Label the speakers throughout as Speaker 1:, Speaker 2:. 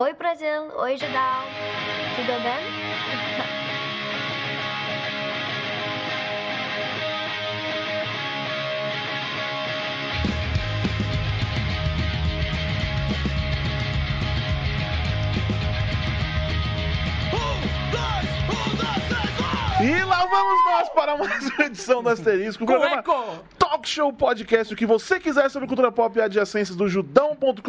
Speaker 1: Oi, Brasil. Oi, Judal. Tudo bem?
Speaker 2: E lá vamos nós para mais uma edição do Asterisco, o programa
Speaker 3: Cueco!
Speaker 2: Talk Show Podcast, o que você quiser sobre cultura pop e adjacências do judão.com.br,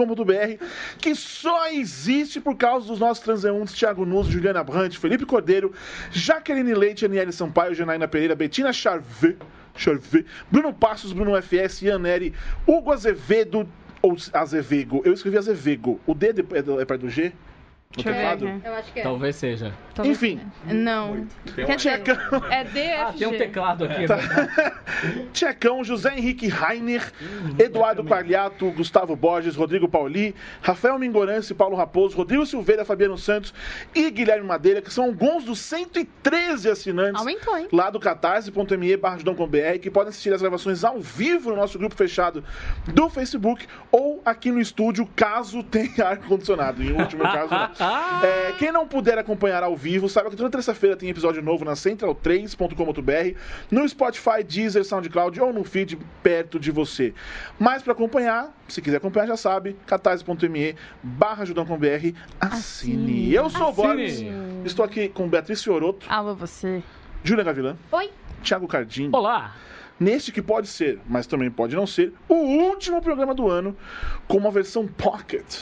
Speaker 2: que só existe por causa dos nossos transeuntes Thiago Nunes, Juliana Brandt, Felipe Cordeiro, Jaqueline Leite, Aniele Sampaio, Janaína Pereira, Betina Charvet, Charvet, Bruno Passos, Bruno FS, Ian Neri, Hugo Azevedo, ou Azevego, eu escrevi Azevego, o D é de- é do- é perto do G? No
Speaker 4: Deixa eu ver.
Speaker 2: teclado?
Speaker 4: né?
Speaker 5: Eu acho que é.
Speaker 3: Talvez seja.
Speaker 4: Talvez-
Speaker 2: Enfim.
Speaker 4: Não. Quer dizer, é
Speaker 3: Ah, tem um
Speaker 4: DFG.
Speaker 3: teclado aqui.
Speaker 2: né? Tchecão, José Henrique Rainer, Eduardo Quagliato, Gustavo Borges, Rodrigo Pauli, Rafael Mingorance, Paulo Raposo, Rodrigo Silveira, Fabiano Santos e Guilherme Madeira, que são alguns dos 113 assinantes
Speaker 4: Aumentou, hein?
Speaker 2: lá do catarse.me barra Judão com BR, que podem assistir as gravações ao vivo no nosso grupo fechado do Facebook ou aqui no estúdio, caso tenha ar-condicionado. Em último caso, não. É, quem não puder acompanhar ao vivo, saiba que toda terça-feira tem episódio novo na central3.com.br, no Spotify, Deezer, SoundCloud ou no feed perto de você. Mas para acompanhar, se quiser acompanhar, já sabe, catarse.me barra Judão com BR, assine.
Speaker 4: Assine.
Speaker 2: Eu sou o
Speaker 3: Assine.
Speaker 2: Boris, estou aqui com Beatriz Fioroto,
Speaker 4: Alô, você.
Speaker 2: Júlia Gavilã,
Speaker 5: Oi?
Speaker 2: Thiago Cardim,
Speaker 3: Olá!
Speaker 2: neste que pode ser, mas também pode não ser, o último programa do ano com uma versão pocket,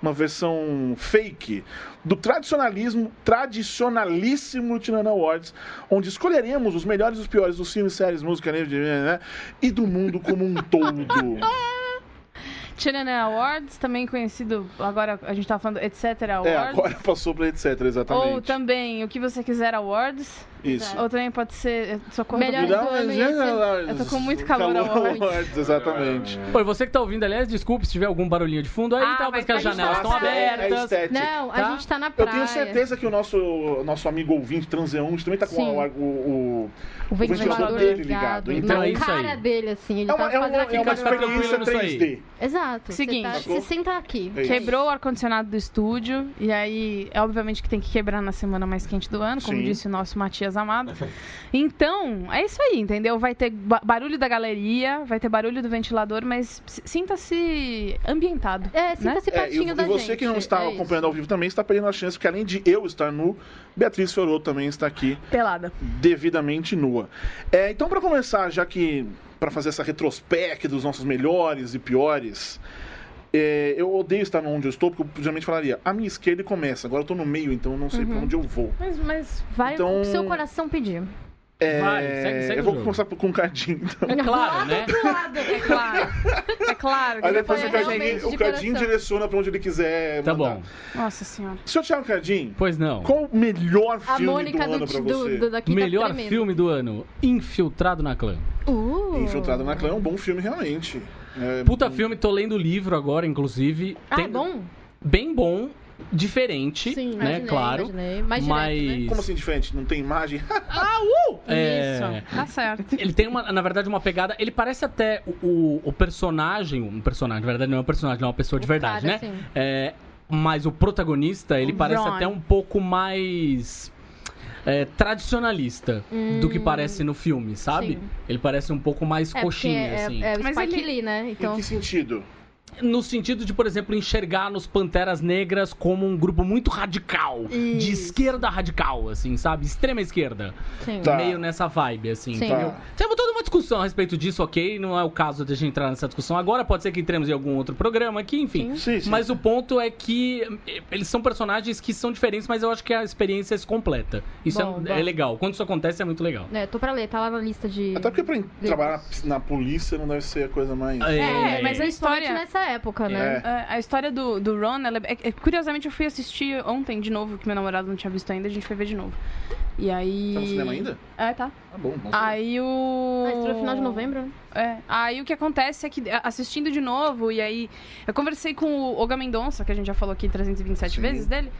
Speaker 2: uma versão fake do tradicionalismo, tradicionalíssimo Tirana Awards, onde escolheremos os melhores e os piores dos filmes, séries, música, né, né, e do mundo como um todo.
Speaker 4: Tirana Awards, também conhecido, agora a gente tava falando etc. Awards.
Speaker 2: é, agora passou pra etc, exatamente.
Speaker 4: Ou também o que você quiser Awards.
Speaker 2: Isso.
Speaker 4: Ou também pode ser. eh, Socorro
Speaker 5: Melhor-
Speaker 4: do-
Speaker 5: do ano,
Speaker 2: Tirana
Speaker 5: isso.
Speaker 2: né, Awards.
Speaker 4: Eu tô com muito calor
Speaker 2: Calor
Speaker 4: hoje.
Speaker 2: Awards, exatamente.
Speaker 3: Oi, você que tá ouvindo, aliás, desculpe se tiver algum barulhinho de fundo aí,
Speaker 4: Ah, mas
Speaker 3: talvez que as
Speaker 4: a gente
Speaker 3: janelas
Speaker 4: tá
Speaker 3: estão
Speaker 4: na praia.
Speaker 2: É
Speaker 3: abertas.
Speaker 2: estético.
Speaker 5: Não,
Speaker 3: Tá?
Speaker 5: a gente tá na
Speaker 2: Eu
Speaker 5: praia.
Speaker 2: tenho certeza que o nosso, nosso amigo ouvinte transeunte também tá com
Speaker 5: Sim.
Speaker 2: o, o- o-
Speaker 5: O
Speaker 2: ventilador
Speaker 5: ventilador
Speaker 2: dele ligado.
Speaker 5: ligado.
Speaker 3: Então
Speaker 5: na
Speaker 3: é isso
Speaker 5: cara
Speaker 3: aí.
Speaker 5: dele, assim. Ele
Speaker 2: É uma,
Speaker 5: tá
Speaker 2: é uma-
Speaker 5: fazendo
Speaker 2: é
Speaker 5: aqui. Tá
Speaker 2: uma
Speaker 3: Pode ficar
Speaker 2: experiência
Speaker 3: tranquilo nisso aí.
Speaker 2: 3D.
Speaker 5: Exato.
Speaker 4: Seguinte.
Speaker 5: Você, tá, você senta aqui.
Speaker 2: É isso.
Speaker 4: Quebrou o ar-condicionado do estúdio, e aí, é obviamente que tem que quebrar na semana mais quente do ano, como
Speaker 2: Sim.
Speaker 4: disse o nosso Matias Amado. Então, é isso aí, entendeu? Vai ter ba- barulho da galeria, vai ter barulho do ventilador, mas s- sinta-se ambientado.
Speaker 5: É, sinta-se
Speaker 2: É, e,
Speaker 5: pertinho
Speaker 2: e
Speaker 5: da gente.
Speaker 2: você que não está
Speaker 5: é isso.
Speaker 2: acompanhando ao vivo também está perdendo a chance, porque além de eu estar nu, Beatriz Fioroto também está aqui
Speaker 4: Pelada.
Speaker 2: devidamente nua. É, então, para começar, já que para fazer essa retrospectiva dos nossos melhores e piores, é, eu odeio estar onde eu estou, porque eu geralmente falaria, a minha esquerda começa, agora eu estou no meio, então eu não sei para
Speaker 5: Uhum.
Speaker 2: onde eu vou.
Speaker 4: Mas, mas vai.
Speaker 2: Então,
Speaker 5: O seu coração pediu.
Speaker 2: é,
Speaker 3: Vai, segue- segue
Speaker 2: eu
Speaker 3: o
Speaker 2: vou
Speaker 3: jogo.
Speaker 2: começar com o Cardinho, então.
Speaker 3: É claro, né?
Speaker 4: É claro. É claro. que
Speaker 2: Aí depois
Speaker 4: depois
Speaker 2: o
Speaker 5: vai
Speaker 2: Cardinho,
Speaker 5: realmente
Speaker 2: o
Speaker 5: de
Speaker 2: Cardinho
Speaker 5: coração.
Speaker 2: direciona pra onde ele quiser.
Speaker 3: Tá
Speaker 2: mandar.
Speaker 3: bom.
Speaker 4: Nossa senhora.
Speaker 2: Senhor Thiago Cardinho,
Speaker 3: Pois não.
Speaker 2: qual o melhor
Speaker 5: A
Speaker 2: filme
Speaker 5: Mônica
Speaker 2: do
Speaker 5: do,
Speaker 2: ano pra
Speaker 5: do,
Speaker 2: você?
Speaker 5: do- da Quinta
Speaker 3: Melhor
Speaker 5: Tremenda.
Speaker 3: filme do ano: Infiltrado na Clã.
Speaker 5: Uh.
Speaker 2: Infiltrado na Clã é um bom filme, realmente. É,
Speaker 3: Puta filme, tô lendo o livro agora, inclusive.
Speaker 5: Ah,
Speaker 3: Tem-
Speaker 5: é bom?
Speaker 3: Bem bom, diferente, né?
Speaker 5: imaginei,
Speaker 3: claro.
Speaker 5: Imaginei. Mais
Speaker 3: mas.
Speaker 5: direto, né?
Speaker 2: Como assim, diferente? Não tem imagem?
Speaker 3: É,
Speaker 4: Isso. Tá certo.
Speaker 3: Ele tem, uma, na verdade, uma pegada. Ele parece até o, o, o personagem. Um personagem, na verdade, não é um personagem, não é uma pessoa de
Speaker 5: O
Speaker 3: verdade,
Speaker 5: cara,
Speaker 3: né?
Speaker 5: assim.
Speaker 3: É, mas o protagonista, ele
Speaker 4: O
Speaker 3: parece
Speaker 4: Ron.
Speaker 3: até um pouco mais. é, tradicionalista do que parece no filme, sabe?
Speaker 5: Hum. sim.
Speaker 3: Ele parece um pouco mais
Speaker 5: É, porque
Speaker 3: coxinha,
Speaker 5: é,
Speaker 3: assim.
Speaker 5: é o
Speaker 4: Mas
Speaker 5: Spike
Speaker 4: ele-
Speaker 5: Lee, né? Então,
Speaker 2: Em que sentido?
Speaker 3: No sentido de, por exemplo, enxergar nos Panteras Negras como um grupo muito radical. De
Speaker 5: Isso.
Speaker 3: esquerda radical, assim, sabe? Extrema esquerda.
Speaker 5: sim.
Speaker 2: Tá.
Speaker 3: Meio nessa vibe, assim,
Speaker 5: Sim.
Speaker 3: entendeu?
Speaker 2: Tá.
Speaker 3: Teve toda uma discussão a respeito disso, ok? Não é o caso de a gente entrar nessa discussão agora. Pode ser que entremos em algum outro programa aqui, enfim.
Speaker 2: Sim, sim.
Speaker 3: Mas o ponto é que eh, eles são personagens que são diferentes, mas eu acho que a experiência se completa. Isso é-
Speaker 5: Bom,
Speaker 3: é,
Speaker 5: bom.
Speaker 3: legal. Quando isso acontece, é muito legal.
Speaker 5: É, tô pra ler, tá lá na lista de...
Speaker 2: Até porque pra en- trabalhar na, na polícia não deve ser a coisa mais. Tá
Speaker 4: É, mas a
Speaker 5: Principalmente
Speaker 4: história.
Speaker 5: nessa época, né?
Speaker 2: É.
Speaker 4: É, A história do, do Ron, ela é- é- curiosamente eu fui assistir ontem de novo, que meu namorado não tinha visto ainda, a gente foi ver de novo. E aí.
Speaker 2: Tá no cinema ainda?
Speaker 4: É, tá.
Speaker 2: Tá bom. bom saber.
Speaker 4: Aí o.
Speaker 5: Ah, estreou no final de novembro, né?
Speaker 4: É. Aí o que acontece é que a- assistindo de novo, e aí eu conversei com o Olga Mendonça, que a gente já falou aqui 327
Speaker 2: Sim.
Speaker 4: vezes dele.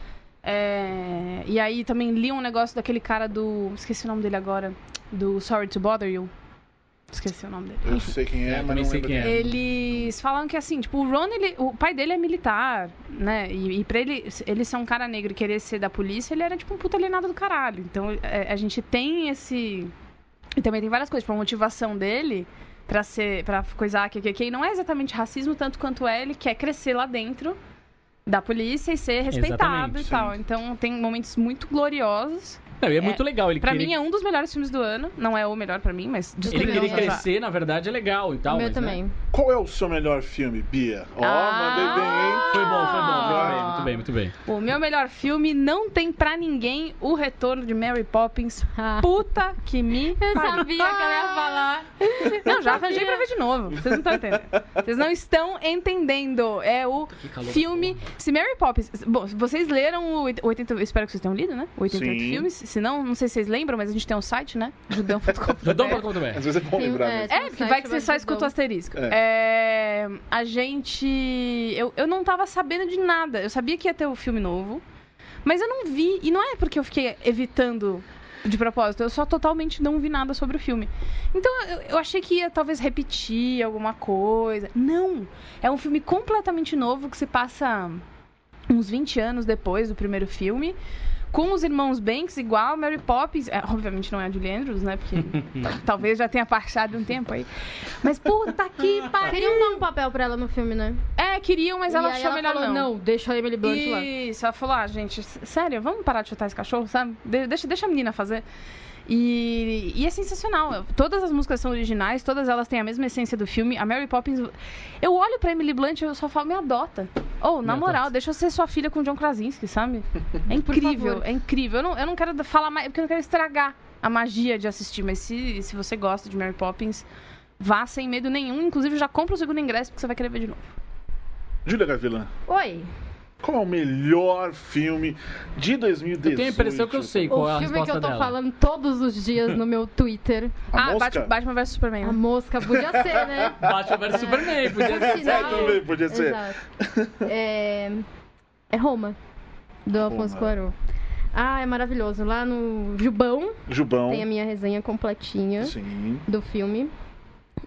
Speaker 4: É, E aí também li um negócio daquele cara do. Esqueci o nome dele agora. Do Sorry to Bother You. Esqueci o nome dele.
Speaker 2: Eu sei quem é,
Speaker 3: É,
Speaker 2: mas
Speaker 3: também
Speaker 2: não
Speaker 3: sei
Speaker 2: lembro
Speaker 3: quem
Speaker 2: quem
Speaker 3: é.
Speaker 2: é.
Speaker 4: Eles falam que assim, tipo, o Ron, ele, o pai dele é militar, né? E, e pra ele, ele ser um cara negro e querer ser da polícia, ele era tipo um puta alienado do caralho. Então é, a gente tem esse. E também tem várias coisas. Tipo, a motivação dele pra ser. pra coisar a QQQ não é exatamente racismo, tanto quanto é, ele quer crescer lá dentro da polícia e ser respeitado
Speaker 3: Exatamente,
Speaker 4: e tal. Então tem momentos muito gloriosos.
Speaker 3: Não, e é, muito legal ele
Speaker 4: Pra
Speaker 3: querer,
Speaker 4: mim é um dos melhores filmes do ano. Não é o melhor pra mim, mas
Speaker 3: ele
Speaker 5: Tudo
Speaker 3: querer
Speaker 5: bem.
Speaker 3: crescer, na verdade, é legal e tal.
Speaker 5: o meu
Speaker 3: mas, né,
Speaker 5: também.
Speaker 2: Qual é o seu melhor filme, Bia? Ó,
Speaker 5: Ah!
Speaker 2: mandei bem, hein?
Speaker 3: Foi bom, foi bom. Muito bem,
Speaker 4: Ah.
Speaker 3: muito bem, muito bem.
Speaker 4: O meu melhor filme não tem pra ninguém o retorno de Mary Poppins.
Speaker 5: Ah.
Speaker 4: Puta que me
Speaker 5: Eu
Speaker 4: pariu.
Speaker 5: sabia que ela ia falar.
Speaker 4: Não, já arranjei pra ver de novo. Vocês não estão entendendo. Vocês não estão entendendo. É o
Speaker 3: Que calor.
Speaker 4: filme. Se Mary Poppins. Bom, vocês leram o 80. eu Espero que vocês tenham lido, né? 88
Speaker 2: Sim.
Speaker 4: filmes. Se não, não sei se vocês lembram, mas a gente tem um site, né? Judão.com.
Speaker 2: Às
Speaker 3: Judão.com.br.
Speaker 2: vezes é bom
Speaker 5: Sim,
Speaker 2: lembrar
Speaker 5: é,
Speaker 2: mesmo.
Speaker 5: tem um
Speaker 4: É, porque
Speaker 5: site
Speaker 4: vai que você só
Speaker 5: chamado
Speaker 4: escuta o
Speaker 5: Judão.
Speaker 4: asterisco. É, a gente. Eu, eu não tava sabendo de nada. Eu sabia que ia ter o filme novo, mas eu não vi. E não é porque eu fiquei evitando de propósito, eu só totalmente não vi nada sobre o filme. Então eu, eu achei que ia talvez repetir alguma coisa. Não! É um filme completamente novo que se passa uns 20 anos depois do primeiro filme. Com os irmãos Banks, igual Mary Poppins. É, obviamente não é a Julie Andrews, né? Porque tal- talvez já tenha passado um tempo aí. Mas puta que pariu!
Speaker 5: Queria um papel pra ela no filme, né?
Speaker 4: É, queriam, mas
Speaker 5: E
Speaker 4: ela
Speaker 5: aí
Speaker 4: achou melhor
Speaker 5: falou,
Speaker 4: não.
Speaker 5: não, deixa a Emily Blunt lá.
Speaker 4: Isso, ela falou, ah, gente, s- sério, vamos parar de chutar esse cachorro, sabe? De- deixa, deixa a menina fazer. E, e é sensacional. Todas as músicas são originais, todas elas têm a mesma essência do filme. A Mary Poppins. Eu olho pra Emily Blunt e eu só falo, me adota. Ou, na
Speaker 3: Me
Speaker 4: moral,
Speaker 3: adota.
Speaker 4: deixa eu ser sua filha com o John Krasinski, sabe? É
Speaker 5: Por
Speaker 4: incrível,
Speaker 5: favor.
Speaker 4: é incrível. Eu não, eu não quero falar mais, porque eu não quero estragar a magia de assistir, mas se, se você gosta de Mary Poppins, vá sem medo nenhum. Inclusive, já compra o segundo ingresso, porque você vai querer ver de novo.
Speaker 2: Júlia Gavilã,
Speaker 5: Oi.
Speaker 2: qual é o melhor filme de 2018?
Speaker 3: Eu tenho a impressão que eu sei qual é a
Speaker 5: O filme que
Speaker 3: resposta
Speaker 5: eu tô
Speaker 3: dela.
Speaker 5: falando todos os dias no meu Twitter.
Speaker 2: A
Speaker 4: ah,
Speaker 2: mosca?
Speaker 4: Bat- Batman vs Superman.
Speaker 5: A
Speaker 4: né?
Speaker 5: mosca podia ser, né?
Speaker 3: Batman vs Superman, podia ser.
Speaker 5: Por
Speaker 2: É,
Speaker 5: sinal-
Speaker 2: também podia ser.
Speaker 5: Exato. É... é Roma, do Alfonso
Speaker 2: Roma.
Speaker 5: Cuarón. Ah, é maravilhoso. Lá no Jubão
Speaker 2: Jubão.
Speaker 5: tem a minha resenha completinha
Speaker 2: Sim.
Speaker 5: do filme.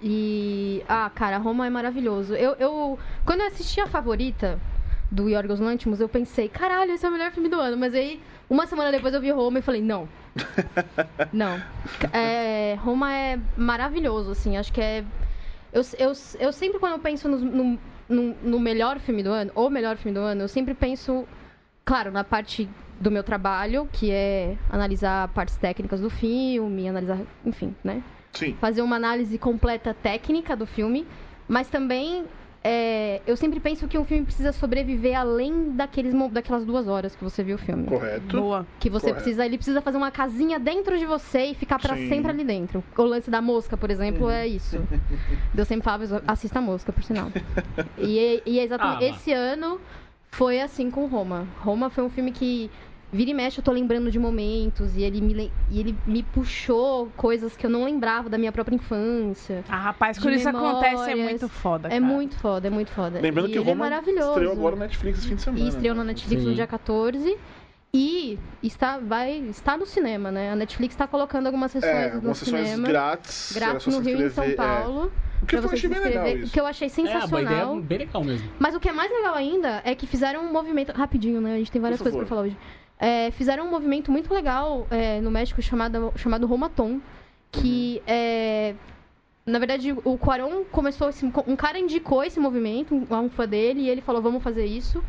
Speaker 5: E. Ah, cara, Roma é maravilhoso. Eu, eu- Quando eu assisti a favorita do Yorgos Lantimos, eu pensei, caralho, esse é o melhor filme do ano. Mas aí, uma semana depois eu vi Roma e falei, não. não. É, Roma é maravilhoso, assim. Acho que é. Eu, eu, eu sempre, quando eu penso nos- no, no, no melhor filme do ano, ou melhor filme do ano, eu sempre penso, claro, na parte do meu trabalho, que é analisar partes técnicas do filme, analisar, enfim, né?
Speaker 2: Sim.
Speaker 5: fazer uma análise completa técnica do filme, mas também é, eu sempre penso que um filme precisa sobreviver além daqueles, mo- daquelas duas horas que você viu o filme.
Speaker 2: Correto.
Speaker 4: Boa.
Speaker 5: Que você
Speaker 2: Correto.
Speaker 5: precisa, ele precisa fazer uma casinha dentro de você e ficar pra
Speaker 2: Sim.
Speaker 5: sempre ali dentro. O lance da mosca, por exemplo, é isso. Eu sempre falo, assista a mosca, por sinal. E, é- e é exatamente
Speaker 3: Ah, mas-
Speaker 5: esse ano foi assim com Roma. Roma foi um filme que vira e mexe, eu tô lembrando de momentos e ele me, le- e ele me puxou coisas que eu não lembrava da minha própria infância.
Speaker 4: Ah, rapaz, quando
Speaker 5: de
Speaker 4: isso acontece é
Speaker 5: memórias.
Speaker 4: muito foda.
Speaker 5: É
Speaker 4: cara.
Speaker 5: muito foda, é muito foda.
Speaker 2: Lembrando
Speaker 5: e
Speaker 2: que
Speaker 5: ele
Speaker 2: Roma
Speaker 5: é maravilhoso.
Speaker 2: estreou agora no Netflix esse fim de semana.
Speaker 5: E estreou
Speaker 2: né?
Speaker 5: na Netflix
Speaker 3: Sim.
Speaker 5: no dia 14. E está, vai, está no cinema, né? A Netflix está colocando algumas sessões
Speaker 2: É,
Speaker 5: no
Speaker 2: algumas sessões
Speaker 5: cinema.
Speaker 2: grátis. era
Speaker 5: Grátis
Speaker 2: só
Speaker 5: no
Speaker 2: se
Speaker 5: Rio e em São
Speaker 2: inscrever, é.
Speaker 5: Paulo.
Speaker 2: O que
Speaker 5: pra
Speaker 2: eu
Speaker 5: você se
Speaker 2: achei bem legal
Speaker 5: inscrever,
Speaker 2: isso.
Speaker 5: Que eu achei
Speaker 3: É, uma ideia
Speaker 5: sensacional.
Speaker 3: bem legal mesmo.
Speaker 5: Mas o que é mais legal ainda é que fizeram um movimento. Rapidinho, né? A gente tem várias
Speaker 2: Por
Speaker 5: coisas pra
Speaker 2: favor.
Speaker 5: falar hoje. É, fizeram um movimento muito legal é, no México chamado, chamado Romaton.
Speaker 2: Uhum.
Speaker 5: Que é. Na verdade, o Cuarón começou. esse- um cara indicou esse movimento, um, um fã dele, e ele falou: vamos fazer isso.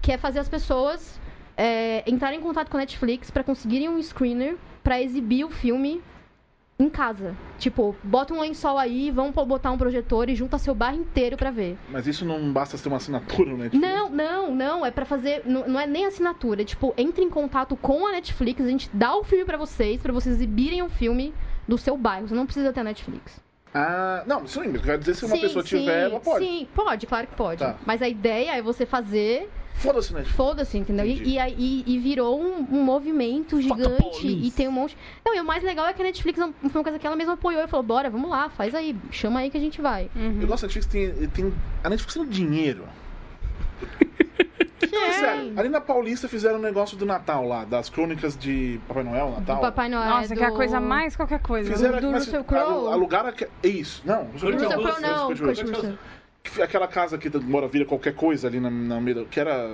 Speaker 5: Que é fazer as pessoas é, entrarem em contato com a Netflix pra conseguirem um screener pra exibir o filme em casa. Tipo, bota um lençol aí, vão pô- botar um projetor e junta seu bar inteiro pra ver.
Speaker 2: Mas isso não basta ser uma assinatura no Netflix.
Speaker 5: Não, não, não. É pra fazer. Não, não é nem assinatura. É tipo, entre em contato com a Netflix. A gente dá o filme pra vocês, pra vocês exibirem o filme do seu bairro. Você não precisa ter Netflix.
Speaker 2: Ah, não, isso não Quer dizer, se uma
Speaker 5: Sim,
Speaker 2: pessoa
Speaker 5: sim,
Speaker 2: tiver, ela pode.
Speaker 5: Sim, pode, claro que pode.
Speaker 2: Tá.
Speaker 5: Mas a ideia é você fazer.
Speaker 2: Foda-se, Netflix.
Speaker 5: Foda-se, entendeu?
Speaker 2: Entendi.
Speaker 5: E, e, aí- e, e virou um, um movimento
Speaker 3: Fuck the
Speaker 5: gigante.
Speaker 3: police.
Speaker 5: E tem um monte. Não, e o mais legal é que a Netflix não- foi uma coisa que ela mesma apoiou e falou: bora, vamos lá, faz aí, chama aí que a gente
Speaker 4: Uhum.
Speaker 5: vai.
Speaker 2: Eu gosto da Netflix, tem, tem. A Netflix tem dinheiro. Não, é sério. Ali na Paulista fizeram um negócio do Natal lá, das crônicas de Papai Noel, Natal.
Speaker 5: O Papai Noel.
Speaker 4: Nossa,
Speaker 5: do...
Speaker 4: que é a coisa mais qualquer coisa.
Speaker 2: Fizeram
Speaker 5: do
Speaker 2: mas
Speaker 5: Russell Crowe?
Speaker 2: alu- Alugaram. aque- é Isso. Não,
Speaker 5: O Russell
Speaker 3: Não,
Speaker 5: Crowe não,
Speaker 2: Kurt
Speaker 5: Kurt
Speaker 2: Russell.
Speaker 5: Russell.
Speaker 2: Que- Aquela casa que mora vira qualquer coisa ali na, na meio da- Que era.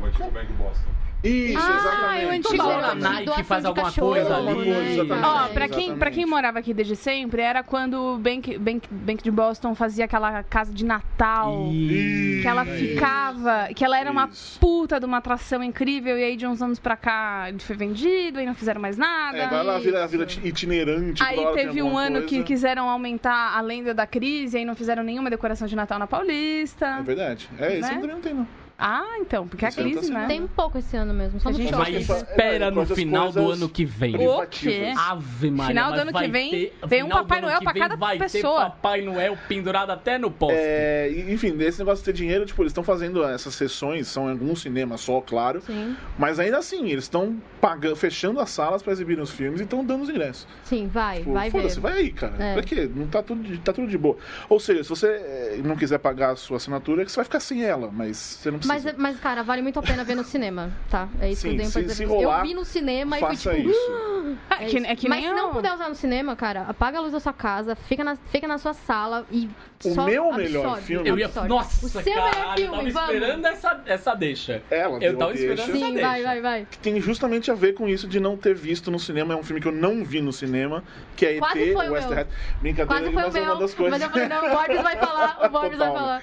Speaker 6: O antigo Bang Boston.
Speaker 2: Isso,
Speaker 5: Ah,
Speaker 2: exatamente.
Speaker 4: é o antigo
Speaker 3: Toda hora a
Speaker 2: Exatamente.
Speaker 5: Nike
Speaker 3: Nike faz
Speaker 5: de
Speaker 3: alguma
Speaker 5: cachorro,
Speaker 3: coisa
Speaker 2: né?
Speaker 3: ali.
Speaker 2: Exatamente.
Speaker 4: Ó,
Speaker 2: É.
Speaker 4: pra quem, pra quem morava aqui desde sempre, era quando o Bank, Bank, Bank de Boston fazia aquela casa de Natal.
Speaker 2: Isso.
Speaker 4: Que ela ficava, que ela era uma
Speaker 2: Isso.
Speaker 4: puta de uma atração incrível, e aí de uns anos pra cá ele foi vendido, e não fizeram mais nada.
Speaker 2: É, vai lá, vira, vira itinerante. toda
Speaker 4: né? Aí
Speaker 2: hora tem
Speaker 4: teve um
Speaker 2: alguma
Speaker 4: ano que
Speaker 2: coisa.
Speaker 4: quiseram aumentar a lenda da crise, aí não fizeram nenhuma decoração de Natal na
Speaker 2: É
Speaker 4: Paulista.
Speaker 2: verdade. É, isso
Speaker 4: Né?
Speaker 2: também não tem, não.
Speaker 4: Ah, então, porque é a
Speaker 2: Isso não tá
Speaker 4: crise,
Speaker 2: sendo-
Speaker 4: né?
Speaker 5: Tem pouco esse ano mesmo, só
Speaker 4: A
Speaker 5: no
Speaker 4: gente
Speaker 5: shopping.
Speaker 3: Mas
Speaker 2: Mas isso-
Speaker 3: espera
Speaker 2: é,
Speaker 3: no
Speaker 2: coisas-
Speaker 3: final do
Speaker 2: coisas-
Speaker 3: ano que vem.
Speaker 4: O
Speaker 2: privativas.
Speaker 4: quê?
Speaker 3: Ave Maria.
Speaker 4: É. Final do
Speaker 3: mas
Speaker 4: ano
Speaker 3: vai
Speaker 4: que vem,
Speaker 3: ter-
Speaker 4: tem um
Speaker 3: final do
Speaker 4: Papai
Speaker 3: ano
Speaker 4: Noel
Speaker 3: que
Speaker 4: pra
Speaker 3: vem
Speaker 4: cada
Speaker 3: vai
Speaker 4: pessoa.
Speaker 3: Ter Papai Noel pendurado até no poste.
Speaker 2: É, e, enfim, esse negócio de ter dinheiro, tipo, eles estão fazendo essas sessões, são em algum cinema só, claro.
Speaker 5: Sim,
Speaker 2: Mas ainda assim, eles estão pagando- fechando as salas pra exibir os filmes e estão dando os ingressos.
Speaker 5: sim, vai,
Speaker 2: Tipo,
Speaker 5: vai ver.
Speaker 2: foda-se, vai aí, cara.
Speaker 5: É.
Speaker 2: Pra quê? Não tá tudo, de- tá tudo de boa. Ou seja, se você eh, não quiser pagar a sua assinatura, é que você vai ficar sem ela, mas você não
Speaker 5: Mas,
Speaker 2: precisa.
Speaker 5: mas, cara, vale muito a pena ver no cinema, tá? É isso
Speaker 2: Sim,
Speaker 5: que eu tenho pra
Speaker 2: se-
Speaker 5: dizer.
Speaker 2: se
Speaker 5: pra vocês.
Speaker 2: rolar,
Speaker 5: eu vi no cinema e fui
Speaker 2: Faça
Speaker 5: tipo... "Uh,
Speaker 2: isso.
Speaker 4: É que, é que
Speaker 5: Mas
Speaker 4: nem
Speaker 5: se não
Speaker 4: o-
Speaker 5: puder usar no cinema, cara, apaga a luz da sua casa, fica na, fica na sua sala e
Speaker 2: O
Speaker 5: só
Speaker 2: meu
Speaker 5: absorve,
Speaker 2: melhor filme-
Speaker 3: Eu ia.
Speaker 5: absorve.
Speaker 3: Nossa,
Speaker 5: o seu melhor
Speaker 3: caralho, eu tava
Speaker 5: filme, vamos.
Speaker 3: esperando essa, essa deixa.
Speaker 2: Ela
Speaker 3: Eu
Speaker 2: deu
Speaker 3: tava
Speaker 2: a deixa.
Speaker 3: esperando essa
Speaker 5: Sim,
Speaker 3: deixa.
Speaker 5: vai, vai, vai.
Speaker 2: Que tem justamente a ver com isso de não ter visto no cinema. É um filme que eu não vi no cinema, que é
Speaker 5: Quase
Speaker 2: ET,
Speaker 5: foi o
Speaker 2: West
Speaker 5: meu.
Speaker 2: Hat. Brincadeira,
Speaker 5: Quase foi o
Speaker 2: mas é uma
Speaker 5: meu,
Speaker 2: das coisas.
Speaker 5: mas eu falei, não, o Borbs vai falar, o Borbs vai
Speaker 2: Total,
Speaker 5: falar.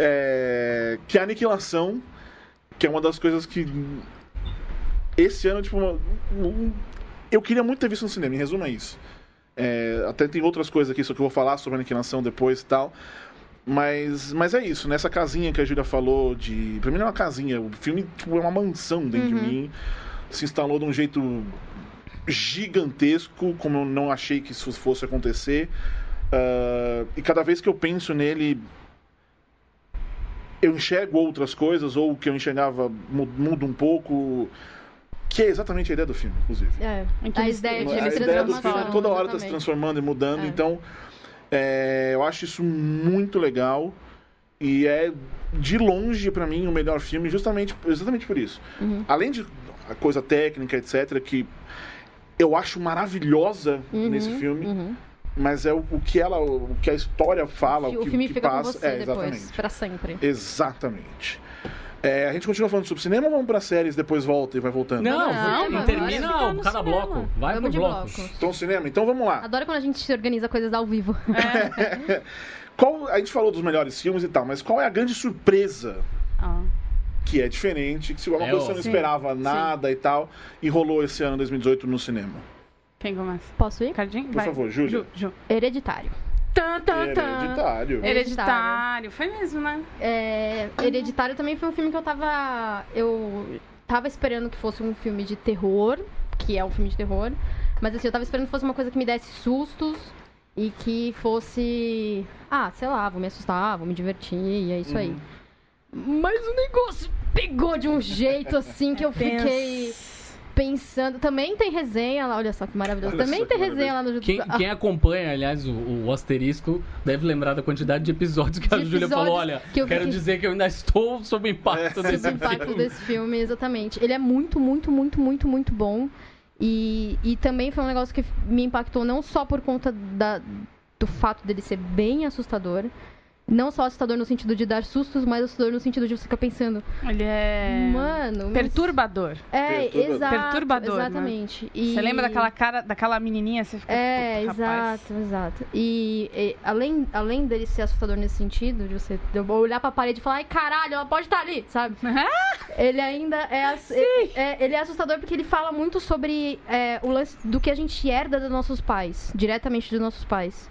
Speaker 2: É, que é a Aniquilação, que é uma das coisas que. Esse ano, tipo, uma- um- eu queria muito ter visto no cinema, em resumo é isso. É, até tem outras coisas aqui, só que eu vou falar sobre a Aniquilação depois e tal. Mas, mas é isso, nessa casinha que a Júlia falou de. Pra mim não é uma casinha, o filme tipo, é uma mansão dentro de mim. Se instalou de um jeito gigantesco, como eu não achei que isso fosse acontecer. Ah, e cada vez que eu penso nele, eu enxergo outras coisas, ou o que eu enxergava mu- muda um pouco. Que é exatamente a ideia do filme, inclusive.
Speaker 5: É,
Speaker 4: Então,
Speaker 5: a ideia de
Speaker 4: a
Speaker 5: ele se
Speaker 2: ideia do filme
Speaker 5: transformar.
Speaker 2: toda hora tá se
Speaker 5: Exatamente.
Speaker 2: transformando e mudando.
Speaker 5: É.
Speaker 2: Então, é, eu acho isso muito legal. E é, de longe, pra mim, o melhor filme, justamente exatamente por isso.
Speaker 5: Uhum.
Speaker 2: Além de a coisa técnica, etc., que eu acho maravilhosa
Speaker 5: Uhum,
Speaker 2: nesse filme,
Speaker 5: uhum.
Speaker 2: mas é o, o que ela, o que a história fala, o,
Speaker 5: o
Speaker 2: que,
Speaker 5: filme
Speaker 2: que
Speaker 5: fica
Speaker 2: passa.
Speaker 5: com você
Speaker 2: é,
Speaker 5: depois,
Speaker 2: exatamente.
Speaker 5: pra sempre.
Speaker 2: Exatamente. É, a gente continua falando sobre cinema ou vamos pra séries, depois volta e vai voltando?
Speaker 3: Não,
Speaker 5: Não,
Speaker 3: não,
Speaker 5: mas
Speaker 3: termina
Speaker 4: agora fica
Speaker 3: cada
Speaker 4: no cinema.
Speaker 3: bloco. Vai
Speaker 5: Vamos de
Speaker 3: pro bloco.
Speaker 5: bloco.
Speaker 2: Então, cinema, então vamos lá.
Speaker 5: Adoro quando a gente se organiza coisas ao vivo.
Speaker 2: Qual, a gente falou dos melhores filmes e tal, mas qual é a grande surpresa
Speaker 4: Ah.
Speaker 2: que é diferente, que se uma
Speaker 3: É,
Speaker 2: coisa
Speaker 3: ó.
Speaker 2: você não
Speaker 4: Sim,
Speaker 2: esperava
Speaker 4: sim.
Speaker 2: nada e tal, e rolou esse ano 2018 no cinema?
Speaker 4: Quem começa?
Speaker 5: Posso ir?
Speaker 4: Ricardinho?
Speaker 2: Por
Speaker 4: Vai.
Speaker 2: favor, Júlia.
Speaker 4: Ju, Ju.
Speaker 5: Hereditário.
Speaker 4: Tan, tan, tan.
Speaker 2: Hereditário.
Speaker 5: É.
Speaker 4: Hereditário. Foi mesmo, né?
Speaker 5: É, Hereditário também foi um filme que eu tava. Eu tava esperando que fosse um filme de terror, que é um filme de terror. Mas assim, eu tava esperando que fosse uma coisa que me desse sustos e que fosse. Ah, sei lá, vou me assustar, vou me divertir, e é isso aí.
Speaker 2: Uhum.
Speaker 5: Mas o negócio pegou de um jeito assim que eu fiquei pensando. Também tem resenha lá, olha só que maravilhoso.
Speaker 2: Olha
Speaker 5: também
Speaker 2: só que
Speaker 5: tem resenha lá no YouTube.
Speaker 3: Quem, quem acompanha, aliás, o, o asterisco deve lembrar da quantidade de episódios que a
Speaker 5: De
Speaker 3: Júlia
Speaker 5: episódios
Speaker 3: falou. Olha,
Speaker 5: que eu vi
Speaker 3: quero
Speaker 5: que-
Speaker 3: dizer que eu ainda estou sob o
Speaker 2: É.
Speaker 3: impacto
Speaker 5: sobre
Speaker 3: desse
Speaker 5: o impacto
Speaker 3: filme.
Speaker 5: desse filme, exatamente. Ele é muito, muito, muito, muito, muito bom. E, e também foi um negócio que me impactou não só por conta da- do fato dele ser bem assustador. Não só assustador no sentido de dar sustos, mas assustador no sentido de você ficar pensando,
Speaker 4: Ele é...
Speaker 5: mano. não-
Speaker 4: Perturbador.
Speaker 5: É,
Speaker 2: Perturbador.
Speaker 5: exato.
Speaker 4: Perturbador, né?
Speaker 5: Exatamente. E-
Speaker 4: Você lembra daquela cara, daquela menininha? Você fica,
Speaker 5: É,
Speaker 4: puta, rapaz.
Speaker 5: exato, exato. E, e além, além dele ser assustador nesse sentido, de você olhar pra parede e falar, ai caralho, ela pode estar ali, sabe? Ele ainda é, ass- é- é- ele é assustador porque ele fala muito sobre é, o lance do que a gente herda dos nossos pais, diretamente dos nossos pais.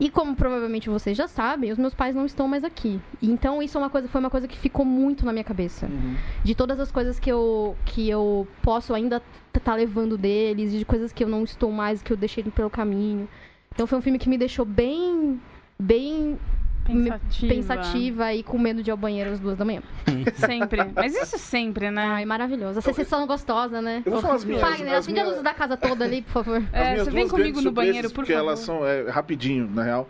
Speaker 5: E como provavelmente vocês já sabem, os meus pais não estão mais aqui. Então isso é uma coisa, foi uma coisa que ficou muito na minha cabeça
Speaker 2: Uhum.
Speaker 5: de todas as coisas que eu, que eu posso ainda estar tá levando deles, de coisas que eu não estou mais, que eu deixei pelo caminho. Então foi um filme que me deixou bem, bem
Speaker 4: Pensativa.
Speaker 5: pensativa e com medo de ir ao banheiro às duas da manhã.
Speaker 4: Sempre. Mas isso sempre, né?
Speaker 5: Ai, maravilhoso. Essa sensação gostosa, né?
Speaker 2: Eu vou falar as minhas.
Speaker 5: Wagner,
Speaker 2: as
Speaker 5: acende a
Speaker 2: minhas-
Speaker 5: luz da casa toda ali, por favor.
Speaker 2: as
Speaker 4: É,
Speaker 2: minhas
Speaker 4: você vem
Speaker 2: duas
Speaker 4: comigo
Speaker 2: grandes
Speaker 4: no
Speaker 2: surpresas,
Speaker 4: banheiro, por
Speaker 2: porque
Speaker 4: favor.
Speaker 2: elas são é, rapidinho, na real.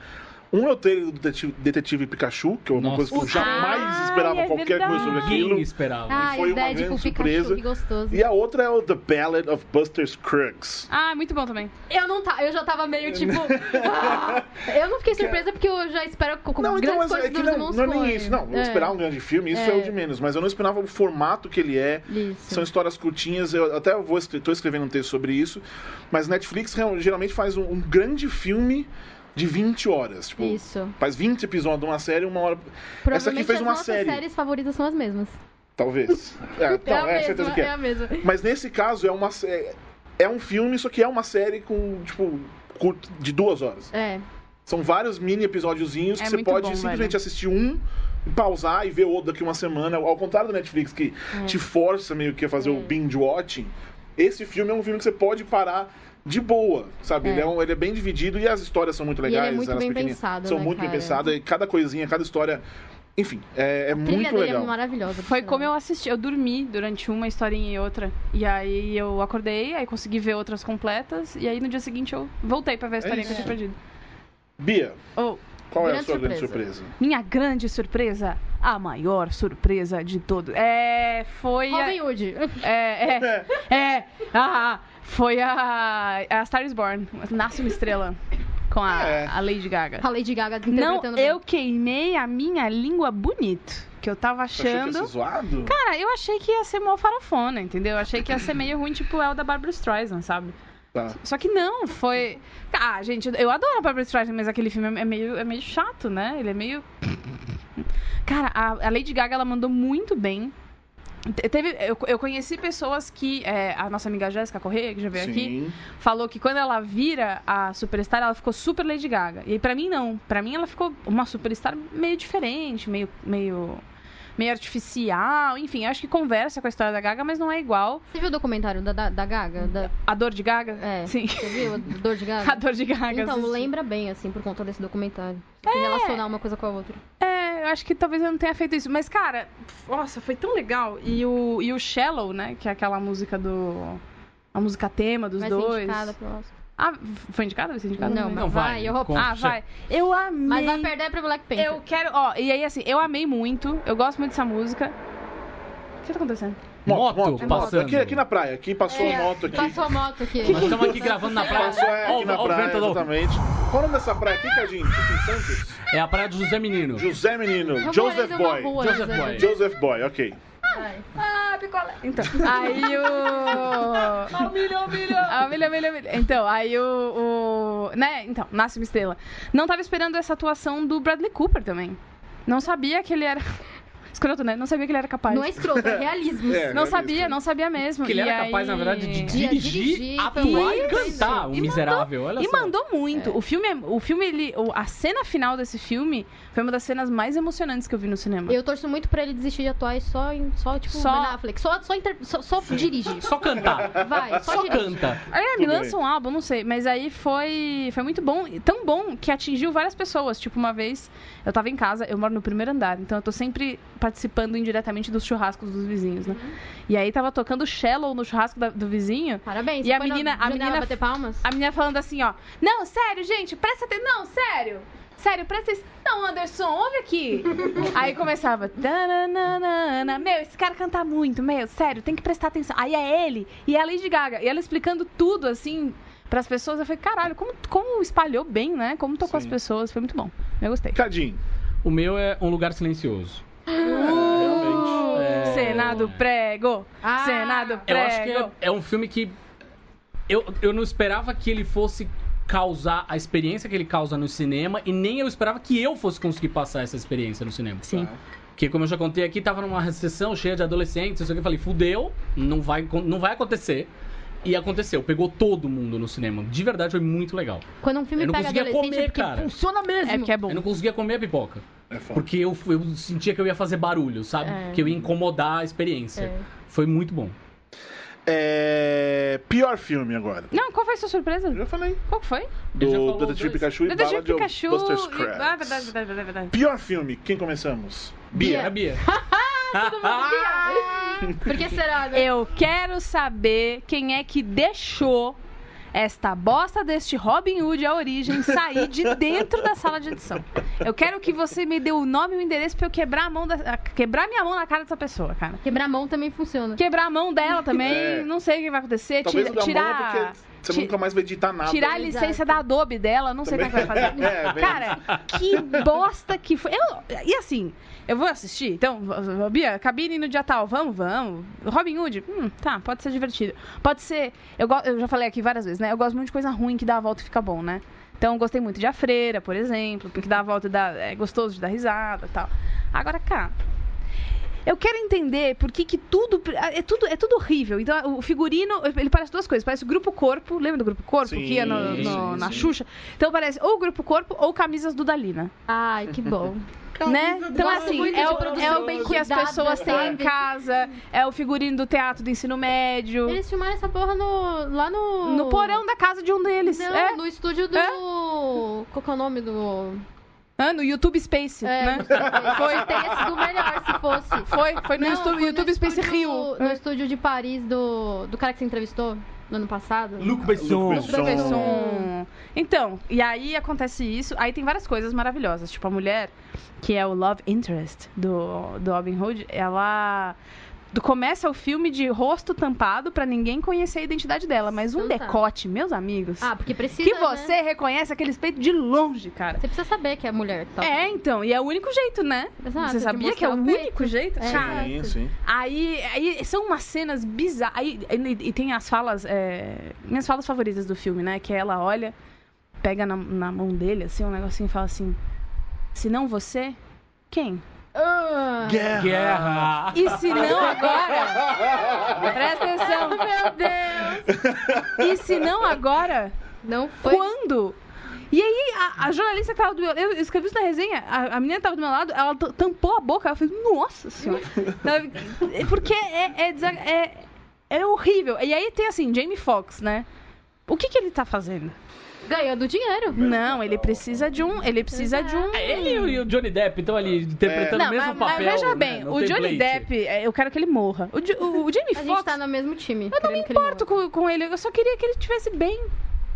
Speaker 2: Um é o trailer do Detetive, Detetive Pikachu, que é uma
Speaker 3: Nossa.
Speaker 2: coisa que eu jamais
Speaker 4: Ai,
Speaker 2: esperava
Speaker 4: é
Speaker 2: qualquer coisa sobre
Speaker 4: verdade.
Speaker 2: aquilo.
Speaker 3: Ninguém esperava.
Speaker 5: Ah,
Speaker 2: foi
Speaker 5: e
Speaker 2: uma
Speaker 5: Deadpool
Speaker 2: grande
Speaker 5: Pikachu,
Speaker 2: surpresa.
Speaker 5: que gostoso.
Speaker 2: E a outra é o The Ballad of Buster Scruggs.
Speaker 4: Ah, muito bom também.
Speaker 5: Eu não tá, eu já tava meio tipo. "Ah!" eu não fiquei surpresa porque eu já espero com com
Speaker 2: Não,
Speaker 5: grandes
Speaker 2: então, mas
Speaker 5: coisas
Speaker 2: é que
Speaker 5: dos
Speaker 2: não,
Speaker 5: irmãos
Speaker 2: não é nem
Speaker 5: Coen.
Speaker 2: isso. Não, eu
Speaker 5: É,
Speaker 2: esperava um grande filme, isso é.
Speaker 5: É.
Speaker 2: o de menos. Mas eu não esperava o formato que ele é.
Speaker 5: Isso.
Speaker 2: São histórias curtinhas, eu até vou escre- tô escrevendo um texto sobre isso. Mas Netflix real- geralmente faz um, um grande filme de 20 horas. Tipo,
Speaker 5: Isso.
Speaker 2: faz 20 episódios de uma série, uma hora. Essa aqui
Speaker 5: Provavelmente
Speaker 2: fez
Speaker 5: as
Speaker 2: uma
Speaker 5: nossas
Speaker 2: série.
Speaker 5: séries favoritas são as mesmas.
Speaker 2: Talvez. É,
Speaker 5: é a
Speaker 2: não, é, certeza
Speaker 5: mesma,
Speaker 2: que
Speaker 5: é a mesma.
Speaker 2: Mas nesse caso é uma sé- é um filme, só que é uma série com tipo curto, de duas horas.
Speaker 5: É.
Speaker 2: São vários mini episódiozinhos
Speaker 4: É
Speaker 2: que você
Speaker 4: muito
Speaker 2: pode
Speaker 4: bom,
Speaker 2: simplesmente
Speaker 4: velho.
Speaker 2: assistir um, pausar e ver outro daqui uma semana. Ao contrário do Netflix que
Speaker 5: É.
Speaker 2: te força meio que a fazer o binge watching, esse filme é um filme que você pode parar de boa, sabe?
Speaker 5: É.
Speaker 2: Ele, é um- ele é bem dividido e as histórias são muito
Speaker 5: ele é
Speaker 2: legais,
Speaker 5: muito
Speaker 2: elas
Speaker 5: bem
Speaker 2: pequenininhas.
Speaker 5: pensado,
Speaker 2: são
Speaker 5: né,
Speaker 2: muito bem
Speaker 5: cara?
Speaker 2: pensadas e cada coisinha, cada história, enfim, é, é
Speaker 5: A trilha
Speaker 2: muito
Speaker 5: dele
Speaker 2: legal.
Speaker 5: é maravilhosa. por
Speaker 4: Foi
Speaker 5: sinal.
Speaker 4: como eu assisti, eu dormi durante uma historinha e outra. E aí eu acordei, aí consegui ver outras completas. E aí no dia seguinte eu voltei pra ver a historinha que eu
Speaker 2: É isso.
Speaker 4: tinha perdido.
Speaker 2: Bia,
Speaker 4: Oh,
Speaker 2: qual é a
Speaker 5: Grande
Speaker 2: sua grande
Speaker 5: surpresa.
Speaker 2: surpresa?
Speaker 4: minha grande surpresa, a maior surpresa de todo. É. Foi. a-
Speaker 5: Robin Hood.
Speaker 4: É, é, é. Ah, foi a. A Star is Born. Nasce uma estrela. Com a,
Speaker 2: É.
Speaker 4: a Lady Gaga.
Speaker 5: A Lady Gaga
Speaker 4: Não,
Speaker 5: tá interpretando bem.
Speaker 4: eu queimei a minha língua bonito. Que eu tava
Speaker 2: Você achou que ia
Speaker 4: achando.
Speaker 2: ser zoado?
Speaker 4: Cara, eu achei que ia ser mó farofona, entendeu? Eu achei que ia ser meio ruim, tipo o da Barbara Streisand, sabe?
Speaker 2: Tá.
Speaker 4: Só que não, foi. Ah, gente, eu adoro a Barbara Streisand, mas aquele filme é meio, é meio chato, né? Ele é meio. Cara, a, a Lady Gaga, ela mandou muito bem. Te- Teve, eu, eu conheci pessoas que. é, a nossa amiga Jéssica Correia, que já veio aqui,
Speaker 2: Sim.
Speaker 4: falou que quando ela vira a superstar, ela ficou super Lady Gaga. E aí, pra mim, não. Pra mim, ela ficou uma superstar meio diferente, meio. meio... Meio artificial, enfim, acho que conversa com a história da Gaga, mas não é igual.
Speaker 5: Você viu o documentário da, da, da Gaga? Da-
Speaker 4: A dor de Gaga?
Speaker 5: É.
Speaker 4: Sim.
Speaker 5: Você viu a dor de
Speaker 4: A
Speaker 5: Gaga?
Speaker 4: dor de Gaga.
Speaker 5: Então,
Speaker 4: assisti.
Speaker 5: lembra bem, assim, por conta desse documentário. Tem que relacionar uma coisa com a outra.
Speaker 4: É, eu acho que talvez eu não tenha feito isso. Mas, cara, nossa, foi tão legal. E o, e o Shallow, né? Que é aquela música do. A música tema dos
Speaker 5: Vai ser
Speaker 4: dois.
Speaker 5: indicada pro Oscar.
Speaker 4: Ah, foi indicada? Vai ser indicada?
Speaker 5: Não,
Speaker 4: Ah, mas.
Speaker 5: mas
Speaker 3: vai,
Speaker 5: vai, eu roubo.
Speaker 3: com-
Speaker 4: Ah, vai. Eu amei.
Speaker 5: Mas vai perder pro Black Panther.
Speaker 4: Eu quero. Ó, e aí, assim, eu amei muito. Eu gosto muito dessa música. O que tá acontecendo?
Speaker 3: Moto, passando.
Speaker 2: Aqui, aqui na praia, aqui passou
Speaker 5: É,
Speaker 2: moto aqui.
Speaker 5: Passou a moto aqui.
Speaker 3: Nós estamos aqui gravando na praia.
Speaker 2: Passou é,
Speaker 3: Ó,
Speaker 2: aqui na
Speaker 3: ó, o
Speaker 2: praia,
Speaker 3: ventador.
Speaker 2: exatamente. Qual o nome dessa praia aqui, Cadinho? Aqui em Santos?
Speaker 3: É a praia do José Menino.
Speaker 2: José Menino,
Speaker 5: Eu morei
Speaker 2: Joseph
Speaker 5: numa
Speaker 2: Boy.
Speaker 5: rua,
Speaker 3: Joseph
Speaker 5: né?
Speaker 3: Boy.
Speaker 2: Joseph Boy, ok.
Speaker 5: Vai.
Speaker 4: Então, aí o. Humilha, humilha. Humilha, humilha, humilha. Então, aí o, o- Né? Então, Nasce uma estrela. Não tava esperando essa atuação do Bradley Cooper também. Não sabia que ele era. Escroto, né? Não sabia que ele era capaz.
Speaker 5: Não é escroto, é realismo.
Speaker 2: É,
Speaker 4: Não
Speaker 2: né,
Speaker 4: sabia,
Speaker 2: isso?
Speaker 4: não sabia mesmo.
Speaker 3: Que ele
Speaker 4: E
Speaker 3: era capaz, na
Speaker 4: aí-
Speaker 3: verdade, de
Speaker 5: De
Speaker 3: dirigir,
Speaker 5: dirigir,
Speaker 3: atuar e
Speaker 5: também.
Speaker 3: cantar. O
Speaker 4: um E mandou-
Speaker 3: miserável, olha
Speaker 4: E
Speaker 3: só.
Speaker 4: mandou muito. O filme, é- o filme ele, o- a cena final desse filme foi uma das cenas mais emocionantes que eu vi no cinema.
Speaker 5: Eu torço muito pra ele desistir de atuar e só, em- só tipo,
Speaker 4: Só-
Speaker 5: Ben Affleck. Só, só, inter- só, só dirige.
Speaker 3: Só cantar.
Speaker 5: Vai, só,
Speaker 3: Só
Speaker 5: dirige.
Speaker 3: canta.
Speaker 4: É, me
Speaker 2: Tudo
Speaker 4: lança um álbum, não sei. Mas aí foi, foi muito bom. e Tão bom que atingiu várias pessoas. Tipo, uma vez eu tava em casa, eu moro no primeiro andar, então eu tô sempre participando indiretamente dos churrascos dos vizinhos, né? E aí tava tocando shallow no churrasco da- do vizinho.
Speaker 5: Parabéns.
Speaker 4: E
Speaker 5: você
Speaker 4: a
Speaker 5: foi na
Speaker 4: menina- a
Speaker 5: janela
Speaker 4: menina-
Speaker 5: bater palmas?
Speaker 4: A menina falando assim, ó. Não, sério, gente, presta atenção. Não, sério. Sério, presta atenção. Não, Anderson, ouve aqui. Aí começava. "Tananana". Meu, esse cara canta muito, meu, sério, tem que prestar atenção. Aí é ele e é a Lady Gaga. E ela explicando tudo, assim, pras pessoas. Eu falei, caralho, como, como espalhou bem, né? Como tocou
Speaker 2: Sim.
Speaker 4: as pessoas. Foi muito bom. Eu gostei.
Speaker 2: Cadinho. É,
Speaker 3: O meu é um lugar silencioso.
Speaker 2: realmente.
Speaker 3: É.
Speaker 4: Senado prego.
Speaker 5: Ah,
Speaker 4: Senado
Speaker 3: Eu
Speaker 4: prego.
Speaker 3: acho que é, é um filme que. Eu, eu não esperava que ele fosse causar a experiência que ele causa no cinema e nem eu esperava que eu fosse conseguir passar essa experiência no cinema.
Speaker 4: Sim.
Speaker 3: Porque, como eu já contei aqui, tava numa recessão cheia de adolescentes, não sei o que, eu falei, fudeu, não vai, acon- não vai acontecer. E aconteceu, pegou todo mundo no cinema. De verdade, foi muito legal.
Speaker 5: Quando um filme
Speaker 3: eu não
Speaker 5: pega
Speaker 3: conseguia
Speaker 5: adolescente
Speaker 3: comer,
Speaker 5: é porque
Speaker 3: cara.
Speaker 5: funciona mesmo.
Speaker 4: É porque é
Speaker 3: Eu não
Speaker 4: bom.
Speaker 3: conseguia comer a pipoca.
Speaker 2: É foda.
Speaker 3: Porque eu, eu sentia que eu ia fazer barulho, sabe?
Speaker 5: É.
Speaker 3: Que eu ia incomodar a experiência.
Speaker 5: É.
Speaker 3: Foi muito bom.
Speaker 2: É... Pior filme agora.
Speaker 4: Não, qual foi a sua surpresa?
Speaker 2: Eu já falei.
Speaker 4: Qual que foi?
Speaker 2: Do
Speaker 3: já falou
Speaker 2: Detetive
Speaker 3: dois.
Speaker 2: Pikachu e
Speaker 4: Detetive
Speaker 2: Ballad of
Speaker 4: Pikachu.
Speaker 2: Buster
Speaker 4: e- Ah, verdade,
Speaker 2: Scruggs.
Speaker 4: verdade, verdade, verdade.
Speaker 2: Pior filme. Quem começamos?
Speaker 3: Bia, era Bia.
Speaker 5: Por que será, né?
Speaker 4: Eu quero saber quem é que deixou Esta bosta deste Robin Hood, a origem, sair de dentro da sala de edição. Eu quero que você me dê o nome e o endereço pra eu quebrar a mão da, quebrar minha mão na cara dessa pessoa, cara.
Speaker 5: Quebrar a mão também funciona.
Speaker 4: quebrar a mão dela também,
Speaker 2: É.
Speaker 4: não sei o que vai acontecer.
Speaker 2: Talvez não
Speaker 4: tira-
Speaker 2: dê a
Speaker 4: tirar.
Speaker 2: mão, porque você
Speaker 4: ti-
Speaker 2: nunca mais vai editar nada.
Speaker 4: Tirar a licença da Adobe dela, não sei como é que vai fazer.
Speaker 2: É, bem
Speaker 4: Cara, que bosta que foi. Eu- e assim, eu vou assistir. Então, v- v- Bia, cabine no dia tal, vamos, vamos. Robin Hood, hum, tá, pode ser divertido. Pode ser. Eu, go- eu já falei aqui várias vezes, né? Eu gosto muito de coisa ruim que dá a volta e fica bom, né? Então, eu gostei muito de A Freira, por exemplo, porque dá a volta e dá, é gostoso de dar risada e tal. Agora, cara. Eu quero entender por que, que tudo pre- é tudo é tudo horrível. Então o figurino ele parece duas coisas, parece o grupo corpo, lembra do grupo corpo
Speaker 2: Sim,
Speaker 4: que ia no-
Speaker 3: sim,
Speaker 4: no- na
Speaker 2: sim.
Speaker 4: Xuxa? Então parece ou o grupo corpo ou camisas do Dalina,
Speaker 5: Ai, que bom.
Speaker 4: né? Então
Speaker 5: Dalina.
Speaker 4: assim
Speaker 5: Gosto
Speaker 4: é
Speaker 5: muito
Speaker 4: o,
Speaker 5: de
Speaker 4: é
Speaker 5: produção
Speaker 4: o
Speaker 5: bem
Speaker 4: que as
Speaker 5: cuidada,
Speaker 4: pessoas têm em
Speaker 5: sabe?
Speaker 4: casa, é o figurino do teatro do ensino médio,
Speaker 5: Eles filmaram essa porra no, lá no.
Speaker 4: no porão da casa de um deles,
Speaker 5: Não,
Speaker 4: é,
Speaker 5: no estúdio do.
Speaker 4: É.
Speaker 5: Qual que é o nome do.
Speaker 4: Ah, no YouTube Space,
Speaker 5: É,
Speaker 4: né?
Speaker 5: no estúdio do- Teria sido melhor se fosse.
Speaker 4: Foi, foi no
Speaker 5: Não,
Speaker 4: YouTube,
Speaker 5: foi no
Speaker 4: YouTube Space
Speaker 5: estúdio-
Speaker 4: Rio. É.
Speaker 5: No estúdio de Paris do, do cara que você entrevistou no ano passado.
Speaker 3: Luke
Speaker 2: Besson.
Speaker 3: Besson.
Speaker 2: Luke
Speaker 4: Professor.
Speaker 5: Professor.
Speaker 4: Então, e aí acontece isso. Aí tem várias coisas maravilhosas. Tipo, a mulher, que é o love interest do, do Robin Hood, ela do- começa o filme de rosto tampado pra ninguém conhecer a identidade dela. Mas um
Speaker 5: Então tá.
Speaker 4: decote, meus amigos,
Speaker 5: Ah, porque precisa.
Speaker 4: que
Speaker 5: né?
Speaker 4: você reconhece aquele peito de longe, cara.
Speaker 5: Você precisa saber que é mulher. Tá?
Speaker 4: É, então, e é o único jeito, né?
Speaker 5: Exato,
Speaker 4: Você
Speaker 5: de
Speaker 4: sabia que é o
Speaker 5: mostrar o peito.
Speaker 4: único jeito?
Speaker 5: É.
Speaker 4: Cara,
Speaker 2: Sim, sim.
Speaker 4: Aí, aí são umas cenas bizarras. Aí, e, e tem as falas. é, minhas falas favoritas do filme, né? Que ela olha, pega na, na mão dele, assim, um negocinho e fala assim: Se não você, quem?
Speaker 5: Ah,
Speaker 2: Guerra!
Speaker 3: Guerra.
Speaker 4: E se não agora? Presta atenção! Meu Deus! E se não agora?
Speaker 5: Não foi.
Speaker 4: Quando? E aí, a, a jornalista que tava do meu Eu escrevi isso na resenha, a, a menina que tava do meu lado, ela t- tampou a boca, ela fez, nossa senhora. Sabe? É Porque é, é, desa- é, é horrível. E aí tem assim, Jamie Foxx, né? O que, que ele tá fazendo?
Speaker 5: Ganhando dinheiro.
Speaker 4: Não, ele precisa de um. Ele precisa de um.
Speaker 3: É, Ele e o Johnny Depp estão ali interpretando
Speaker 4: Não,
Speaker 3: o mesmo
Speaker 4: mas, mas
Speaker 3: papel.
Speaker 4: veja
Speaker 3: né,
Speaker 4: bem,
Speaker 3: no
Speaker 4: o Johnny
Speaker 3: template.
Speaker 4: Depp, é, eu quero que ele morra. O, Jo- o- o Jamie
Speaker 5: A gente
Speaker 4: Foxx.
Speaker 5: tá no mesmo time.
Speaker 4: Eu não me importo com, com ele, eu só queria que ele estivesse bem.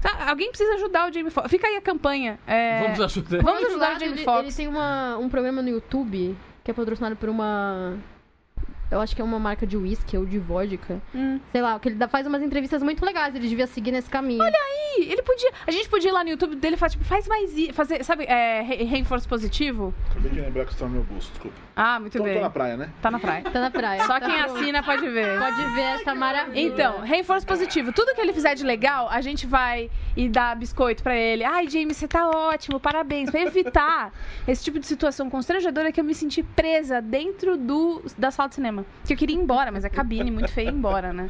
Speaker 4: Tá? Alguém precisa ajudar o Jamie Foxx. Fica aí a campanha. é,
Speaker 3: Vamos ajudar.
Speaker 4: Vamos ajudar o Jamie
Speaker 5: ele,
Speaker 4: Foxx.
Speaker 5: ele tem uma, um programa no YouTube que é patrocinado por uma. Eu acho que é uma marca de whisky ou de vodka.
Speaker 4: Hum.
Speaker 5: Sei lá, que ele dá- faz umas entrevistas muito legais. Ele devia seguir nesse caminho. Olha,
Speaker 4: Ih, Ele podia. A gente podia ir lá no YouTube dele e falar, tipo, faz mais. i- Fazer, sabe, é, re- reinforço positivo?
Speaker 2: Acabei de lembrar que você tá no meu bolso, desculpa.
Speaker 4: Ah, muito
Speaker 2: Então
Speaker 4: bem.
Speaker 2: tô na praia, né?
Speaker 4: Tá na praia.
Speaker 5: tá na praia.
Speaker 4: Só
Speaker 5: Tá
Speaker 4: quem
Speaker 5: no-
Speaker 4: assina pode ver.
Speaker 5: Pode ver essa maravilha.
Speaker 4: Então, reforço positivo. Tudo que ele fizer de legal, a gente vai e dá biscoito pra ele. Ai, James, você tá ótimo, parabéns. Pra evitar esse tipo de situação constrangedora que eu me senti presa dentro do, da sala de cinema. Que eu queria ir embora, mas a cabine muito feia ir embora, né?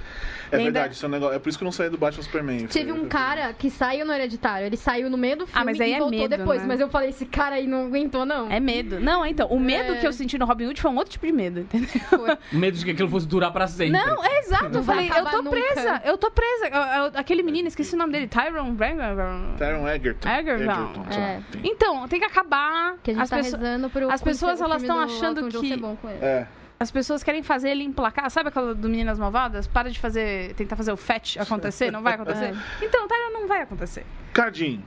Speaker 2: É
Speaker 4: E ainda-
Speaker 2: verdade, isso é um negócio. É por isso que eu não saí do Batman Superman.
Speaker 5: Teve um cara que saiu no hereditário. Ele saiu no meio do filme
Speaker 4: mas aí
Speaker 5: e
Speaker 4: é
Speaker 5: voltou
Speaker 4: medo,
Speaker 5: depois.
Speaker 4: né?
Speaker 5: Mas eu falei, esse cara aí não aguentou, não.
Speaker 4: É medo. Não, então, o medo
Speaker 5: É.
Speaker 4: que eu senti no Robin Hood foi um outro tipo de medo, entendeu?
Speaker 3: Medo de que aquilo fosse durar pra sempre.
Speaker 4: Não, é exato.
Speaker 5: Não
Speaker 4: eu
Speaker 5: vai
Speaker 4: falei, eu
Speaker 5: acabar
Speaker 4: tô
Speaker 5: nunca.
Speaker 4: presa, eu tô presa. Eu- eu- aquele menino, esqueci o nome dele, Tyron Brangler.
Speaker 2: Taron Egerton.
Speaker 4: Egerton,
Speaker 2: sei lá,
Speaker 5: é.
Speaker 2: enfim.
Speaker 4: Então, tem que acabar.
Speaker 5: Que a gente
Speaker 4: as,
Speaker 5: tá
Speaker 4: pesso-
Speaker 5: rezando pro.
Speaker 4: as pessoas, elas
Speaker 5: estão
Speaker 4: tão achando que-
Speaker 2: É.
Speaker 4: as pessoas querem fazer ele emplacar. Sabe aquela do Meninas Malvadas? Para de fazer, tentar fazer o fetch acontecer, não vai acontecer.
Speaker 5: É.
Speaker 4: Então, Tyron não vai acontecer.
Speaker 2: Cardinho,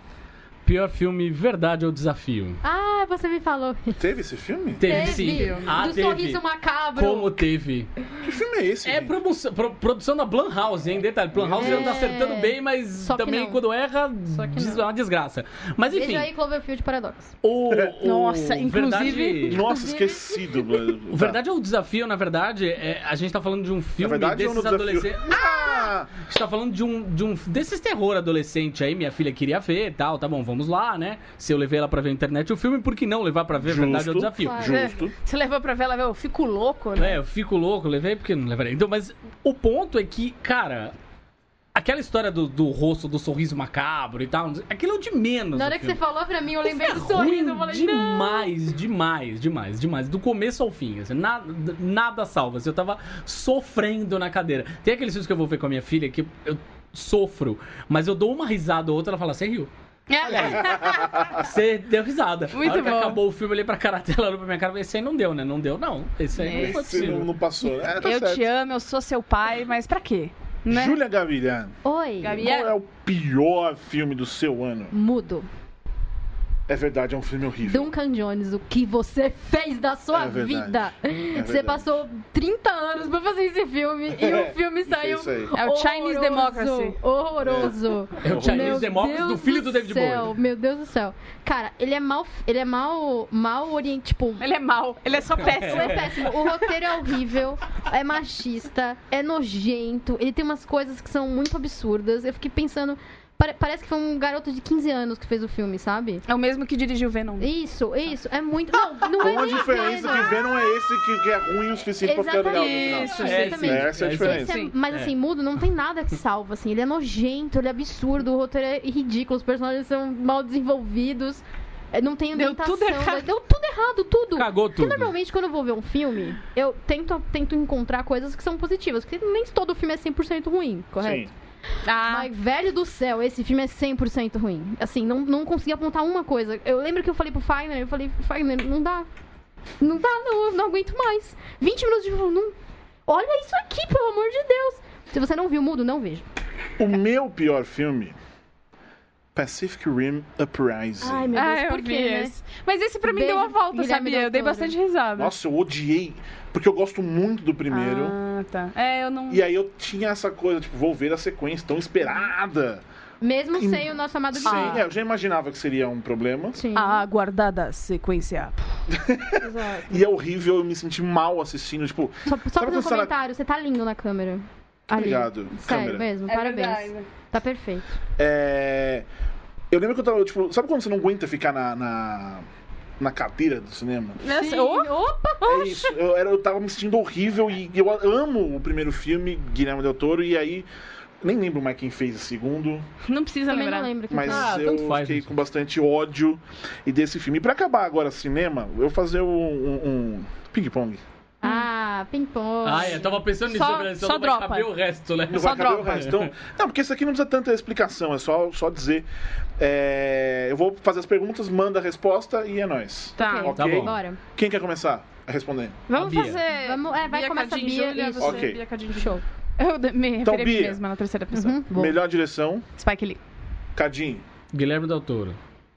Speaker 3: Pior filme, verdade ou desafio?
Speaker 5: Ah, você me falou.
Speaker 2: teve esse filme?
Speaker 3: Teve, sim. Ah,
Speaker 5: do
Speaker 3: teve.
Speaker 5: sorriso macabro.
Speaker 3: Como teve?
Speaker 2: Que filme é esse?
Speaker 3: É
Speaker 2: gente?
Speaker 3: promoção- pro- produção da Blumhouse, hein? Detalhe, Blumhouse
Speaker 5: É.
Speaker 3: não tá acertando bem, mas
Speaker 5: Só que
Speaker 3: também
Speaker 5: não.
Speaker 3: quando erra,
Speaker 5: Só que
Speaker 3: des- é
Speaker 5: não.
Speaker 3: uma desgraça. Mas enfim,
Speaker 5: Veja aí Cloverfield Paradox.
Speaker 3: o, o-
Speaker 4: Nossa,
Speaker 3: Verdade,
Speaker 4: inclusive-
Speaker 2: Nossa, esquecido. mano.
Speaker 3: o verdade ou desafio, na verdade, é- a gente tá falando de um filme
Speaker 2: verdade ou
Speaker 3: desses
Speaker 2: no desafio?
Speaker 3: adolescentes.
Speaker 2: Ah!
Speaker 3: A gente tá falando de um, de um. desses terror adolescente aí, minha filha queria ver e tal, tá bom, vamos lá, né? Se eu levei ela pra ver a internet o filme, por que não levar pra ver
Speaker 2: Justo.
Speaker 3: verdade ou desafio?
Speaker 5: Claro.
Speaker 2: Justo.
Speaker 4: Você levou pra ver, ela eu fico louco, né?
Speaker 3: É, eu fico louco, levei porque não levaria. Então, mas o ponto é que, cara, aquela história do, do rosto, do sorriso macabro e tal, não sei- aquilo é o de menos.
Speaker 5: Na hora
Speaker 3: do
Speaker 5: que você
Speaker 3: filme.
Speaker 5: falou pra mim, eu lembrei do
Speaker 3: É ruim
Speaker 5: sorriso. Eu falei, não.
Speaker 3: demais, demais, demais, demais. Do começo ao fim, assim, nada, nada salva. Assim, eu tava sofrendo na cadeira. Tem aqueles filmes que eu vou ver com a minha filha que eu sofro, mas eu dou uma risada ou outra, ela fala, você riu.
Speaker 4: É.
Speaker 2: tá
Speaker 3: Você deu risada.
Speaker 4: Muito
Speaker 3: a hora que
Speaker 4: bom.
Speaker 3: acabou o filme, eu olhei pra cara dela, olhou pra minha cara e falei, esse aí não deu, né? Não deu, não. Esse aí não foi
Speaker 2: Esse
Speaker 3: possível.
Speaker 2: não, não passou. É, tá
Speaker 4: Eu
Speaker 2: certo.
Speaker 4: te amo, eu sou seu pai, mas pra quê? né?
Speaker 2: Júlia Gavilhã,
Speaker 5: Oi.
Speaker 4: Gabi-
Speaker 2: qual é o pior filme do seu ano?
Speaker 5: Mudo.
Speaker 2: É verdade, é um filme horrível.
Speaker 5: Duncan Jones, o que você fez da sua
Speaker 2: É verdade.
Speaker 5: vida?
Speaker 2: É
Speaker 5: você
Speaker 2: verdade.
Speaker 5: passou 30 anos pra fazer esse filme e
Speaker 2: É,
Speaker 5: o filme
Speaker 2: e fez
Speaker 5: saiu.
Speaker 2: isso aí.
Speaker 4: É o Chinese
Speaker 5: horroroso,
Speaker 4: Democracy.
Speaker 5: Horroroso.
Speaker 3: É o Chinese
Speaker 5: Meu
Speaker 3: Democracy
Speaker 5: Deus
Speaker 3: do filho do David
Speaker 5: céu,
Speaker 3: Bowie.
Speaker 5: Meu Deus do céu. Cara, ele é mal. Ele é mal. Mal oriente. Tipo.
Speaker 4: Ele é mau, ele é só
Speaker 5: Não
Speaker 4: péssimo.
Speaker 5: é péssimo. O roteiro é horrível, é machista, é nojento. Ele tem umas coisas que são muito absurdas. Eu fiquei pensando. pare- parece que foi um garoto de 15 anos que fez o filme, sabe?
Speaker 4: É o mesmo que dirigiu Venom.
Speaker 5: Isso, isso. É muito. Não, não é
Speaker 2: Com a
Speaker 5: nem
Speaker 2: diferença
Speaker 5: coisa.
Speaker 2: que Venom é esse que, que é ruim o suficiente pra ficar legal no final.
Speaker 4: Isso,
Speaker 5: É,
Speaker 2: exatamente. Essa é a
Speaker 3: sim.
Speaker 2: diferença.
Speaker 5: Esse é-
Speaker 4: Sim.
Speaker 5: mas
Speaker 3: É.
Speaker 5: assim, mudo não tem nada que salva, assim. Ele é nojento, ele é absurdo, o roteiro é ridículo, os personagens são mal desenvolvidos. é, Não tem
Speaker 4: Deu
Speaker 5: ambientação.
Speaker 4: tudo errado.
Speaker 5: Deu tudo errado, tudo.
Speaker 3: Cagou
Speaker 5: Porque
Speaker 3: tudo.
Speaker 5: normalmente quando eu vou ver um filme, eu tento, tento encontrar coisas que são positivas. Porque nem todo filme é 100% ruim,
Speaker 2: Sim.
Speaker 5: correto?
Speaker 4: Ah,
Speaker 5: Mas, velho do céu, esse filme é 100% ruim. Assim, não, não consegui apontar uma coisa. Eu lembro que eu falei pro Feiner, eu falei, Feiner, não dá. Não dá, não, eu não aguento mais. 20 minutos de filme, não... Olha isso aqui, pelo amor de Deus. Se você não viu Mudo, não veja.
Speaker 2: O meu pior filme, Pacific Rim Uprising.
Speaker 5: Ai, meu Deus,
Speaker 4: ah eu
Speaker 5: por
Speaker 4: vi
Speaker 5: quê, né?
Speaker 4: esse. Mas esse pra mim
Speaker 5: Beijo,
Speaker 4: deu a volta,
Speaker 5: Guilherme
Speaker 4: sabia? Eu dei
Speaker 5: Del Toro.
Speaker 4: bastante risada.
Speaker 2: Nossa, eu odiei, porque eu gosto muito do primeiro.
Speaker 4: Ah, tá. É, eu não...
Speaker 2: E aí eu tinha essa coisa, tipo, vou ver a sequência tão esperada.
Speaker 5: Mesmo
Speaker 2: Hum.
Speaker 5: sem o nosso amado
Speaker 2: Sim,
Speaker 5: Guilherme.
Speaker 2: é, eu já imaginava que seria um problema.
Speaker 5: Sim,
Speaker 4: A aguardada sequência.
Speaker 5: exato.
Speaker 2: E é horrível, eu me senti mal assistindo, tipo,
Speaker 5: Só, só fazer um
Speaker 2: pensando na-
Speaker 5: comentário, você tá lindo na câmera. Ali.
Speaker 2: obrigado,
Speaker 5: Sério
Speaker 2: câmera.
Speaker 5: mesmo, parabéns. Tá perfeito.
Speaker 2: É, Eu lembro que eu tava, tipo, sabe quando você não aguenta ficar na, na, na cadeira do cinema?
Speaker 4: Nossa,
Speaker 5: Sim,
Speaker 4: oh,
Speaker 5: Opa!
Speaker 2: É isso, eu, era- eu tava me sentindo horrível e eu amo o primeiro filme, Guilherme Del Toro, e aí. Nem lembro mais quem fez o segundo,
Speaker 4: não precisa
Speaker 5: Também
Speaker 4: lembrar.
Speaker 5: não lembro. quem
Speaker 2: mas
Speaker 5: tá.
Speaker 3: Ah,
Speaker 2: eu
Speaker 3: tanto faz,
Speaker 2: fiquei
Speaker 3: gente.
Speaker 2: com bastante ódio e desse filme. E pra acabar agora cinema, eu vou fazer um, um- um ping-pong.
Speaker 5: Ah, ping-pong.
Speaker 3: Ai, é, eu tava pensando nisso,
Speaker 4: Só-
Speaker 3: né?
Speaker 4: só
Speaker 3: não
Speaker 4: dropa.
Speaker 3: vai caber o resto, né?
Speaker 2: Não
Speaker 4: Só
Speaker 2: vai caber o
Speaker 4: dropa.
Speaker 2: resto. Então, não, porque isso aqui não precisa tanta explicação, é só, só dizer. É, eu vou fazer as perguntas, manda a resposta e é nóis.
Speaker 4: Tá.
Speaker 5: Ok.
Speaker 3: Tá bom.
Speaker 5: Bora.
Speaker 2: Quem quer começar a responder?
Speaker 4: Vamos
Speaker 3: Bia.
Speaker 4: fazer...
Speaker 5: Vamos- é, vai começar
Speaker 4: Cadinho,
Speaker 5: Bia,
Speaker 4: Júlia,
Speaker 5: isso.
Speaker 4: você,
Speaker 2: Ok.
Speaker 4: Bia Cadinho, Júlia.
Speaker 5: Show.
Speaker 4: Eu de- me
Speaker 2: Então,
Speaker 4: referi a mim
Speaker 2: Bia.
Speaker 4: mesma na terceira pessoa.
Speaker 5: Uhum, bom.
Speaker 2: Melhor direção,
Speaker 4: Spike Lee.
Speaker 2: Cadinho.
Speaker 3: Guilherme Del Toro.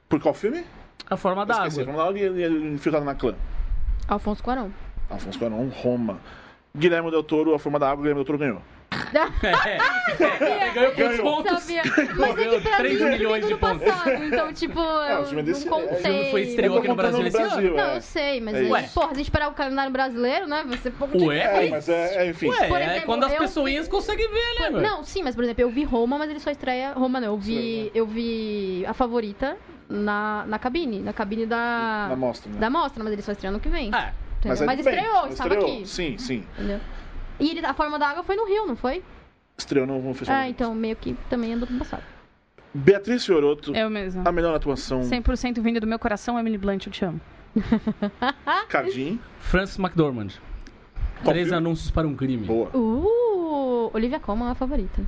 Speaker 2: Por qual filme?
Speaker 3: A forma da
Speaker 2: Esqueci,
Speaker 3: água.
Speaker 2: vamos lá, ele- ele- infiltrado na clã.
Speaker 5: Alfonso Cuarón.
Speaker 2: Afonso Cuarón, Roma. Guilherme Del Toro, A Forma da Água, Guilherme Del Toro ganhou.
Speaker 3: É, ganhou pontos.
Speaker 2: Ganhou.
Speaker 3: pontos.
Speaker 5: Sabia. Mas é que pra mim
Speaker 3: 3
Speaker 5: eu
Speaker 3: milhões de
Speaker 5: no
Speaker 3: pontos.
Speaker 5: passado, então, tipo,
Speaker 2: o
Speaker 5: eu
Speaker 2: filme é desse-
Speaker 5: não
Speaker 2: é, o
Speaker 5: contei.
Speaker 3: filme foi
Speaker 2: Eu
Speaker 3: estreado. Estreou
Speaker 2: tô
Speaker 3: aqui no
Speaker 2: contando
Speaker 3: Brasil esse ano?
Speaker 5: Não,
Speaker 2: é.
Speaker 5: eu sei, mas
Speaker 2: É
Speaker 5: aí,
Speaker 3: isso.
Speaker 5: porra, a gente parar o calendário brasileiro, né? Você porque-
Speaker 3: Ué?
Speaker 2: É, mas é, é, enfim.
Speaker 3: Ué,
Speaker 5: Por
Speaker 3: é
Speaker 5: exemplo,
Speaker 3: quando as
Speaker 5: eu
Speaker 3: pessoinhas
Speaker 5: vi-
Speaker 3: conseguem ver, né, velho?
Speaker 5: Não, sim, mas por exemplo, eu vi Roma, mas ele só estreia Roma, não. Eu
Speaker 2: né?
Speaker 5: vi, eu vi a favorita na, na cabine, na cabine da,
Speaker 2: Na mostra, né?
Speaker 5: Ah. da mostra, mas ele só estreia ano que vem.
Speaker 3: Ah,
Speaker 5: entendeu?
Speaker 4: é
Speaker 2: aí
Speaker 5: mas
Speaker 2: tudo bem,
Speaker 5: estreou, estava
Speaker 2: estreou.
Speaker 5: aqui.
Speaker 2: Sim, sim.
Speaker 5: Entendeu? E ele, a forma da água foi no Rio, não foi?
Speaker 2: Estreou no festival.
Speaker 5: Ah, então meio que também andou pro passado.
Speaker 2: Beatriz Fioroto,
Speaker 4: Eu mesma.
Speaker 2: a melhor atuação,
Speaker 4: 100% vindo do meu coração, Emily Blunt, eu te amo.
Speaker 2: Cadinho.
Speaker 5: Ah.
Speaker 3: Francis McDormand.
Speaker 2: Qual
Speaker 3: Três
Speaker 2: filme?
Speaker 3: anúncios para um crime.
Speaker 2: Boa.
Speaker 5: Uh, Olivia Colman é a favorita.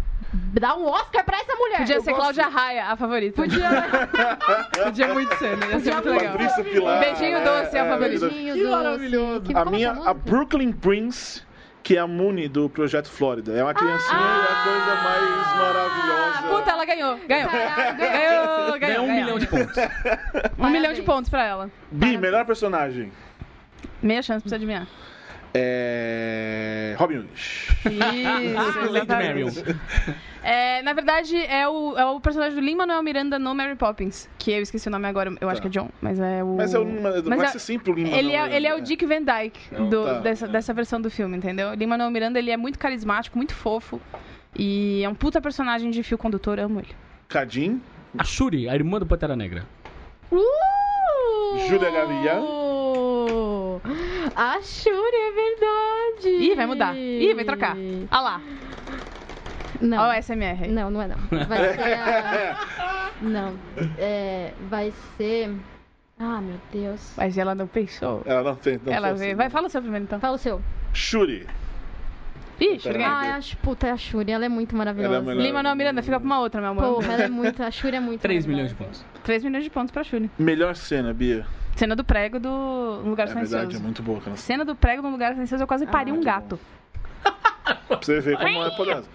Speaker 5: Dá um Oscar pra essa mulher!
Speaker 4: Uhum. Podia
Speaker 5: Eu
Speaker 4: ser
Speaker 5: gosto.
Speaker 4: Cláudia Raia, a favorita. É, Podia, Podia muito ser, né? Ia ser muito legal.
Speaker 2: Patrícia Pilar.
Speaker 4: Beijinho
Speaker 2: né?
Speaker 4: doce é a favorita.
Speaker 5: Beijinho
Speaker 3: Que
Speaker 5: doce.
Speaker 3: maravilhoso.
Speaker 5: Que-
Speaker 2: A
Speaker 5: como
Speaker 2: minha,
Speaker 5: que é o nome?
Speaker 2: a Brooklyn Prince, que é a Muni do Projeto Flórida. É uma criancinha e é a coisa mais maravilhosa.
Speaker 4: Ah! Puta, ela ganhou. Tá, Ganhou. Ganhou,
Speaker 5: Caralho,
Speaker 4: ganhou.
Speaker 3: Ganhou um
Speaker 4: ganhou.
Speaker 3: milhão de pontos.
Speaker 4: Um milhão de
Speaker 5: Parabéns.
Speaker 4: pontos pra ela.
Speaker 2: Bi, melhor personagem.
Speaker 4: Meia chance pra você adivinhar.
Speaker 2: É. Robin Hood.
Speaker 4: Isso,
Speaker 3: Lady Marion.
Speaker 4: É, na verdade, é o, é o personagem do Lin-Manuel Miranda no Mary Poppins. Que eu esqueci o nome agora, eu acho
Speaker 2: Tá.
Speaker 4: que é John. Mas é o...
Speaker 2: Mas é o. Mas
Speaker 4: Mas
Speaker 2: vai
Speaker 4: é-
Speaker 2: ser sempre o Lima.
Speaker 4: Ele é, ele é o Dick Van Dyke do-
Speaker 2: Tá.
Speaker 4: dessa, dessa versão do filme, entendeu? Lin-Manuel Miranda, ele é muito carismático, muito fofo. E é um puta personagem de fio condutor, amo ele.
Speaker 2: Cadim.
Speaker 3: A Shuri, a irmã do Pantera Negra.
Speaker 5: Uh!
Speaker 2: Júlia Gavilhã.
Speaker 5: A Shuri, é verdade.
Speaker 4: Ih, vai mudar. Ih, vai trocar. Ah lá,
Speaker 5: Não.
Speaker 4: ó o SMR.
Speaker 5: Não, não é não. Vai ser a... Não. É, vai ser... Ah, meu Deus.
Speaker 4: Mas ela não pensou.
Speaker 2: Ela não tem. Não
Speaker 4: ela
Speaker 2: tem-
Speaker 4: vê. Vai, fala o seu primeiro então.
Speaker 5: Fala o seu.
Speaker 2: Shuri.
Speaker 4: Ih, cheguei.
Speaker 2: Pera.
Speaker 5: Ah, eu acho... Puta, é a Shuri. Ela é muito maravilhosa.
Speaker 2: Ela é melhor.
Speaker 4: Lin-Manuel Miranda, fica pra uma outra, meu amor.
Speaker 5: Porra, ela é muito... A Shuri é muito
Speaker 3: 3
Speaker 5: maravilhosa.
Speaker 3: milhões de pontos.
Speaker 4: 3 milhões de pontos pra Shuri.
Speaker 2: Melhor cena, Bia.
Speaker 4: Cena do prego do Um Lugar
Speaker 2: É verdade, é
Speaker 4: Silencioso.
Speaker 2: muito boa aquela cena.
Speaker 4: Cena
Speaker 5: Ah,
Speaker 4: do prego do Um Lugar Silencioso, eu quase pari um
Speaker 2: muito
Speaker 4: gato.
Speaker 2: Pra você ver como é poderosa.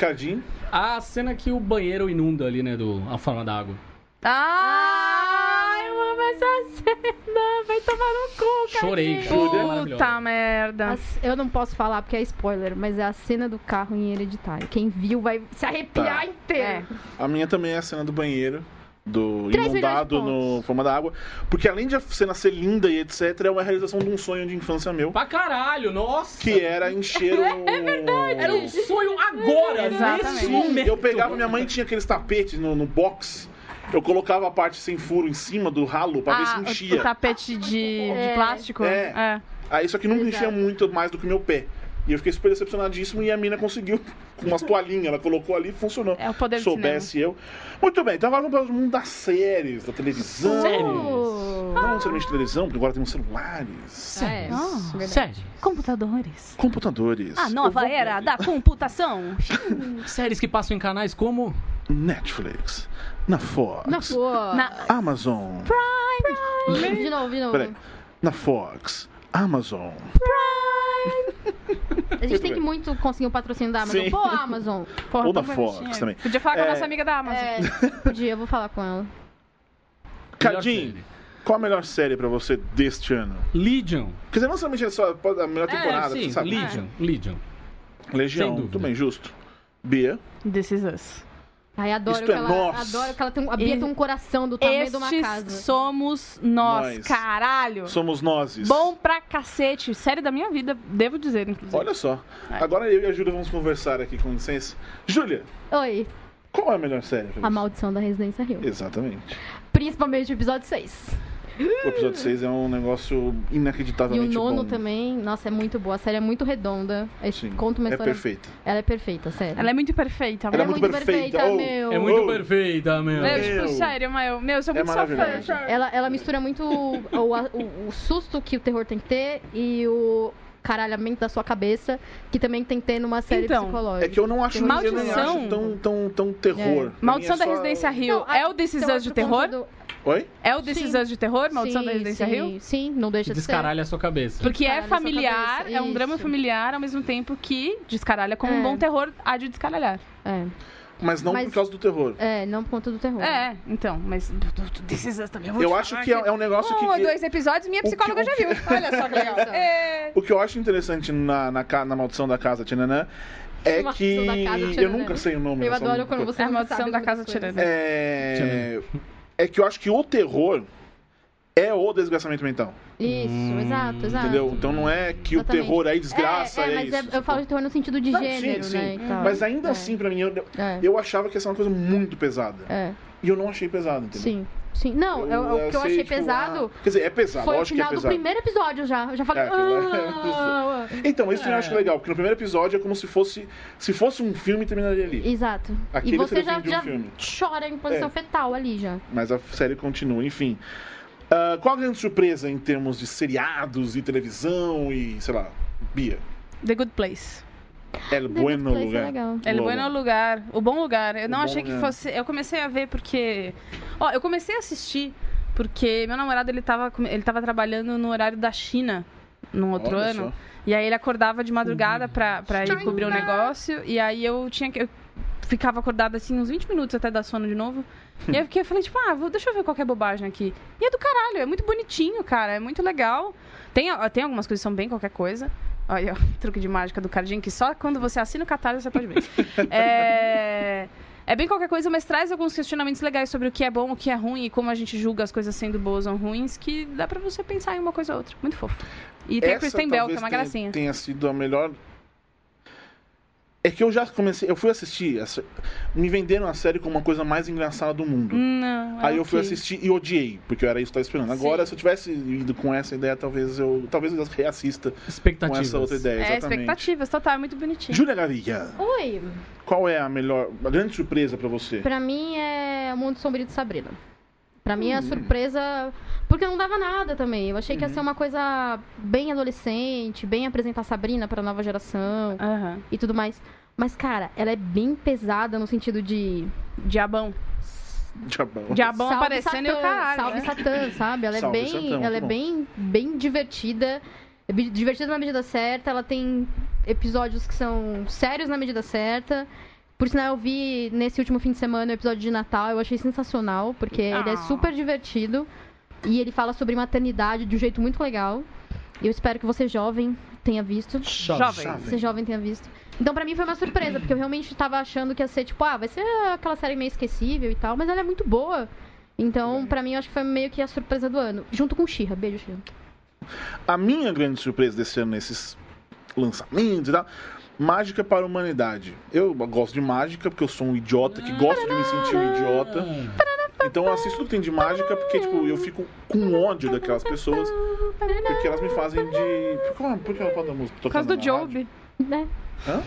Speaker 2: Cadinho.
Speaker 3: A cena que o banheiro inunda ali, né? Do, a forma da água.
Speaker 4: Ah, eu amo essa cena. Vai tomar no cu, cara.
Speaker 3: Chorei, cara.
Speaker 2: Júlia?
Speaker 4: Puta merda.
Speaker 5: As- eu não posso falar porque é spoiler, mas é a cena do carro em hereditário. Quem viu vai se arrepiar
Speaker 2: Tá.
Speaker 5: inteiro.
Speaker 2: A minha também é a cena do banheiro, do
Speaker 5: Três
Speaker 2: inundado
Speaker 5: milhões de pontos.
Speaker 2: no forma da água. Porque além de a cena ser linda e etc., é uma realização de um sonho de infância meu.
Speaker 3: Pra caralho, nossa!
Speaker 2: Que era encher o. É verdade!
Speaker 3: Era um sonho agora, nesse
Speaker 4: Exatamente.
Speaker 3: momento.
Speaker 2: Eu pegava, minha mãe tinha aqueles tapetes no, no box. Eu colocava a parte sem furo em cima do ralo pra ver se
Speaker 4: Ah, o-
Speaker 2: enchia.
Speaker 4: O tapete de, de
Speaker 5: É.
Speaker 4: plástico?
Speaker 2: É. Aí só que nunca
Speaker 5: Exato.
Speaker 2: enchia muito mais do que meu pé. E eu fiquei super decepcionadíssimo e a mina conseguiu com umas toalhinhas. Ela colocou ali e funcionou.
Speaker 4: É, é o poder do cinema.
Speaker 2: Soubesse eu. Muito bem, então agora vamos para o mundo das séries, da televisão.
Speaker 4: É,
Speaker 3: Séries.
Speaker 2: Não é necessariamente televisão, porque agora temos celulares,
Speaker 5: Ah, é.
Speaker 4: Ah,
Speaker 5: Verdade.
Speaker 3: séries.
Speaker 4: Computadores.
Speaker 2: computadores.
Speaker 4: A nova
Speaker 2: Eu vou-
Speaker 4: era da computação.
Speaker 3: Séries que passam em canais como.
Speaker 2: Netflix, na Fox,
Speaker 5: Na boa.
Speaker 4: Na-
Speaker 2: Amazon.
Speaker 5: De novo, de novo.
Speaker 2: Peraí. Na Fox, Amazon.
Speaker 5: A gente
Speaker 2: Muito
Speaker 5: tem
Speaker 2: bem.
Speaker 5: que muito conseguir o patrocínio da Amazon.
Speaker 2: Sim.
Speaker 5: Pô, Amazon.
Speaker 4: Porra,
Speaker 2: Ou da
Speaker 4: tão
Speaker 2: Fox
Speaker 4: bonitinha.
Speaker 2: também.
Speaker 4: Podia falar com
Speaker 2: É.
Speaker 4: a nossa amiga da Amazon.
Speaker 5: É, podia, eu vou falar com ela.
Speaker 2: Cadinho,
Speaker 3: Melhor série.
Speaker 2: qual a melhor série pra você deste ano?
Speaker 3: Legion.
Speaker 2: Quer dizer, não somente é só a melhor temporada,
Speaker 3: é,
Speaker 2: você
Speaker 3: sim,
Speaker 2: sabe?
Speaker 3: Legion. Legion.
Speaker 2: Legião,
Speaker 3: Sem dúvida.
Speaker 2: tudo bem, justo. Bia,
Speaker 5: É.
Speaker 4: This is us.
Speaker 5: Ai, adoro
Speaker 2: Isto
Speaker 5: que
Speaker 2: é
Speaker 5: ela.
Speaker 2: nós.
Speaker 5: Adoro que ela tem um. A Bia
Speaker 4: E-
Speaker 5: tem um coração do tamanho de uma casa.
Speaker 4: Estes somos nós,
Speaker 2: Nós.
Speaker 4: caralho.
Speaker 2: somos nós.
Speaker 4: Bom pra cacete. Série da minha vida, devo dizer, inclusive.
Speaker 2: Olha só.
Speaker 4: Ai.
Speaker 2: Agora eu e a Júlia vamos conversar aqui, com licença. Júlia,
Speaker 5: Oi,
Speaker 2: qual é a melhor série pra
Speaker 5: a
Speaker 2: você?
Speaker 5: maldição da Residência Rio.
Speaker 2: Exatamente.
Speaker 5: Principalmente o episódio 6.
Speaker 2: O episódio 6 é um negócio
Speaker 5: E o
Speaker 2: inacreditavelmente
Speaker 5: nono
Speaker 2: bom.
Speaker 5: também. Nossa, é muito boa. A série é muito redonda. É-
Speaker 2: Sim,
Speaker 5: Conta uma
Speaker 2: é
Speaker 5: história.
Speaker 2: perfeita.
Speaker 5: ela é perfeita, sério.
Speaker 4: Ela é muito perfeita.
Speaker 2: Ela
Speaker 5: Ela
Speaker 2: é
Speaker 5: é
Speaker 4: meu.
Speaker 2: muito perfeita,
Speaker 5: perfeita,
Speaker 2: oh.
Speaker 5: meu.
Speaker 3: É muito
Speaker 2: Oh.
Speaker 3: perfeita, meu.
Speaker 5: É,
Speaker 4: Meu,
Speaker 2: Meu.
Speaker 4: tipo, sério, mas eu, meu, eu sou
Speaker 2: É
Speaker 4: muito só fã.
Speaker 2: maravilhosa.
Speaker 5: Ela, ela mistura muito o, o- o susto que o terror tem que ter e o caralhamento da sua cabeça, que também tem que ter numa série
Speaker 4: Então,
Speaker 5: psicológica.
Speaker 2: É que eu não acho, eu não
Speaker 4: Maldição.
Speaker 2: acho tão, tão,
Speaker 5: É.
Speaker 2: tão terror. Pra
Speaker 4: Maldição
Speaker 2: mim
Speaker 4: da
Speaker 2: é só-
Speaker 4: Residência Rio
Speaker 5: Não,
Speaker 4: é o This Is
Speaker 5: então,
Speaker 4: Us de
Speaker 5: por conta
Speaker 4: terror?
Speaker 5: do-
Speaker 2: Oi?
Speaker 4: É o This Is
Speaker 5: Sim.
Speaker 4: Us de terror? Maldição
Speaker 5: Sim,
Speaker 4: da Residência
Speaker 5: sim,
Speaker 4: Rio?
Speaker 5: Sim, não deixa de ser.
Speaker 3: Descaralha a sua cabeça.
Speaker 4: Porque é
Speaker 5: Descaralha sua
Speaker 4: familiar,
Speaker 5: cabeça,
Speaker 4: é um drama
Speaker 5: isso.
Speaker 4: familiar, ao mesmo tempo que descaralha como um
Speaker 5: É.
Speaker 4: bom terror há de descaralhar.
Speaker 5: É,
Speaker 2: Mas não
Speaker 5: Mas-
Speaker 2: por causa do terror.
Speaker 5: é, não por conta do terror.
Speaker 4: É, então, mas This Is Us também. Eu, vou
Speaker 2: Eu
Speaker 4: te
Speaker 2: acho
Speaker 4: falar
Speaker 2: que é, é um negócio
Speaker 5: Oh,
Speaker 4: Um
Speaker 2: que...
Speaker 4: ou
Speaker 2: que-
Speaker 4: dois episódios, minha
Speaker 2: que-
Speaker 4: psicóloga
Speaker 2: o
Speaker 4: já
Speaker 2: que-
Speaker 4: viu. Olha só que legal. É.
Speaker 2: O que eu acho interessante na, na, ca- na maldição da casa Tchananã é
Speaker 5: Maldição
Speaker 2: que...
Speaker 5: da Casa
Speaker 2: eu
Speaker 5: Tchananã.
Speaker 2: nunca sei o nome
Speaker 5: Eu
Speaker 2: dessa
Speaker 5: adoro
Speaker 2: música.
Speaker 5: quando você
Speaker 4: É a
Speaker 5: não
Speaker 4: maldição
Speaker 5: sabe
Speaker 4: da
Speaker 5: muitas
Speaker 4: casa
Speaker 5: coisas.
Speaker 4: tirana.
Speaker 2: É... é que eu acho que o terror é o desgraçamento mental,
Speaker 5: Isso,
Speaker 3: Hum,
Speaker 5: exato, exato.
Speaker 2: entendeu? Então não é que
Speaker 5: Ah. Exatamente.
Speaker 2: o terror aí desgraça,
Speaker 5: é,
Speaker 2: é,
Speaker 5: é, mas é-
Speaker 2: isso.
Speaker 5: eu falo de terror no sentido de
Speaker 2: Não, sim,
Speaker 5: gênero,
Speaker 2: sim.
Speaker 5: né? e tal.
Speaker 2: Mas ainda
Speaker 5: É,
Speaker 2: assim, pra mim, eu,
Speaker 5: É,
Speaker 2: eu achava que ia ser uma coisa muito pesada.
Speaker 5: é,
Speaker 2: E eu não achei pesado, entendeu?
Speaker 5: sim, sim. Não, eu- o que
Speaker 2: achei,
Speaker 5: eu achei
Speaker 2: tipo,
Speaker 5: pesado
Speaker 2: ah, quer dizer, é pesado,
Speaker 5: foi o
Speaker 2: lógico que é
Speaker 5: final do
Speaker 2: pesado.
Speaker 5: primeiro episódio já. Eu já falei.
Speaker 2: É, aquilo é-
Speaker 5: "Ah".
Speaker 2: Então, isso eu acho legal, porque no primeiro episódio é como se fosse. Se fosse um filme, terminaria ali.
Speaker 5: Exato.
Speaker 2: Aquele
Speaker 5: e você
Speaker 2: seria o
Speaker 5: já,
Speaker 2: fim de um
Speaker 5: já
Speaker 2: filme.
Speaker 5: chora em posição
Speaker 2: É.
Speaker 5: fetal ali já.
Speaker 2: Mas a série continua, enfim. Ah, qual a grande surpresa em termos de seriados e televisão e, sei lá, Bia?
Speaker 4: The Good Place.
Speaker 2: El Bueno
Speaker 5: Place é
Speaker 2: Lugar.
Speaker 5: legal.
Speaker 4: El
Speaker 2: Logo.
Speaker 4: Bueno Lugar, o bom lugar. Eu
Speaker 2: O
Speaker 4: não
Speaker 2: bom
Speaker 4: achei que
Speaker 2: lugar.
Speaker 4: fosse. Eu comecei a ver porque. Ó, eu comecei a assistir porque meu namorado ele tava, com- ele tava trabalhando no horário da China num Um outro
Speaker 2: Olha
Speaker 4: ano.
Speaker 2: só.
Speaker 4: E aí ele acordava de madrugada pra, pra ir cobrir o negócio. E aí eu tinha que. Eu ficava acordada assim uns 20 minutos até dar sono de novo. E aí eu fiquei, eu falei, tipo, ah, vou, deixa eu ver qualquer bobagem aqui. E é do caralho, é muito bonitinho, cara, é muito legal. Tem, ó, tem algumas coisas que são bem qualquer coisa. Olha, ó, truque de mágica do Cardinho, que só quando você assina o Catarse você pode ver. é... é bem qualquer coisa, mas traz alguns questionamentos legais sobre o que é bom, o que é ruim e como a gente julga as coisas sendo boas ou ruins, que dá pra você pensar em uma coisa ou outra. Muito fofo. E tem a
Speaker 2: Essa
Speaker 4: Kristen Bell, que
Speaker 2: talvez
Speaker 4: é uma
Speaker 2: tenha-
Speaker 4: gracinha.
Speaker 2: Tenha sido a melhor. É que eu já comecei. Eu fui assistir. essa- Me venderam a série como uma coisa mais engraçada do mundo.
Speaker 4: Não, é
Speaker 2: Aí eu fui
Speaker 4: ok.
Speaker 2: assistir e odiei, porque era isso que eu tava esperando. Agora,
Speaker 5: Sim.
Speaker 2: se eu tivesse ido com essa ideia, talvez eu talvez eu reassista com
Speaker 3: Expectativas.
Speaker 2: essa outra ideia.
Speaker 4: É,
Speaker 2: exatamente.
Speaker 4: expectativas, total, é muito bonitinho.
Speaker 2: Júlia Gaviria,
Speaker 5: Oi,
Speaker 2: qual é a melhor, a grande surpresa pra você?
Speaker 5: pra mim é o Mundo Sombrio de Sabrina. Pra
Speaker 2: Hum.
Speaker 5: mim é a surpresa. Porque não dava nada também. Eu achei que ia
Speaker 2: Uhum.
Speaker 5: ser uma coisa bem adolescente, bem apresentar Sabrina pra nova geração
Speaker 4: Aham.
Speaker 5: e tudo mais. Mas, cara, ela é bem pesada no sentido de.
Speaker 4: Diabão.
Speaker 2: Diabão.
Speaker 4: Diabão
Speaker 5: salve
Speaker 4: aparecendo e
Speaker 5: Satã,
Speaker 4: o caralho.
Speaker 5: Salve
Speaker 4: né?
Speaker 5: Satã, sabe? Ela é
Speaker 2: Salve
Speaker 5: bem,
Speaker 2: Satã, muito
Speaker 5: ela é
Speaker 2: bom.
Speaker 5: bem, bem divertida. é bi- Divertida na medida certa, ela tem episódios que são sérios na medida certa. Por sinal, eu vi nesse último fim de semana o episódio de Natal, eu achei sensacional, porque ele é
Speaker 4: Ah.
Speaker 5: super divertido e ele fala sobre maternidade de um jeito muito legal. Eu espero que você jovem tenha visto.
Speaker 4: Jovem.
Speaker 5: Você jovem tenha visto. Então, pra mim foi uma surpresa, porque eu realmente tava achando que ia ser tipo, ah, vai ser aquela série meio esquecível e tal, mas ela é muito boa. Então, pra mim, eu acho que foi meio que a surpresa do ano. Junto com Xirra. Beijo, Xirra.
Speaker 2: A minha grande surpresa desse ano nesses lançamentos e tal. Mágica para a humanidade. Eu gosto de mágica porque eu sou um idiota que gosto de me sentir um idiota. Então eu assisto o que tem de mágica porque tipo, eu fico com ódio daquelas pessoas porque elas me fazem de. Por que, por que ela fala da música?
Speaker 4: Por causa do Job.
Speaker 5: Né?
Speaker 2: Hã?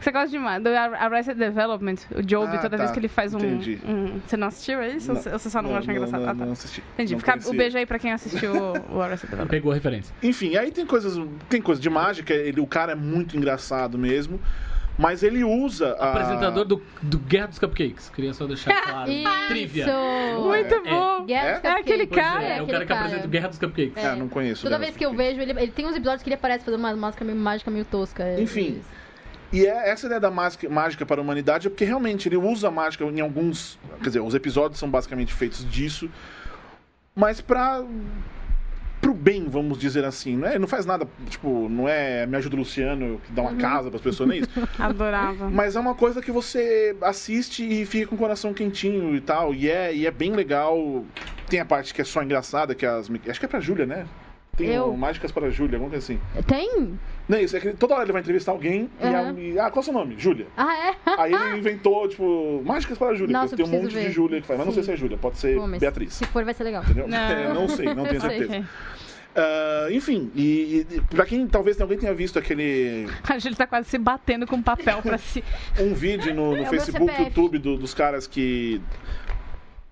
Speaker 4: Você gosta demais do Ar- Arrested Development, o Job,
Speaker 2: Ah,
Speaker 4: toda
Speaker 2: tá.
Speaker 4: vez que ele faz um,
Speaker 2: Entendi.
Speaker 4: um- Você não assistiu a isso?
Speaker 2: Não,
Speaker 4: Ou você ou você só não, acha engraçado?
Speaker 2: Não,
Speaker 4: Ah, tá.
Speaker 2: não assisti.
Speaker 4: Entendi.
Speaker 2: Não
Speaker 4: Fica o
Speaker 2: conhecia.
Speaker 4: beijo aí pra quem assistiu o Arrested Development.
Speaker 3: Pegou a referência.
Speaker 2: Enfim, aí tem coisas, tem coisa de mágica, ele, o cara é muito engraçado mesmo, mas ele usa a...
Speaker 3: Apresentador do, do Guerra dos Cupcakes. Queria só deixar claro. Ah, Trivia.
Speaker 5: Isso!
Speaker 4: Muito bom!
Speaker 2: É?
Speaker 5: Guerra dos Cupcakes.
Speaker 4: É aquele
Speaker 3: Pois
Speaker 4: cara.
Speaker 3: é, é o cara
Speaker 5: aquele
Speaker 3: que apresenta o Guerra dos
Speaker 4: É.
Speaker 3: Cupcakes.
Speaker 2: Ah, não conheço.
Speaker 5: Toda
Speaker 2: né?
Speaker 5: vez que eu vejo, ele, ele tem uns episódios que ele aparece fazendo uma máscara meio mágica, meio tosca. É
Speaker 2: Enfim.
Speaker 5: isso.
Speaker 2: E é, essa ideia da mágica, mágica para a humanidade é porque realmente ele usa a mágica em alguns... Quer dizer, os episódios são basicamente feitos disso, mas pra... Pro bem, vamos dizer assim. Não, é, não faz nada, tipo, não é me ajuda o Luciano que dá
Speaker 5: Uhum.
Speaker 2: uma casa pras pessoas, não é isso.
Speaker 4: Adorava.
Speaker 2: Mas é uma coisa que você assiste e fica com o coração quentinho e tal. E é, e é bem legal. Tem a parte que é só engraçada, que as. Acho que é pra Júlia, né? Tem
Speaker 5: Eu?
Speaker 2: o Mágicas para a Júlia, alguma coisa assim.
Speaker 5: Tem?
Speaker 2: Não é isso, é que toda hora ele vai entrevistar alguém e a-
Speaker 5: Aham.
Speaker 2: e. Ah, qual é o seu nome? Júlia.
Speaker 5: Ah, é?
Speaker 2: Aí ele inventou, tipo, Mágicas para a Júlia.
Speaker 5: Nossa,
Speaker 2: porque tem um
Speaker 5: eu preciso
Speaker 2: monte de
Speaker 5: ver.
Speaker 2: Júlia que faz. Mas não sei
Speaker 5: Sim.
Speaker 2: se é Júlia, pode ser
Speaker 5: Bom, mas
Speaker 2: Beatriz.
Speaker 5: Se for, vai ser legal.
Speaker 2: Entendeu?
Speaker 4: Não.
Speaker 2: É, não sei, não tenho certeza.
Speaker 4: Sei.
Speaker 2: Ah, enfim, e, e pra quem talvez alguém tenha visto aquele
Speaker 4: A gente tá quase se batendo com papel pra se.
Speaker 2: um vídeo no, no
Speaker 5: É o meu
Speaker 2: Facebook,
Speaker 5: CPF.
Speaker 2: YouTube do- dos caras que,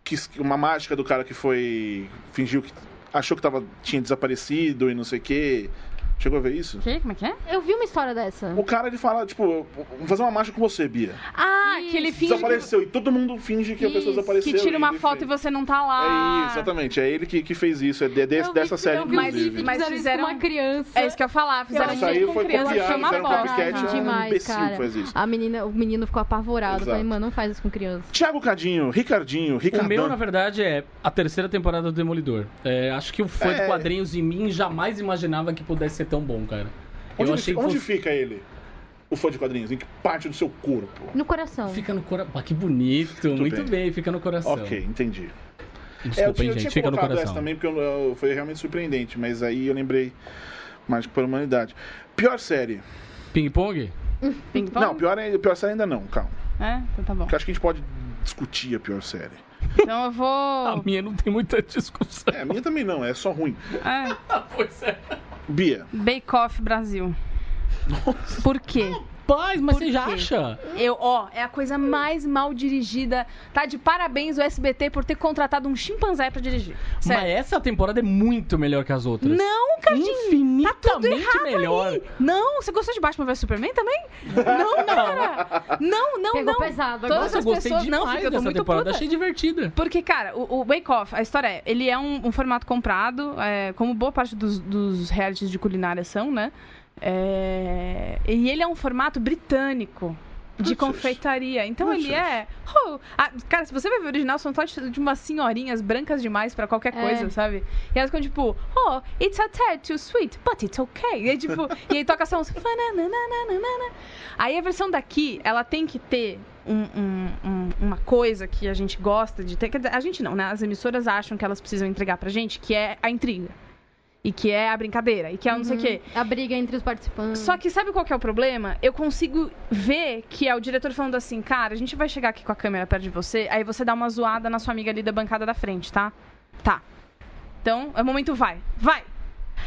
Speaker 2: que es- uma mágica do cara que foi fingiu que achou que tava tinha desaparecido e não sei o quê. Chegou a ver isso?
Speaker 4: Que? Como é que é?
Speaker 5: Eu vi uma história dessa.
Speaker 2: O cara ele fala tipo, eu vou fazer uma mágica com você, Bia.
Speaker 4: Ah, que ele finge que,
Speaker 2: Desapareceu e todo mundo finge que a pessoa
Speaker 5: Isso,
Speaker 2: desapareceu.
Speaker 4: que tira uma
Speaker 2: ele
Speaker 4: foto
Speaker 2: fez.
Speaker 4: e você não tá lá.
Speaker 2: É isso, exatamente. É ele que, que fez isso. É de- desse-
Speaker 5: Ah. Eu vi-
Speaker 2: dessa série,
Speaker 5: eu vi um
Speaker 4: Mas-
Speaker 2: inclusive.
Speaker 5: vídeo
Speaker 4: mas
Speaker 5: que isso
Speaker 4: fizeram-
Speaker 5: com uma criança.
Speaker 4: É isso que eu ia falar. Fizeram
Speaker 2: Essa
Speaker 4: isso
Speaker 2: aí
Speaker 4: com
Speaker 2: foi
Speaker 4: criança.
Speaker 2: copiada,
Speaker 4: Achei uma
Speaker 2: fizeram
Speaker 4: bosta.
Speaker 2: copycat, é um
Speaker 5: Demais,
Speaker 2: imbecil que
Speaker 5: cara.
Speaker 2: faz isso.
Speaker 5: A menina, o menino ficou apavorado.
Speaker 2: Exato.
Speaker 5: Falei, mano, não faz isso com criança.
Speaker 2: Tiago Cadinho, Ricardinho,
Speaker 3: O meu, na
Speaker 2: Ricardão.
Speaker 3: verdade, é a terceira temporada do Demolidor. É, acho que o fã
Speaker 2: É.
Speaker 3: de quadrinhos em mim jamais imaginava que pudesse ser tão bom, cara.
Speaker 2: Onde,
Speaker 3: eu
Speaker 2: ele-
Speaker 3: achei
Speaker 2: onde
Speaker 3: que
Speaker 2: fica ele? O fã de quadrinhos? Em que parte do seu corpo?
Speaker 5: No coração.
Speaker 3: fosse- fica no coração. Ah, que bonito. muito
Speaker 2: bem.
Speaker 3: bem. fica no coração.
Speaker 2: Ok, entendi. É, eu
Speaker 3: Desculpa,
Speaker 2: tinha,
Speaker 3: hein,
Speaker 2: eu tinha
Speaker 3: gente. Fica no
Speaker 2: colocado essa
Speaker 3: coração.
Speaker 2: também, porque eu- eu- foi realmente surpreendente, mas aí eu lembrei Mágico para a Humanidade. Pior série.
Speaker 3: Ping pong?
Speaker 4: Ping pong?
Speaker 2: Não, pior, é- pior série ainda não, calma.
Speaker 4: É? Então tá bom.
Speaker 2: Porque acho que a gente pode discutir a pior série.
Speaker 4: Então eu
Speaker 3: A
Speaker 4: vou.
Speaker 3: minha não tem muita discussão.
Speaker 2: É, a minha também não, é só ruim.
Speaker 4: É.
Speaker 3: pois é.
Speaker 2: Bia,
Speaker 4: Bake Off Brasil. Por quê?
Speaker 3: Paz, mas
Speaker 4: Por
Speaker 3: você já
Speaker 4: quê?
Speaker 3: acha?
Speaker 4: Eu, ó, é a coisa mais mal dirigida. Tá de parabéns o SBT por ter contratado um chimpanzé pra dirigir.
Speaker 3: Mas
Speaker 4: Sério.
Speaker 3: essa temporada é muito melhor que as outras.
Speaker 4: Não,
Speaker 3: Hum?
Speaker 4: tá Cardinho!
Speaker 3: Infinitamente melhor.
Speaker 4: Não, você gostou de Batman vs Superman também? Não, cara! Não, não,
Speaker 5: Pegou
Speaker 4: não!
Speaker 5: pesado agora.
Speaker 4: Todas
Speaker 3: Nossa, eu
Speaker 4: as
Speaker 3: gostei
Speaker 4: pessoas...
Speaker 3: demais
Speaker 4: Não, fica, eu tô
Speaker 3: dessa
Speaker 4: muito
Speaker 3: temporada.
Speaker 4: puta.
Speaker 3: Achei divertida.
Speaker 4: Porque, cara, o, o Bake Off, a história é, ele é um, um formato comprado, é, como boa parte dos, dos realities de culinária são, né? É, e ele é um formato britânico. De
Speaker 2: Putz.
Speaker 4: confeitaria. Então
Speaker 2: Putz.
Speaker 4: ele é. Oh, ah, cara, se você vai ver o original, são só de de umas senhorinhas brancas demais pra qualquer
Speaker 5: É.
Speaker 4: coisa, sabe? E elas ficam tipo, oh, it's a tad too sweet, but it's okay. E aí, tipo, e aí toca só uns. fanananananana. Aí a versão daqui, ela tem que ter um- um- um- uma coisa que a gente gosta de ter. Quer dizer, a gente não, né? As emissoras acham que elas precisam entregar pra gente, que é a intriga. E que é a brincadeira. E que é o não sei o quê.
Speaker 5: Uhum. A briga entre os participantes.
Speaker 4: Só que sabe qual que é o problema? Eu consigo ver que é o diretor falando assim, cara, a gente vai chegar aqui com a câmera perto de você, aí você dá uma zoada na sua amiga ali da bancada da frente, tá? Tá. Então, é o momento vai. Vai!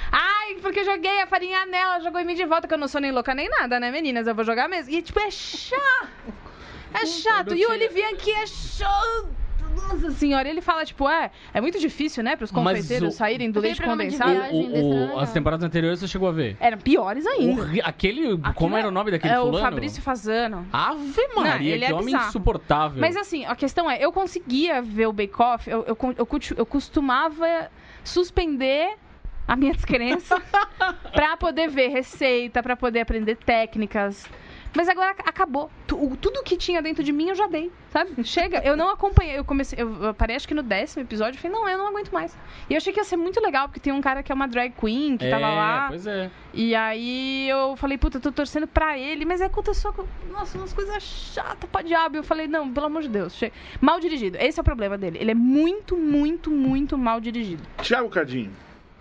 Speaker 4: Ai, porque eu joguei a farinha nela, jogou em mim de volta, que eu não sou nem louca nem nada, né, meninas? Eu vou jogar mesmo. E, tipo, é chato. É chato. E o Olivier aqui é chato. Nossa senhora, ele fala, tipo, é, é muito difícil, né, pros
Speaker 3: Mas
Speaker 4: confeiteiros
Speaker 3: o-
Speaker 4: saírem do
Speaker 5: Aquele
Speaker 4: leite
Speaker 5: programa de
Speaker 4: condensado.
Speaker 5: viagem.
Speaker 3: O-
Speaker 5: desse
Speaker 3: o-
Speaker 5: era legal.
Speaker 3: as temporadas anteriores você chegou a ver?
Speaker 4: Eram piores é. ainda.
Speaker 3: Horri- Aquele.
Speaker 4: Aquilo
Speaker 3: como era o nome daquele
Speaker 4: é
Speaker 3: fulano? Ah,
Speaker 4: o Fabrício Fazano.
Speaker 3: Ave
Speaker 4: Não,
Speaker 3: Maria,
Speaker 4: ele
Speaker 3: que
Speaker 4: é
Speaker 3: homem
Speaker 4: bizarro.
Speaker 3: insuportável.
Speaker 4: Mas assim, a questão é, eu conseguia ver o Bake Off, eu, eu, con- eu, cutu- eu costumava suspender a minha descrença, pra poder ver receita, pra poder aprender técnicas. Mas agora ac- acabou. Tu- o- Tudo que tinha dentro de mim eu já dei, sabe? Chega, eu não acompanhei. Eu comecei, eu eu parei acho que no décimo episódio e falei, não, eu não aguento mais. E eu achei que ia ser muito legal, porque tem um cara que é uma drag queen que tava lá.
Speaker 3: Pois é.
Speaker 4: E aí eu falei, puta, eu tô torcendo pra ele, mas é aí aconteceu, com- nossa, umas coisas chatas pra diabo. Eu falei, não, pelo amor de Deus, che- mal dirigido. Esse é o problema dele. Ele é muito, muito, muito mal dirigido.
Speaker 2: Tiago Cardinho.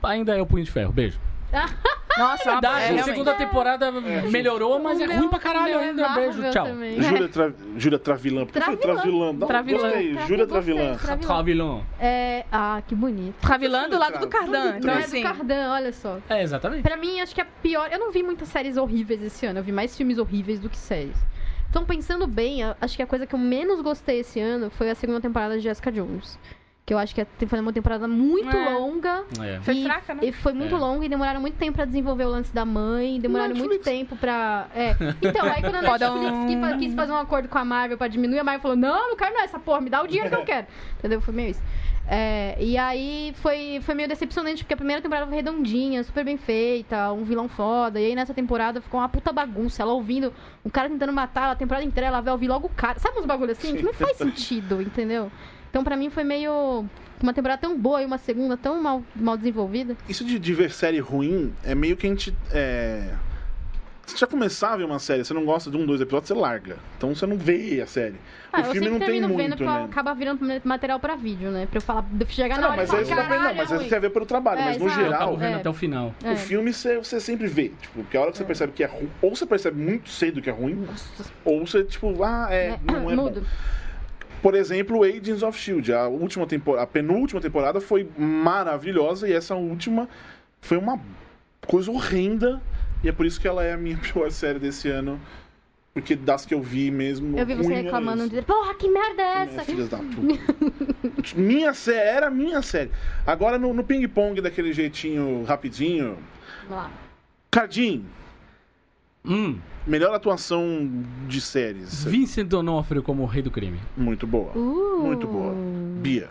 Speaker 3: Ainda é o Punho de Ferro. Beijo.
Speaker 5: Ah,
Speaker 4: Nossa,
Speaker 3: Dá, a
Speaker 4: é,
Speaker 3: segunda temporada melhorou, mas é
Speaker 5: O meu-
Speaker 3: ruim pra caralho
Speaker 5: o meu é
Speaker 3: ainda. Beijo,
Speaker 5: Marvel
Speaker 3: tchau.
Speaker 5: também. É,
Speaker 2: Júlia, Tra... Júlia Travilan. Por que foi
Speaker 5: Travilan.
Speaker 2: Travilan? Não,
Speaker 4: Travilan.
Speaker 2: gostei. é
Speaker 5: Travi-
Speaker 2: Júlia
Speaker 5: Tá gostei,
Speaker 2: Travilan.
Speaker 4: tá
Speaker 5: Travilan.
Speaker 3: Travilão.
Speaker 5: É, ah, que bonito.
Speaker 4: Ravilan do lado do Cardan. Então,
Speaker 5: Não é
Speaker 4: assim,
Speaker 5: do Cardan, olha só.
Speaker 3: É, exatamente.
Speaker 5: Pra mim, acho que a pior. Eu não vi muitas séries horríveis esse ano. Eu vi mais filmes horríveis do que séries. Então, pensando bem, a- acho que a coisa que eu menos gostei esse ano foi a segunda temporada de Jessica Jones. Que eu acho que é- foi uma temporada muito
Speaker 4: É.
Speaker 5: longa.
Speaker 3: É.
Speaker 4: Foi
Speaker 5: e,
Speaker 4: fraca, né?
Speaker 5: E foi muito
Speaker 3: É.
Speaker 5: longa e demoraram muito tempo pra desenvolver o lance da mãe. Demoraram muito
Speaker 2: Netflix.
Speaker 5: tempo pra. É. Então, aí quando a
Speaker 4: Foda
Speaker 5: Netflix
Speaker 4: um.
Speaker 5: que fa- quis fazer um acordo com a Marvel pra diminuir, a Marvel falou: Não, não quero não, essa porra, me dá o dinheiro que eu quero. Entendeu? Foi meio isso. É, e aí foi, foi meio decepcionante, porque a primeira temporada foi redondinha, super bem feita, um vilão foda. E aí nessa temporada ficou uma puta bagunça. Ela ouvindo o cara tentando matar ela a temporada inteira, ela vai ouvir logo o cara. Sabe uns bagulho assim? Que não faz sentido, entendeu? Então pra mim foi meio. Uma temporada tão boa e uma segunda tão mal, mal desenvolvida.
Speaker 2: Isso de, de ver série ruim é meio que a gente. É... Você já começava a ver uma série, você não gosta de um, dois episódios, você larga. Então você não vê a série.
Speaker 5: Ah,
Speaker 2: o
Speaker 5: eu
Speaker 2: filme
Speaker 5: sempre
Speaker 2: não tem
Speaker 5: termino
Speaker 2: muito,
Speaker 5: vendo porque
Speaker 2: né?
Speaker 5: acaba virando material pra vídeo, né? Pra eu falar, de chegar na
Speaker 2: Não,
Speaker 5: hora e
Speaker 2: mas
Speaker 5: falar,
Speaker 2: aí você tá vendo, não, mas
Speaker 5: "Caralho, é
Speaker 2: aí você
Speaker 5: ruim."
Speaker 2: quer ver pelo trabalho,
Speaker 5: É,
Speaker 2: mas no
Speaker 5: exato.
Speaker 3: Eu tava
Speaker 2: geral,
Speaker 3: vendo
Speaker 5: é.
Speaker 3: até o final.
Speaker 5: É.
Speaker 2: o filme você, você sempre vê. Tipo, porque a hora que você percebe que é ruim, ou você percebe muito cedo que é ruim,
Speaker 5: Nossa,
Speaker 2: ou você, tipo, ah, é,
Speaker 5: né?
Speaker 2: não é bom.
Speaker 5: Mudo.
Speaker 2: Por exemplo, Agents of Shield, a última temporada, a penúltima temporada foi maravilhosa e essa última foi uma coisa horrenda e é por isso que ela é a minha pior série desse ano, porque das que eu vi mesmo.
Speaker 5: Eu vi você
Speaker 2: ruim era
Speaker 5: reclamando,
Speaker 2: isso.
Speaker 5: de porra, que merda é
Speaker 2: Minha
Speaker 5: essa?
Speaker 2: filhas da puta. minha série, era minha série. Agora no, no ping-pong daquele jeitinho rapidinho.
Speaker 5: Vamos lá.
Speaker 2: Cardim,
Speaker 3: Hum,
Speaker 2: melhor atuação de séries.
Speaker 3: Vincent D'Onofrio como o rei do crime.
Speaker 2: Muito boa.
Speaker 5: Uh.
Speaker 2: Muito boa. Bia.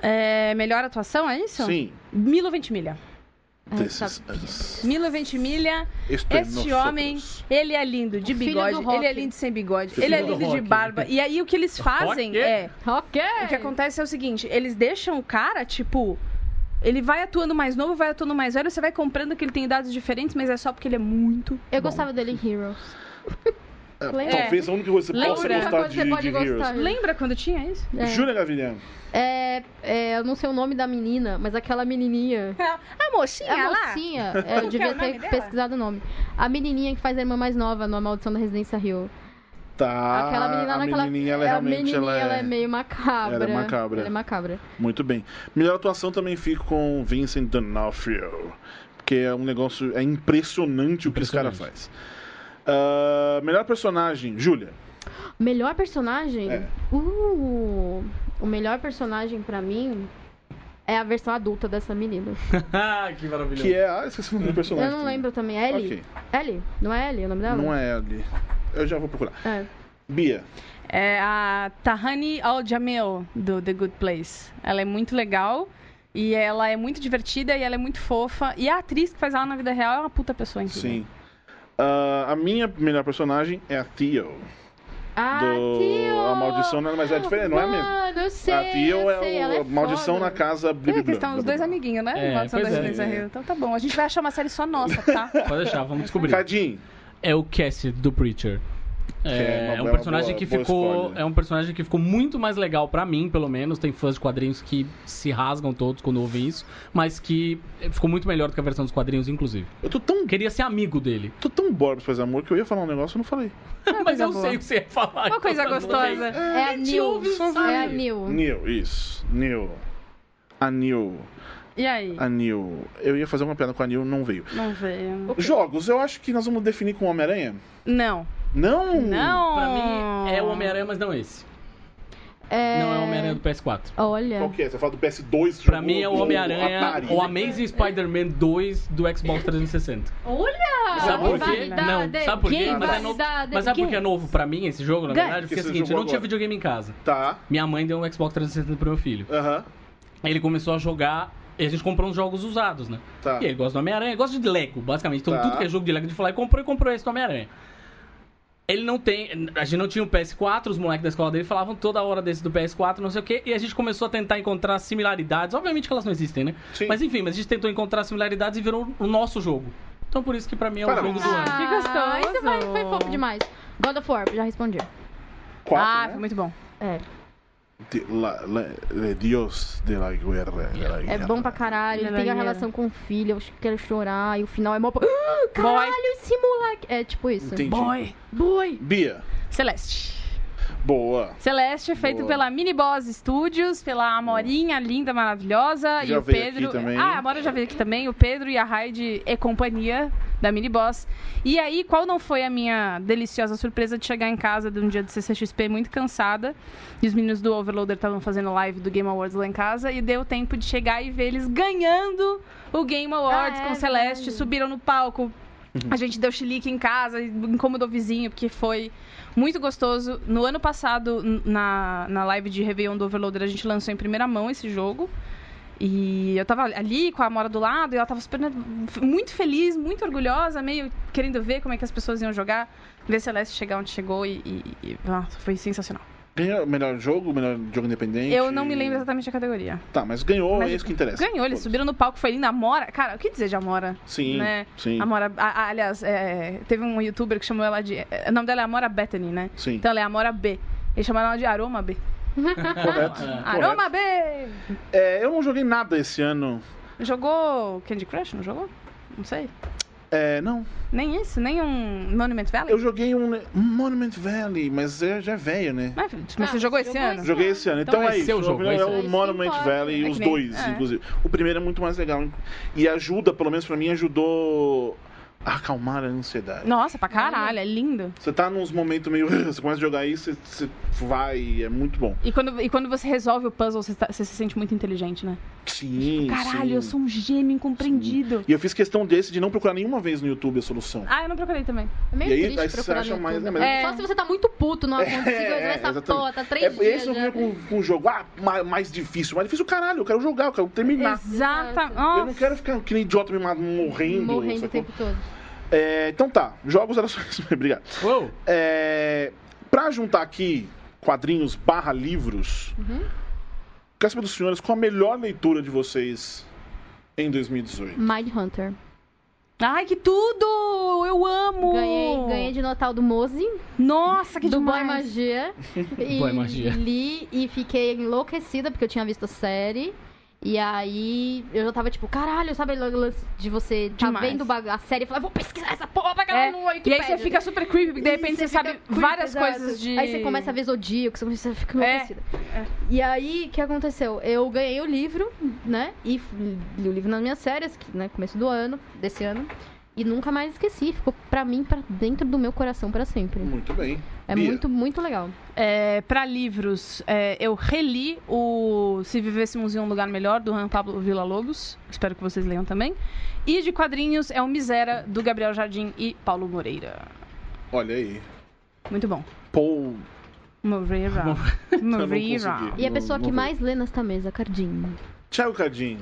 Speaker 4: É, melhor atuação, é isso?
Speaker 2: Sim.
Speaker 4: Milo Ventimiglia.
Speaker 2: This
Speaker 5: Essa
Speaker 2: is us.
Speaker 4: Milo Ventimiglia,
Speaker 2: Estou em
Speaker 4: este
Speaker 2: nosotros.
Speaker 4: homem, ele é lindo de
Speaker 5: O filho
Speaker 4: bigode,
Speaker 5: do Rock.
Speaker 4: ele é lindo sem bigode,
Speaker 2: Filho
Speaker 4: ele é
Speaker 2: do
Speaker 4: lindo de
Speaker 3: Rock.
Speaker 4: barba. E aí o que eles fazem
Speaker 3: Rock?
Speaker 4: é...
Speaker 5: Ok.
Speaker 4: O que acontece é o seguinte, eles deixam o cara, tipo, ele vai atuando mais novo, vai atuando mais velho, você vai comprando que ele tem idades diferentes, mas é só porque ele é muito.
Speaker 5: Eu
Speaker 4: bom.
Speaker 5: gostava dele em Heroes.
Speaker 2: É,
Speaker 5: Lembra?
Speaker 2: Talvez a única coisa que você
Speaker 4: Lembra?
Speaker 2: possa
Speaker 4: A única
Speaker 2: gostar
Speaker 5: coisa que você
Speaker 2: de,
Speaker 5: pode
Speaker 2: de
Speaker 5: gostar.
Speaker 2: Heroes.
Speaker 4: Lembra quando tinha isso?
Speaker 5: É.
Speaker 2: Júlia Gavilhão.
Speaker 5: É, é, eu não sei o nome da menina, mas aquela menininha.
Speaker 4: A mocinha
Speaker 5: a
Speaker 4: lá.
Speaker 5: mocinha. é, eu
Speaker 4: Como que é
Speaker 5: devia
Speaker 4: o
Speaker 5: ter
Speaker 4: nome dela?
Speaker 5: pesquisado o nome. A menininha que faz a irmã mais nova na Maldição da Residência Rio.
Speaker 2: Tá.
Speaker 5: Aquela menina
Speaker 2: a
Speaker 5: naquela.
Speaker 2: menininha, ela
Speaker 5: é, a
Speaker 2: realmente
Speaker 5: menininha,
Speaker 2: ela é...
Speaker 5: ela é meio macabra.
Speaker 2: Ela é macabra.
Speaker 5: Ela é macabra.
Speaker 2: Muito bem. Melhor atuação também fica com Vincent D'Onofrio. Porque é um negócio... É impressionante o que esse cara faz. Ah, melhor personagem, Júlia.
Speaker 5: Melhor personagem?
Speaker 2: É.
Speaker 5: Uh, o melhor personagem pra mim é a versão adulta dessa menina.
Speaker 3: que maravilhoso.
Speaker 2: Que é... Ah, esqueci o nome do personagem.
Speaker 5: Eu não
Speaker 2: também.
Speaker 5: lembro também. É Ellie?
Speaker 2: Ok.
Speaker 5: Ellie? Não é Ellie o nome dela?
Speaker 2: Não é ali. Eu já vou procurar.
Speaker 5: É.
Speaker 2: Bia.
Speaker 4: É a Tahani Al-Jamil, do The Good Place. Ela é muito legal. E ela é muito divertida e ela é muito fofa. E a atriz que faz ela na vida real é uma puta pessoa, incrível.
Speaker 2: Sim. Ah, a minha melhor personagem é a Theo.
Speaker 5: Ah,
Speaker 2: do
Speaker 5: Theo!
Speaker 2: A Maldição, não, mas é diferente, não é mesmo?
Speaker 5: Mano, eu sei,
Speaker 2: a Theo
Speaker 5: eu sei,
Speaker 2: é o
Speaker 5: ela é
Speaker 2: Maldição
Speaker 5: foda.
Speaker 2: na Casa
Speaker 4: É,
Speaker 2: Blibli
Speaker 4: que estão os dois amiguinhos, né?
Speaker 3: É,
Speaker 4: Maldição
Speaker 3: pois
Speaker 4: da
Speaker 3: é.
Speaker 4: Residência Hill. Então tá bom. A gente vai achar uma série só nossa, tá?
Speaker 3: Pode deixar, vamos descobrir.
Speaker 2: Cadinho.
Speaker 3: É o Cassie do Preacher.
Speaker 2: é uma-
Speaker 3: É,
Speaker 2: é
Speaker 3: um
Speaker 2: uma
Speaker 3: personagem
Speaker 2: boa-
Speaker 3: que
Speaker 2: boa
Speaker 3: ficou
Speaker 2: escolha.
Speaker 3: é um personagem que ficou muito mais legal pra mim, pelo menos. Tem fãs de quadrinhos que se rasgam todos quando ouvem isso, mas que ficou muito melhor do que a versão dos quadrinhos, inclusive.
Speaker 2: Eu tô tão,
Speaker 3: Eu queria ser amigo dele,
Speaker 2: tô tão bored pra fazer amor que eu ia falar um negócio e não falei.
Speaker 3: mas
Speaker 4: Ah, coisa
Speaker 3: eu
Speaker 4: boa.
Speaker 3: sei o que você ia falar.
Speaker 4: Uma coisa
Speaker 3: então, tudo bem.
Speaker 4: gostosa.
Speaker 5: É a
Speaker 3: gente
Speaker 5: Neil.
Speaker 3: ouve, sabe?
Speaker 5: É a Neil.
Speaker 2: Neil, isso. Neil. A Neil.
Speaker 4: E aí?
Speaker 3: Ah.
Speaker 2: A Neil. Eu ia fazer uma piada com a Neil, não veio.
Speaker 4: Não veio.
Speaker 2: Jogos, eu acho que nós vamos definir com Homem-Aranha.
Speaker 4: Não.
Speaker 2: Não!
Speaker 4: Não.
Speaker 3: Pra
Speaker 4: Ah.
Speaker 3: mim é o Homem-Aranha, mas não esse.
Speaker 5: É...
Speaker 3: Não é o Homem-Aranha do PS4.
Speaker 5: Olha.
Speaker 2: Qual que é? Você fala do PS2?
Speaker 3: Pra
Speaker 2: jogou
Speaker 3: mim é o
Speaker 2: do
Speaker 3: Homem-Aranha
Speaker 2: Atari.
Speaker 3: ou Amazing Spider-Man 2 do Xbox
Speaker 4: É.
Speaker 3: 360.
Speaker 2: é?
Speaker 5: Olha!
Speaker 3: Sabe por quê?
Speaker 5: Rivalidade.
Speaker 3: Não, sabe por quê? Mas é novo,
Speaker 5: Rivalidade.
Speaker 3: mas sabe por que é
Speaker 5: Quem?
Speaker 3: novo pra mim esse jogo, na
Speaker 4: Gay.
Speaker 3: verdade? Porque é o
Speaker 2: Porque você
Speaker 3: seguinte, eu
Speaker 2: jogou
Speaker 3: não tinha
Speaker 2: agora.
Speaker 3: videogame em casa.
Speaker 2: Tá.
Speaker 3: Minha mãe deu um Xbox 360 pro meu filho.
Speaker 2: Aham.
Speaker 3: Ele começou a jogar E a gente comprou uns jogos usados, né?
Speaker 2: Tá.
Speaker 3: E ele gosta do Homem-Aranha, gosta de Lego, basicamente. Então
Speaker 2: Tá.
Speaker 3: tudo que é jogo de Lego de falar, ele comprou e comprou esse do Homem-Aranha. Ele não tem. A gente não tinha um o PS4, os moleques da escola dele falavam toda hora desse do PS4, não sei o quê, e a gente começou a tentar encontrar similaridades. Obviamente que elas não existem, né?
Speaker 2: Sim.
Speaker 3: Mas enfim, mas a gente tentou encontrar similaridades e virou o nosso jogo. Então por isso que pra mim é o
Speaker 2: Parabéns.
Speaker 3: jogo do ano.
Speaker 5: que gostoso.
Speaker 4: Ah,
Speaker 5: Isso foi, foi fofo demais. God of War, já respondi.
Speaker 2: Quatro,
Speaker 4: ah,
Speaker 2: né?
Speaker 4: foi muito bom.
Speaker 5: É.
Speaker 2: De, la, la, de Dios de la guerra. de la
Speaker 5: É
Speaker 2: guerra.
Speaker 5: bom pra caralho, ele tem a
Speaker 4: Maneiro.
Speaker 5: relação com o filho, eu quero chorar, e o final é mó. Ah, Caralho, esse moleque! É tipo isso.
Speaker 2: Entendi.
Speaker 4: Boy.
Speaker 5: Boy!
Speaker 2: Bia,
Speaker 4: Celeste.
Speaker 2: boa.
Speaker 4: Celeste é feito
Speaker 2: Boa.
Speaker 4: pela Mini Boss Studios, pela Amorinha, linda,
Speaker 2: Já
Speaker 4: maravilhosa, e o
Speaker 2: veio
Speaker 4: Pedro.
Speaker 2: aqui também.
Speaker 4: Ah, a Amora já veio aqui também, o Pedro e a Raid e companhia da Mini Boss. E aí, qual não foi a minha deliciosa surpresa de chegar em casa de um dia de CCXP muito cansada, e os meninos do Overloader estavam fazendo live do Game Awards lá em casa, e deu tempo de chegar e ver eles ganhando o Game Awards
Speaker 5: Ah, é
Speaker 4: com o Celeste,
Speaker 5: verdade.
Speaker 4: subiram no palco. A gente deu chilique em casa, incomodou o vizinho, porque foi muito gostoso. No ano passado, n- na, na live de Réveillon do Overloader, a gente lançou em primeira mão esse jogo. E eu tava ali com a Amora do lado e ela tava super nerv- f- muito feliz, muito orgulhosa, meio querendo ver como é que as pessoas iam jogar, ver Celeste chegar onde chegou e, e- e- nossa, foi sensacional.
Speaker 2: Ganhou o melhor jogo, o melhor jogo independente?
Speaker 4: Eu não me lembro exatamente a categoria.
Speaker 2: Tá, mas ganhou,
Speaker 4: Mas
Speaker 2: é isso que interessa.
Speaker 4: Ganhou, eles
Speaker 2: Foda-se.
Speaker 4: subiram no palco, foi linda. A Amora, cara, o que dizer de Amora?
Speaker 2: Sim,
Speaker 4: né?
Speaker 2: sim,
Speaker 4: Amora, a- a- aliás, é, teve um youtuber que chamou ela de. é, O nome dela é Amora Bethany, né?
Speaker 2: sim.
Speaker 4: Então ela é Amora B. Eles chamaram ela de Aroma B.
Speaker 2: Correto.
Speaker 3: Ah,
Speaker 2: correto.
Speaker 4: Aroma B!
Speaker 2: É, eu não joguei nada esse ano.
Speaker 4: Jogou Candy Crush, não jogou? Não sei.
Speaker 2: É, não.
Speaker 4: Nem isso, nem um Monument Valley?
Speaker 2: Eu joguei um um Monument Valley, mas é, já é velho, né?
Speaker 4: Mas, mas
Speaker 5: Ah,
Speaker 4: você jogou esse
Speaker 5: jogou
Speaker 4: ano?
Speaker 5: esse-
Speaker 2: Joguei esse ano.
Speaker 3: Então
Speaker 2: Então,
Speaker 3: é
Speaker 2: é isso.
Speaker 3: seu jogo, é
Speaker 2: é,
Speaker 3: isso.
Speaker 5: É
Speaker 2: o
Speaker 5: isso que
Speaker 2: Monument
Speaker 5: importa.
Speaker 2: Valley
Speaker 4: É
Speaker 2: e
Speaker 4: que
Speaker 2: os
Speaker 4: nem-
Speaker 2: dois,
Speaker 4: é.
Speaker 2: inclusive. O primeiro é muito mais legal. E ajuda, pelo menos pra mim, ajudou a acalmar a ansiedade.
Speaker 4: Nossa, pra caralho, é lindo.
Speaker 2: Você tá nos momentos meio. Você começa a jogar isso, você, você vai, é muito bom.
Speaker 4: E quando, e quando você resolve o puzzle, você, tá- você se sente muito inteligente, né?
Speaker 2: Sim.
Speaker 4: Caralho,
Speaker 2: sim.
Speaker 4: eu sou um gênio incompreendido.
Speaker 2: E eu fiz questão desse de não procurar nenhuma vez no YouTube a solução.
Speaker 4: Ah, eu não procurei também.
Speaker 5: É meio
Speaker 2: E aí,
Speaker 5: triste
Speaker 2: aí você
Speaker 5: procurar
Speaker 2: acha
Speaker 5: no
Speaker 2: mais,
Speaker 5: YouTube.
Speaker 2: né, mas-
Speaker 4: É.
Speaker 5: Só se você tá muito puto, não conseguiu
Speaker 2: é,
Speaker 5: resolver essa
Speaker 2: exatamente.
Speaker 5: porra, tá
Speaker 2: É,
Speaker 5: três dias
Speaker 2: esse é o
Speaker 5: já.
Speaker 2: meu com, com o jogo. Ah, ma- mais difícil. Mais difícil, caralho, eu quero jogar, eu quero terminar.
Speaker 4: Exatamente.
Speaker 2: Eu não quero ficar que nem idiota me ma- morrendo.
Speaker 5: Morrendo o
Speaker 2: sacou?
Speaker 5: tempo todo.
Speaker 2: É, então tá, jogos era só isso. Obrigado.
Speaker 3: Uou!
Speaker 2: É, pra juntar aqui quadrinhos barra livros,
Speaker 5: Uhum.
Speaker 2: quero saber dos senhores qual a melhor leitura de vocês em 2018.
Speaker 5: Mind Hunter.
Speaker 4: Ai, que tudo! Eu amo!
Speaker 5: Ganhei, ganhei de Natal do Mozi,
Speaker 4: Nossa, que
Speaker 5: do Boy
Speaker 4: demais.
Speaker 5: Magia. e
Speaker 3: Boy Magia.
Speaker 5: li e fiquei enlouquecida porque eu tinha visto a série. E aí eu já tava tipo, caralho, sabe o lance de você tá
Speaker 4: Demais.
Speaker 5: vendo ba- a série e falar, vou pesquisar essa porra pra
Speaker 4: É,
Speaker 5: galera no
Speaker 4: E aí
Speaker 5: Wikipedia.
Speaker 4: você
Speaker 2: né?
Speaker 4: fica super creepy, porque de repente você,
Speaker 5: Você
Speaker 4: sabe
Speaker 5: fica creepy,
Speaker 4: várias
Speaker 5: exato.
Speaker 4: coisas de.
Speaker 5: Aí você começa a ver Zodíaco, você começa a ficar
Speaker 4: É,
Speaker 5: enlouquecida. E aí, o que aconteceu? Eu ganhei o livro, né? E f- li o livro nas minhas séries, que, né? Começo do ano, desse ano. E nunca mais esqueci. Ficou pra mim, pra dentro do meu coração pra sempre.
Speaker 2: Muito bem.
Speaker 5: É
Speaker 2: Bia.
Speaker 5: muito, muito legal.
Speaker 4: É, para livros, é, eu reli o Se Vivêssemos em um Lugar Melhor, do Juan Pablo Villa-Lobos. Espero que vocês leiam também. E de quadrinhos é o Misera, do Gabriel Jardim e Paulo Moreira.
Speaker 2: Olha aí.
Speaker 4: Muito bom.
Speaker 2: Paul.
Speaker 4: Moreira.
Speaker 2: não
Speaker 4: Moreira.
Speaker 2: consegui.
Speaker 5: E a
Speaker 2: Não-
Speaker 5: pessoa
Speaker 2: não
Speaker 5: que
Speaker 2: vou.
Speaker 5: mais lê nesta mesa, Cardinho.
Speaker 2: Thiago Cadinho.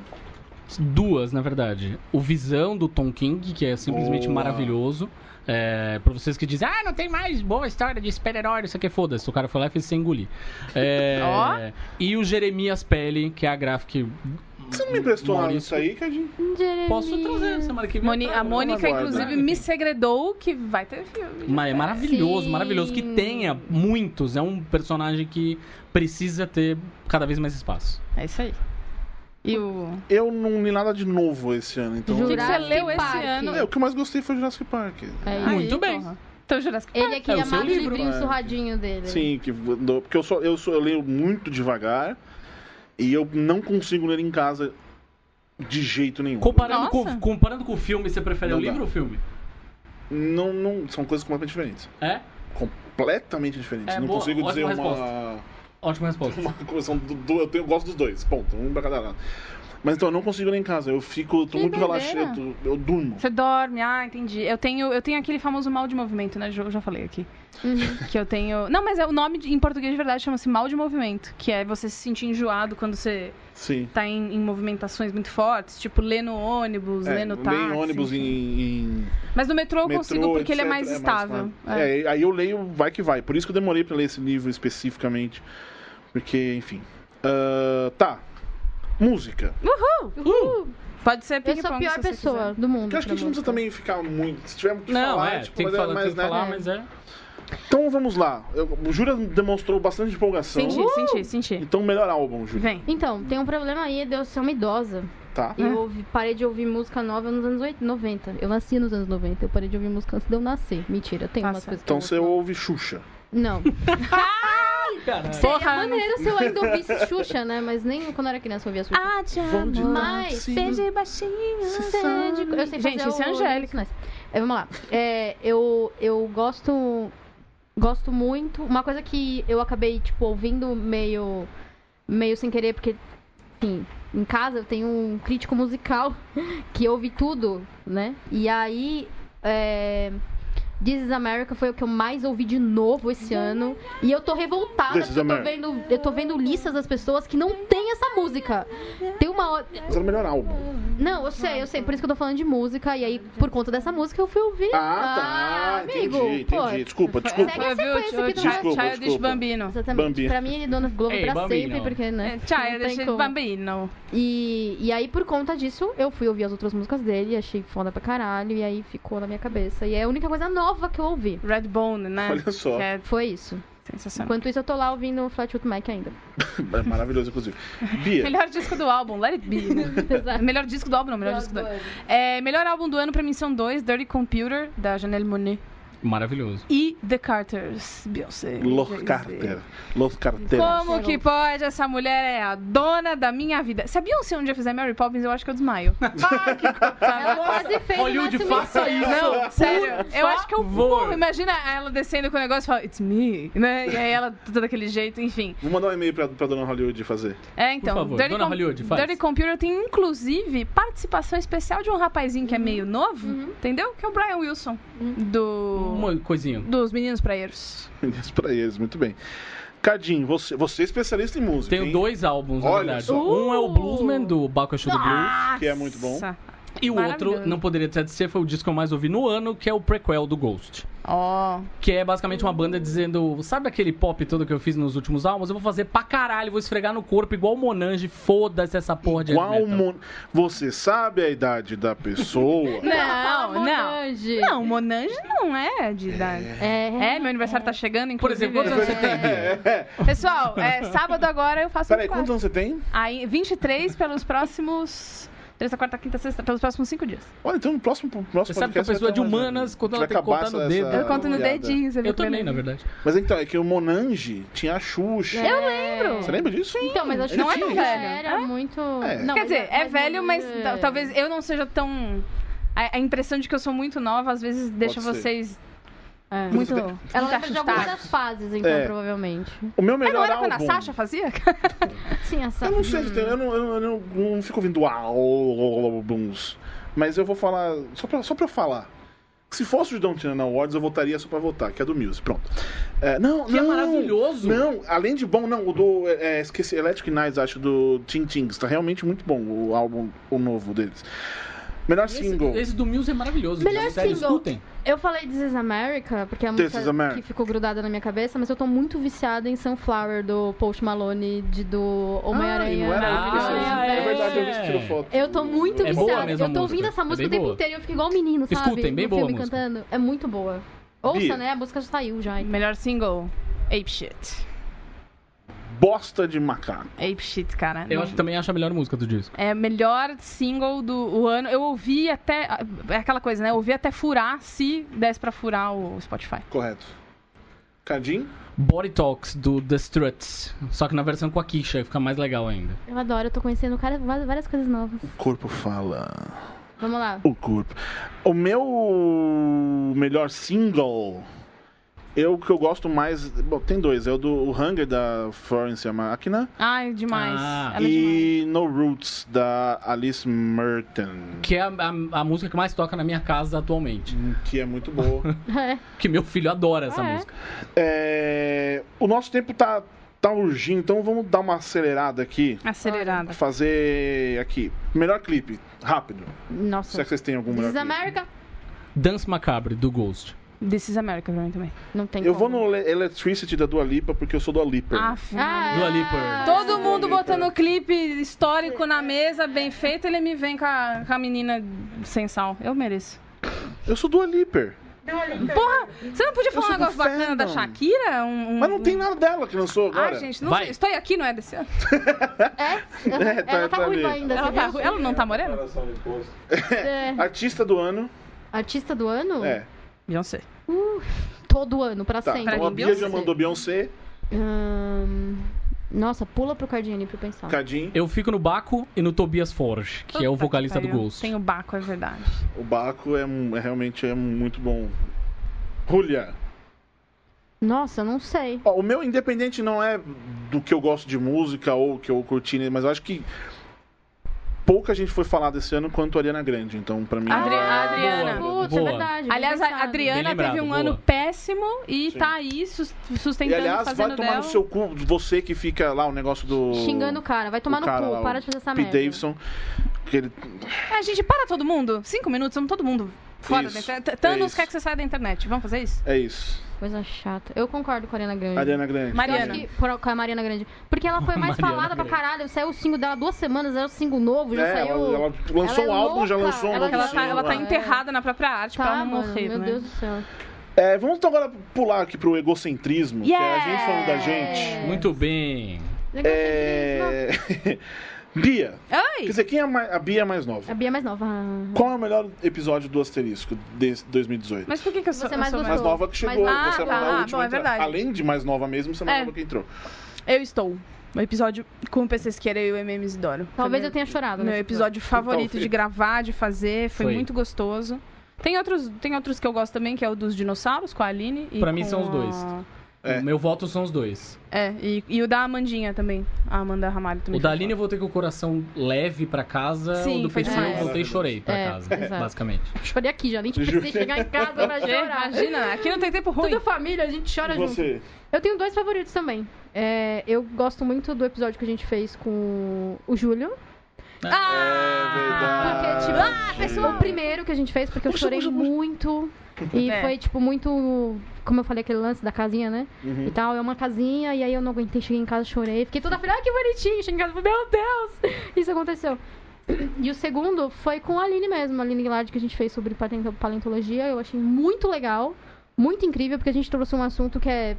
Speaker 3: Duas, na verdade. O Visão do Tom King, que é simplesmente
Speaker 2: Boa.
Speaker 3: maravilhoso. É, pra vocês que dizem, ah, não tem mais boa história de super-herói, isso aqui, foda-se. O cara foi lá e fez sem engolir. É,
Speaker 4: Ó.
Speaker 3: E o Jeremias Pele, que é a gráfica.
Speaker 2: Você não me emprestou nada
Speaker 3: Maurício.
Speaker 2: disso aí, Cadinho?
Speaker 3: Posso trazer semana que vem.
Speaker 4: Moni-
Speaker 3: pra-
Speaker 4: a Mônica,
Speaker 2: aguardo.
Speaker 4: inclusive, me segredou que vai ter filme.
Speaker 3: Mas é maravilhoso,
Speaker 5: Sim.
Speaker 3: maravilhoso. Que tenha muitos. É um personagem que precisa ter cada vez mais espaço.
Speaker 4: É isso aí. E o.
Speaker 2: Eu não li nada de novo esse ano, então.
Speaker 4: que
Speaker 5: Jurassic
Speaker 4: você leu esse
Speaker 5: Park.
Speaker 4: ano?
Speaker 2: É, o que eu mais gostei foi Jurassic Park.
Speaker 5: É isso.
Speaker 4: Aí,
Speaker 3: Muito bem.
Speaker 4: porra. Então, Jurassic Park.
Speaker 5: Ele é aquele
Speaker 3: É o seu
Speaker 5: amado
Speaker 3: livro.
Speaker 5: livrinho
Speaker 2: É.
Speaker 5: surradinho dele.
Speaker 2: Sim, que, do- porque eu, só, eu, só, eu leio muito devagar e eu não consigo ler em casa de jeito nenhum.
Speaker 3: Comparando,
Speaker 4: Nossa.
Speaker 3: com, comparando com o filme, você prefere
Speaker 2: Não
Speaker 3: o
Speaker 2: dá.
Speaker 3: livro ou o filme?
Speaker 2: Não, não, são coisas completamente diferentes.
Speaker 3: É?
Speaker 2: Completamente diferentes.
Speaker 3: É,
Speaker 2: não
Speaker 3: boa,
Speaker 2: consigo dizer
Speaker 3: ótima
Speaker 2: uma.
Speaker 3: Ótima resposta.
Speaker 2: Uma coleção do, do- eu, tenho- eu gosto dos dois, ponto. Um pra cada lado. Mas então, eu não consigo nem em casa. Eu fico, tô
Speaker 5: Que
Speaker 2: muito
Speaker 5: doideira.
Speaker 2: relaxado, eu, tô- eu durmo.
Speaker 4: Você dorme, ah, entendi. Eu tenho, eu tenho aquele famoso mal de movimento, né? Jo- Eu já falei aqui.
Speaker 5: Uhum.
Speaker 4: Que eu tenho. Não, mas é o nome de- em português de verdade chama-se mal de movimento, que é você se sentir enjoado quando você
Speaker 2: Sim.
Speaker 4: tá em, em movimentações muito fortes, tipo ler no
Speaker 5: tá
Speaker 4: ônibus,
Speaker 2: É,
Speaker 4: ler no
Speaker 2: nem
Speaker 4: táxi.
Speaker 2: ônibus,
Speaker 4: enfim.
Speaker 2: em, em
Speaker 4: Mas no metrô eu
Speaker 2: metrô,
Speaker 4: consigo porque ele é
Speaker 2: etc,
Speaker 4: mais estável.
Speaker 2: claro. É. aí eu leio vai que vai. Por isso que eu demorei pra ler esse livro especificamente. Porque, enfim. Ah, tá. Música.
Speaker 5: Uhul.
Speaker 4: Pode ser
Speaker 5: Eu
Speaker 4: ping-pong.
Speaker 5: sou a pior
Speaker 4: se você é.
Speaker 5: pessoa
Speaker 4: quiser.
Speaker 5: do mundo.
Speaker 2: Uh! Porque eu acho que a gente
Speaker 5: pra
Speaker 2: não precisa
Speaker 5: música.
Speaker 2: também ficar muito. Se tiver muito o que
Speaker 3: Não,
Speaker 2: falar,
Speaker 3: é,
Speaker 2: tipo,
Speaker 3: tem que
Speaker 2: mas
Speaker 3: falar,
Speaker 2: mais,
Speaker 3: tem que
Speaker 2: né?
Speaker 3: falar, mas é.
Speaker 2: Então vamos lá. Eu- o Jura demonstrou bastante empolgação.
Speaker 4: Senti, senti, senti.
Speaker 2: Então, melhor álbum, Júlia.
Speaker 4: Vem.
Speaker 5: Então, tem um problema aí de eu ser uma idosa.
Speaker 2: Tá.
Speaker 4: É.
Speaker 5: Eu ouvi- parei de ouvir música nova nos anos 80, 90. Eu nasci nos anos 90. Eu parei de ouvir música antes de eu nascer. Mentira, tem
Speaker 4: Tá
Speaker 5: umas
Speaker 4: certo.
Speaker 5: coisas que
Speaker 2: Então
Speaker 5: eu
Speaker 2: você
Speaker 5: ouço.
Speaker 2: ouve Xuxa.
Speaker 5: Não.
Speaker 3: Caralho.
Speaker 5: Seria
Speaker 4: Porra, não-
Speaker 5: maneiro se eu ainda ouvisse Xuxa, né? Mas nem quando eu era criança eu ouvia Xuxa.
Speaker 4: Ah, te
Speaker 2: Vão de
Speaker 4: amo.
Speaker 5: Mas
Speaker 2: táxi.
Speaker 5: seja
Speaker 4: baixinho.
Speaker 5: Sede- Eu sei
Speaker 4: Gente,
Speaker 5: fazer
Speaker 4: isso é
Speaker 5: o-
Speaker 4: Angélica.
Speaker 5: Nice. É, vamos lá. É, eu, eu gosto. Gosto muito. Uma coisa que eu acabei, tipo, ouvindo meio. meio sem querer, porque, enfim, em casa eu tenho um crítico musical que ouve tudo, né? E aí. É... This is America foi o que eu mais ouvi de novo esse
Speaker 4: Uhum.
Speaker 5: ano. E eu tô revoltada
Speaker 2: This is
Speaker 5: porque eu tô,
Speaker 2: America.
Speaker 5: vendo, eu tô vendo listas das pessoas que não tem essa música. Tem uma. hora-
Speaker 2: Mas era o melhor álbum.
Speaker 5: não, eu sei, eu sei. Por isso que eu tô falando de música. E aí, por conta dessa música, eu fui ouvir.
Speaker 2: Ah, tá.
Speaker 5: Ah, amigo,
Speaker 2: entendi,
Speaker 5: pô.
Speaker 2: entendi. Desculpa, desculpa.
Speaker 5: Segue a sequência
Speaker 4: o
Speaker 5: aqui do
Speaker 4: Child-
Speaker 2: Desculpa,
Speaker 4: Childish
Speaker 2: desculpa.
Speaker 4: Bambino.
Speaker 5: Exatamente.
Speaker 2: Bambi.
Speaker 5: Pra mim, ele dona Globo
Speaker 3: Ei,
Speaker 5: pra
Speaker 3: Bambino.
Speaker 5: sempre, porque, né?
Speaker 4: É,
Speaker 5: não tem
Speaker 4: Childish
Speaker 5: como.
Speaker 4: Bambino.
Speaker 5: E, e aí, por conta disso, eu fui ouvir as outras músicas dele, achei foda pra caralho, e aí ficou na minha cabeça. E é a única coisa nova que eu ouvi.
Speaker 4: Redbone, né?
Speaker 2: Olha só.
Speaker 4: Que é
Speaker 5: Foi isso.
Speaker 4: sensacional.
Speaker 5: Enquanto isso, eu tô lá ouvindo o Flatwood Mac ainda.
Speaker 2: É maravilhoso, inclusive. Bia,
Speaker 4: Melhor disco do álbum, Let It Be. né?
Speaker 5: Exato.
Speaker 4: melhor disco do álbum, não, melhor disco do ano. É, melhor álbum do ano pra mim são dois: Dirty Computer, da Janelle Monet,
Speaker 3: Maravilhoso.
Speaker 4: e The Carters, Beyoncé.
Speaker 2: Los
Speaker 4: Jay-Z.
Speaker 2: Carter. Los Carter.
Speaker 4: Como que pode? Essa mulher é a dona da minha vida. Se a Beyoncé um dia fizer Mary Poppins, eu acho que eu desmaio. Ah, que
Speaker 5: Ela quase fez o
Speaker 3: Hollywood,
Speaker 5: máximo
Speaker 3: faça
Speaker 5: inteiro.
Speaker 4: Não, sério. Eu acho que eu
Speaker 3: favor.
Speaker 4: morro. Imagina ela descendo com o negócio e fala, it's me, né? E aí ela tudo daquele jeito, enfim.
Speaker 2: Vou mandar um e-mail pra, pra Dona Hollywood fazer.
Speaker 4: É, então.
Speaker 3: favor, Dona Hollywood, faz.
Speaker 4: Dirty Computer tem, inclusive, participação especial de um rapazinho que é meio novo, entendeu? Que é o Brian Wilson, do...
Speaker 3: Uma coisinha.
Speaker 4: dos Meninos Praeiros.
Speaker 2: Isso pra eles, muito bem. Cadinho, você, você é especialista em música.
Speaker 3: Tenho
Speaker 2: hein?
Speaker 3: dois álbuns, na
Speaker 2: Olha
Speaker 3: verdade.
Speaker 2: só.
Speaker 3: Um é o Bluesman, do Bakushu do Blues.
Speaker 2: Que é muito bom.
Speaker 4: Nossa.
Speaker 3: E o outro,
Speaker 4: Maravilhoso.
Speaker 3: não poderia deixar de ser, foi o disco que eu mais ouvi no ano, que é o Prequel do Ghost.
Speaker 4: Ó.
Speaker 3: Que é basicamente uma banda dizendo, sabe aquele pop todo que eu fiz nos últimos álbuns? Eu vou fazer pra caralho, vou esfregar no corpo igual o Monange, foda-se essa porra de heavy
Speaker 2: Qual
Speaker 3: metal.
Speaker 2: mon... Você sabe a idade da pessoa?
Speaker 4: Não, não.
Speaker 5: Monange.
Speaker 4: Não, Monange não é de idade.
Speaker 5: É.
Speaker 4: É, meu aniversário tá chegando, inclusive.
Speaker 3: Por exemplo, quantos anos você tem, Bia?
Speaker 4: Pessoal, é, sábado agora eu faço
Speaker 2: É, Peraí,
Speaker 4: um quarto.
Speaker 2: quantos anos você tem?
Speaker 4: Aí, 23 pelos próximos... Terça, quarta, quinta, sexta, pelos próximos cinco dias.
Speaker 2: Olha, então no próximo, no próximo
Speaker 3: Você sabe que a
Speaker 2: podcast
Speaker 3: pessoa
Speaker 2: vai ter
Speaker 3: é de
Speaker 2: mais-
Speaker 3: humanas, quando
Speaker 2: vai
Speaker 3: ela tem que
Speaker 2: acabar
Speaker 3: contar no
Speaker 2: essa-
Speaker 3: dedo.
Speaker 2: essa
Speaker 4: Eu conto no
Speaker 2: piada.
Speaker 4: dedinho, você vê
Speaker 3: Eu
Speaker 4: pra
Speaker 3: também,
Speaker 4: mim.
Speaker 3: na verdade.
Speaker 2: Mas então, é que o Monange tinha a Xuxa.
Speaker 5: Eu
Speaker 4: lembro.
Speaker 2: Você lembra disso?
Speaker 5: Então, mas acho
Speaker 2: Ele
Speaker 5: que
Speaker 4: não é
Speaker 5: tinha.
Speaker 4: tão velho.
Speaker 5: Era muito.
Speaker 2: É.
Speaker 5: Não,
Speaker 4: Quer dizer, é velho, mas
Speaker 5: é.
Speaker 4: ta- talvez eu não seja tão. A, a impressão de que eu sou muito nova às vezes deixa
Speaker 2: ser.
Speaker 4: vocês
Speaker 5: É.
Speaker 4: muito.
Speaker 5: Ela
Speaker 4: muito
Speaker 5: lembra de algumas
Speaker 4: assustados.
Speaker 5: das fases, então,
Speaker 2: É.
Speaker 5: provavelmente.
Speaker 2: O meu
Speaker 4: Mas não
Speaker 2: melhor
Speaker 4: era quando a
Speaker 2: álbum.
Speaker 4: Sasha fazia?
Speaker 5: Sim, essa.
Speaker 2: Eu não sei, se tem- eu, não, eu, não, eu não- eu não fico ouvindo álbuns. Mas eu vou falar. Só pra, só pra eu falar. Se fosse o Don't Tina Awards, eu votaria só pra votar, que é do Muse. Pronto. É, não,
Speaker 3: Que
Speaker 2: não.
Speaker 3: é maravilhoso.
Speaker 2: Não, além de bom, não, o do. é, é, esqueci, Electric Nights, acho, do Tim Tings. Tá realmente muito bom o álbum, o novo deles. Melhor single.
Speaker 3: Esse, esse do Muse é maravilhoso.
Speaker 5: Melhor
Speaker 3: gente. Sério,
Speaker 5: single.
Speaker 3: escutem.
Speaker 5: Eu falei This is America, porque é a
Speaker 2: This
Speaker 5: música
Speaker 2: is America.
Speaker 5: que ficou grudada na minha cabeça, mas eu tô muito viciada em Sunflower, do Post Malone, de, do Homem-Aranha.
Speaker 2: não era
Speaker 3: Ah,
Speaker 2: maravilhoso.
Speaker 3: é.
Speaker 2: é verdade, eu vi que tirou foto.
Speaker 5: é. Eu tô muito
Speaker 3: É boa
Speaker 5: viciada.
Speaker 3: mesmo a
Speaker 5: eu tô ouvindo
Speaker 3: música.
Speaker 5: essa
Speaker 3: É bem
Speaker 5: música o tempo
Speaker 3: boa.
Speaker 5: inteiro e eu fico igual um menino, sabe?
Speaker 3: Escutem, bem
Speaker 5: no
Speaker 3: boa a
Speaker 5: filme
Speaker 3: música.
Speaker 5: cantando. É muito boa. Ouça,
Speaker 2: Bia.
Speaker 5: né? A música já saiu já. então.
Speaker 4: Melhor single? Ape Shit.
Speaker 2: Bosta de macaco.
Speaker 4: Ape Shit, cara.
Speaker 3: Eu
Speaker 4: Não-
Speaker 2: então
Speaker 3: acho, também acho a melhor música do disco.
Speaker 4: É melhor single do o ano. Eu ouvi até. É aquela coisa, né? Eu ouvi até furar se desse pra furar o Spotify.
Speaker 2: Correto. Cadinho?
Speaker 3: Body Talks, do The Struts. Só que na versão com a Kisha, fica mais legal ainda.
Speaker 5: Eu adoro, eu tô conhecendo cara- várias várias coisas novas.
Speaker 2: O corpo fala.
Speaker 5: Vamos lá.
Speaker 2: O corpo. O meu melhor single Eu que eu gosto mais. Bom, tem dois. É o do o Hunger da Florence a Máquina
Speaker 4: Ai, demais.
Speaker 3: Ah.
Speaker 4: Ela é demais.
Speaker 2: e No Roots da Alice Merton.
Speaker 3: Que é a, a- a música que mais toca na minha casa atualmente.
Speaker 2: Que é muito boa.
Speaker 5: É.
Speaker 3: Que meu filho adora essa
Speaker 4: Ah, é?
Speaker 3: música.
Speaker 2: É, o nosso tempo tá, tá urgindo, então vamos dar uma acelerada aqui.
Speaker 4: Acelerada.
Speaker 2: Fazer aqui. Melhor clipe, rápido. Será
Speaker 5: Nossa.
Speaker 2: que vocês têm algum
Speaker 5: This
Speaker 2: melhor
Speaker 5: is
Speaker 2: clipe?
Speaker 5: America?
Speaker 3: Dance Macabre, do Ghost.
Speaker 4: This is America pra mim também.
Speaker 5: Não tem
Speaker 2: Eu vou
Speaker 5: como.
Speaker 2: no Le- Electricity da Dua Lipa, porque eu sou Dua Lipa.
Speaker 4: Aff,
Speaker 5: Ah,
Speaker 3: Dua Lipa.
Speaker 4: Todo mundo botando o clipe histórico na mesa, bem feito, ele me vem com a, com a menina sem sal. Eu mereço.
Speaker 2: Eu sou Dua Lipa.
Speaker 4: Porra, você não podia falar um
Speaker 2: sou do
Speaker 4: negócio bacana da
Speaker 2: fandom.
Speaker 4: Shakira? Um, um-
Speaker 2: Mas não tem
Speaker 5: Uhum.
Speaker 2: nada dela que lançou
Speaker 4: Ah,
Speaker 2: agora.
Speaker 4: gente, não
Speaker 3: Vai.
Speaker 4: sei. Estou aqui, não é desse ano?
Speaker 5: É? Ela,
Speaker 2: É, tá-
Speaker 5: ela tá
Speaker 2: tá
Speaker 5: ruiva
Speaker 2: ali.
Speaker 5: ainda,
Speaker 4: Ela,
Speaker 5: você
Speaker 4: tá,
Speaker 5: viu?
Speaker 4: ru- ela não tá morena?
Speaker 5: É.
Speaker 2: Artista do ano.
Speaker 5: Artista do ano?
Speaker 2: É.
Speaker 4: Beyoncé.
Speaker 5: Uh, todo ano, pra
Speaker 2: Tá.
Speaker 5: sempre.
Speaker 2: Então a
Speaker 4: mim,
Speaker 2: Bia
Speaker 4: Beyoncé.
Speaker 2: já mandou Beyoncé,
Speaker 5: Ahn, Nossa, pula pro Cardini pra eu pensar.
Speaker 2: Cadinho,
Speaker 3: Eu fico no Baco e no Tobias Forge, que é o
Speaker 4: Puta
Speaker 3: vocalista do
Speaker 4: pariu.
Speaker 3: Ghost.
Speaker 4: Tem o Baco, é verdade.
Speaker 2: o Baco é, um- é realmente é muito bom. Julia.
Speaker 5: Nossa, não sei.
Speaker 2: Ó, o meu, independente, não é do que eu gosto de música ou que eu curti, né, mas eu acho que pouca gente foi falar desse ano quanto a Ariana Grande. Então, pra mim.
Speaker 5: Ah,
Speaker 4: Adri-
Speaker 2: é-
Speaker 4: a Adriana.
Speaker 3: Boa.
Speaker 5: Putz, é
Speaker 3: Boa.
Speaker 5: verdade. bem
Speaker 4: Tá. Aliás, a
Speaker 5: pensado.
Speaker 4: Adriana
Speaker 3: Bem lembrado,
Speaker 4: teve um
Speaker 3: boa.
Speaker 4: ano péssimo e
Speaker 2: Sim.
Speaker 4: tá aí sus-
Speaker 2: E
Speaker 4: sustentando,
Speaker 2: aliás,
Speaker 4: fazendo
Speaker 2: vai tomar
Speaker 4: dela.
Speaker 2: no seu cu você que fica lá o negócio do.
Speaker 5: Xingando o cara, vai tomar no
Speaker 2: cara
Speaker 5: cu,
Speaker 2: lá, o
Speaker 5: para de fazer essa
Speaker 2: Pete
Speaker 5: merda.
Speaker 2: Davidson. Que ele...
Speaker 4: É, gente, para todo mundo. Cinco minutos, vamos todo mundo fora
Speaker 2: Isso,
Speaker 4: da
Speaker 5: né?
Speaker 4: internet. T-
Speaker 2: é
Speaker 4: Thanos
Speaker 2: isso.
Speaker 4: quer que você saia da internet. Vamos fazer isso?
Speaker 2: É isso.
Speaker 5: Coisa chata. Eu concordo com a Ariana Grande.
Speaker 2: Ariana Grande.
Speaker 5: Eu acho
Speaker 4: Mariana.
Speaker 5: que- por- com a Hum. Mariana Grande. Porque ela foi mais
Speaker 3: Mariana
Speaker 5: falada pra
Speaker 3: Grande.
Speaker 5: caralho. Saiu o single dela duas semanas, era o single novo, Tipo, já
Speaker 2: É,
Speaker 5: saiu.
Speaker 2: ela, ela lançou
Speaker 5: Ela é
Speaker 2: um álbum, já
Speaker 5: louca,
Speaker 2: lançou um
Speaker 5: ela
Speaker 2: novo
Speaker 4: Porque ela tá,
Speaker 2: single,
Speaker 4: ela tá
Speaker 2: é.
Speaker 4: enterrada na própria arte pra ela não
Speaker 5: Tá, mano,
Speaker 4: morrer,
Speaker 5: Meu
Speaker 4: né?
Speaker 5: Deus do céu.
Speaker 2: É, vamos então agora pular aqui pro egocentrismo, que é a gente falando da gente.
Speaker 5: Yeah!
Speaker 3: Muito bem.
Speaker 2: É... Bia,
Speaker 4: Ai!
Speaker 2: quer dizer, quem é a mai- a Bia é mais nova?
Speaker 5: A Bia é mais nova.
Speaker 2: Qual é o melhor episódio do Asterisco de 2018?
Speaker 4: Mas por que, que eu sou,
Speaker 5: Você é
Speaker 4: eu
Speaker 5: mais
Speaker 4: sou
Speaker 2: Mais
Speaker 5: gostou?
Speaker 2: nova que chegou,
Speaker 5: Mas- Ah,
Speaker 2: você é a
Speaker 4: tá,
Speaker 2: mais
Speaker 4: ah,
Speaker 2: nova última
Speaker 4: bom,
Speaker 2: a
Speaker 4: é
Speaker 2: entrar.
Speaker 4: verdade.
Speaker 2: Além de mais nova mesmo, você é mais
Speaker 4: É.
Speaker 2: nova que entrou.
Speaker 4: Eu estou. O episódio com o PC Siqueira e o MM Isidoro. Foi
Speaker 5: Talvez
Speaker 4: meu-
Speaker 5: eu tenha chorado.
Speaker 4: Meu
Speaker 5: nesse
Speaker 4: episódio favorito
Speaker 2: Talvez.
Speaker 4: de gravar, de fazer, foi,
Speaker 3: Foi.
Speaker 4: muito gostoso. Tem outros, tem outros que eu gosto também, que é o dos dinossauros, com a Aline. E
Speaker 3: Pra mim
Speaker 4: com
Speaker 3: são os
Speaker 4: a-
Speaker 3: dois.
Speaker 2: É.
Speaker 3: O meu voto são os dois.
Speaker 4: É, e, e o da Amandinha também. A Amanda Ramalho também.
Speaker 3: O da Aline eu voltei com o coração leve pra casa.
Speaker 4: Sim,
Speaker 3: o do
Speaker 4: foi
Speaker 3: PC
Speaker 5: demais.
Speaker 3: eu voltei e chorei pra
Speaker 5: É,
Speaker 3: casa,
Speaker 5: exato.
Speaker 3: basicamente.
Speaker 5: episódio. Chorei aqui já, nem te
Speaker 2: Juro.
Speaker 5: precisei chegar em casa pra
Speaker 4: Gente,
Speaker 5: chorar.
Speaker 4: Imagina, aqui não tem tempo ruim.
Speaker 5: Tudo família, a gente chora
Speaker 2: E
Speaker 5: junto.
Speaker 2: você?
Speaker 5: Eu tenho dois favoritos também. É, eu gosto muito do episódio que a gente fez com o Júlio.
Speaker 2: É Ah,
Speaker 5: Porque, tipo, ah, pessoa, o primeiro que a gente fez, porque eu
Speaker 2: Puxa,
Speaker 5: chorei
Speaker 2: puxa, puxa.
Speaker 5: muito. E
Speaker 4: É.
Speaker 5: foi, tipo, muito. Como eu falei, aquele lance da casinha, né?
Speaker 2: Uhum.
Speaker 5: E tal, é uma casinha, e aí eu não aguentei, cheguei em casa, chorei. Fiquei toda feliz, ai que bonitinho. Cheguei em casa, meu Deus! Isso aconteceu. E o segundo foi com a Aline mesmo, a Aline Guilherme, que a gente fez sobre patento- paleontologia. Eu achei muito legal, muito incrível, porque a gente trouxe um assunto que é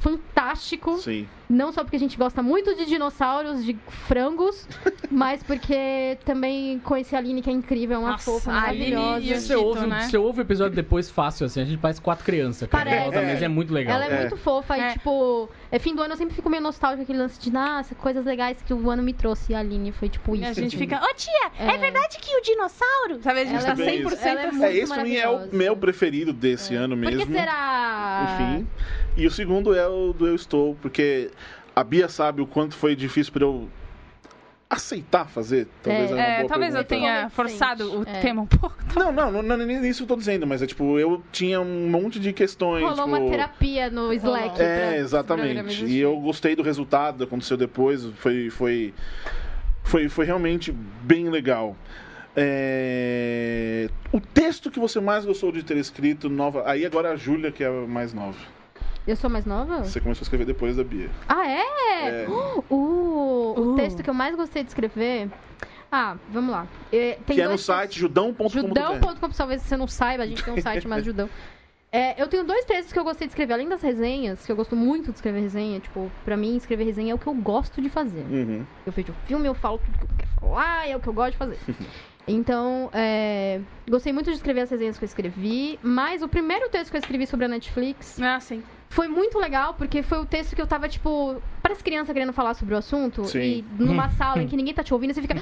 Speaker 5: fantástico.
Speaker 2: Sim.
Speaker 5: Não só porque a gente gosta muito de dinossauros, de frangos, mas porque também conheci a Aline, que é incrível, é uma
Speaker 4: Nossa,
Speaker 5: fofa,
Speaker 4: a Aline e o
Speaker 5: maravilhosa.
Speaker 4: Tito,
Speaker 3: Você ouve,
Speaker 4: né?
Speaker 3: você ouve o episódio depois fácil, assim. A gente faz quatro crianças, cara.
Speaker 5: Parece.
Speaker 3: Nossa, mas é muito legal.
Speaker 5: Ela é,
Speaker 2: É.
Speaker 5: muito fofa
Speaker 4: É.
Speaker 5: e, tipo, é fim do ano eu sempre fico meio nostálgica aquele lance de, nossa, coisas legais que o ano me trouxe. E a Aline foi, tipo,
Speaker 4: E
Speaker 5: isso.
Speaker 4: a gente
Speaker 5: assim.
Speaker 4: fica, ô tia, é,
Speaker 5: É.
Speaker 4: verdade que o dinossauro. Sabe, a gente
Speaker 5: Ela
Speaker 4: tá
Speaker 5: é muito-
Speaker 4: 100%
Speaker 5: ela é
Speaker 4: assim.
Speaker 5: muito
Speaker 2: é, esse pra mim é o
Speaker 5: maravilhosa.
Speaker 2: meu preferido desse ano
Speaker 5: Por
Speaker 2: mesmo.
Speaker 5: que será?
Speaker 2: Enfim.
Speaker 5: Ah.
Speaker 2: E o segundo é o do Eu Estou, porque a Bia sabe o quanto foi difícil pra eu aceitar fazer. Talvez
Speaker 5: É.
Speaker 2: é, uma
Speaker 4: É,
Speaker 2: boa
Speaker 4: talvez eu
Speaker 2: pergunta.
Speaker 4: tenha
Speaker 5: Convincente.
Speaker 4: forçado o
Speaker 5: É.
Speaker 4: tema um pouco.
Speaker 2: Não, não, não, não, nem isso eu tô dizendo, mas é tipo, eu tinha um monte de questões.
Speaker 5: Rolou uma
Speaker 2: tipo,
Speaker 5: terapia no Slack. pra-
Speaker 2: É,
Speaker 5: programas
Speaker 2: exatamente.
Speaker 5: existirem.
Speaker 2: E eu gostei do resultado, aconteceu depois, foi, foi, foi, foi realmente bem legal. É, O texto que você mais gostou de ter escrito, nova. Aí agora a Júlia, que é a mais nova.
Speaker 5: Eu sou mais nova?
Speaker 2: Você começou a escrever depois da Bia.
Speaker 5: Ah, é?
Speaker 2: É.
Speaker 5: Uh, o
Speaker 4: Uh.
Speaker 5: texto que eu mais gostei de escrever. Ah, vamos lá. É, tem
Speaker 2: que é no
Speaker 5: dois
Speaker 2: site judão.com.br.
Speaker 5: Judão.com, talvez você não saiba, a gente tem um site mais Judão. É, eu tenho dois textos que eu gostei de escrever, além das resenhas, que eu gosto muito de escrever resenha. Tipo, pra mim, escrever resenha é o que eu gosto de fazer.
Speaker 2: Uhum.
Speaker 4: Então,
Speaker 5: Eu vejo filme, eu falo tudo que eu quero falar, é o que eu gosto de fazer. Então, é, gostei muito de escrever as resenhas que eu escrevi, mas o primeiro texto que eu escrevi sobre a Netflix
Speaker 4: Ah, sim.
Speaker 5: foi muito legal, porque foi o texto que eu tava, tipo, parece criança querendo falar sobre o assunto,
Speaker 2: Sim.
Speaker 5: e
Speaker 4: Hum.
Speaker 5: numa sala em que ninguém tá te ouvindo, você fica, me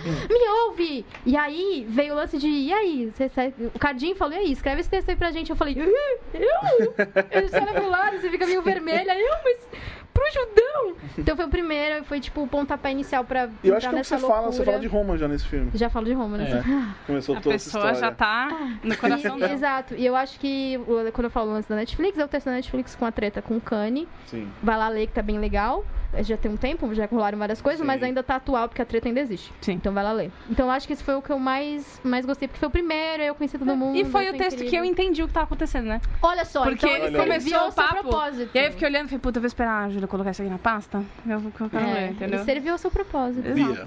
Speaker 5: ouve! E aí veio o lance de, e aí? Você sai- O Cardim falou, e aí, escreve esse texto aí pra gente. Eu falei, "Ih, eu? Eu só olho pro lado, você fica meio vermelha, eu, mas pro Judão! Então foi o primeiro, foi tipo o pontapé inicial pra.
Speaker 2: E eu acho que
Speaker 5: entrar
Speaker 2: é o que
Speaker 5: nessa
Speaker 2: você fala, você
Speaker 5: loucura.
Speaker 2: fala de Roma já nesse filme.
Speaker 5: Já falo de Roma, né?
Speaker 3: É.
Speaker 2: Começou
Speaker 4: A
Speaker 2: toda essa
Speaker 4: pessoa
Speaker 2: história.
Speaker 4: já tá no coração
Speaker 5: E-
Speaker 4: dela.
Speaker 5: Ah, Exato. E eu acho que o- quando eu falo o lance da Netflix, é o texto da Netflix com a treta com o Kanye.
Speaker 2: Sim.
Speaker 5: Vai lá ler que tá bem legal. É, Já tem um tempo, já rolaram várias coisas,
Speaker 2: Sim.
Speaker 5: mas ainda tá atual porque a treta ainda existe.
Speaker 4: Sim.
Speaker 5: Então vai lá ler. Então eu acho que esse foi o que eu mais, mais gostei, porque foi o primeiro, eu conheci todo mundo.
Speaker 4: É, E foi o texto que eu
Speaker 5: entendi.
Speaker 4: entendi o que tava acontecendo, né?
Speaker 5: Olha só,
Speaker 4: Porque
Speaker 5: então ele
Speaker 2: Olha aí.
Speaker 4: começou
Speaker 5: serviu ao
Speaker 4: o
Speaker 5: seu
Speaker 4: papo,
Speaker 5: propósito.
Speaker 4: E aí eu fiquei olhando e falei, puta, eu vou esperar a Júlia colocar isso aqui na pasta. Eu vou colocar no
Speaker 5: É,
Speaker 4: meio,
Speaker 5: ele
Speaker 4: entendeu?
Speaker 5: serviu ao seu propósito.
Speaker 2: Bia.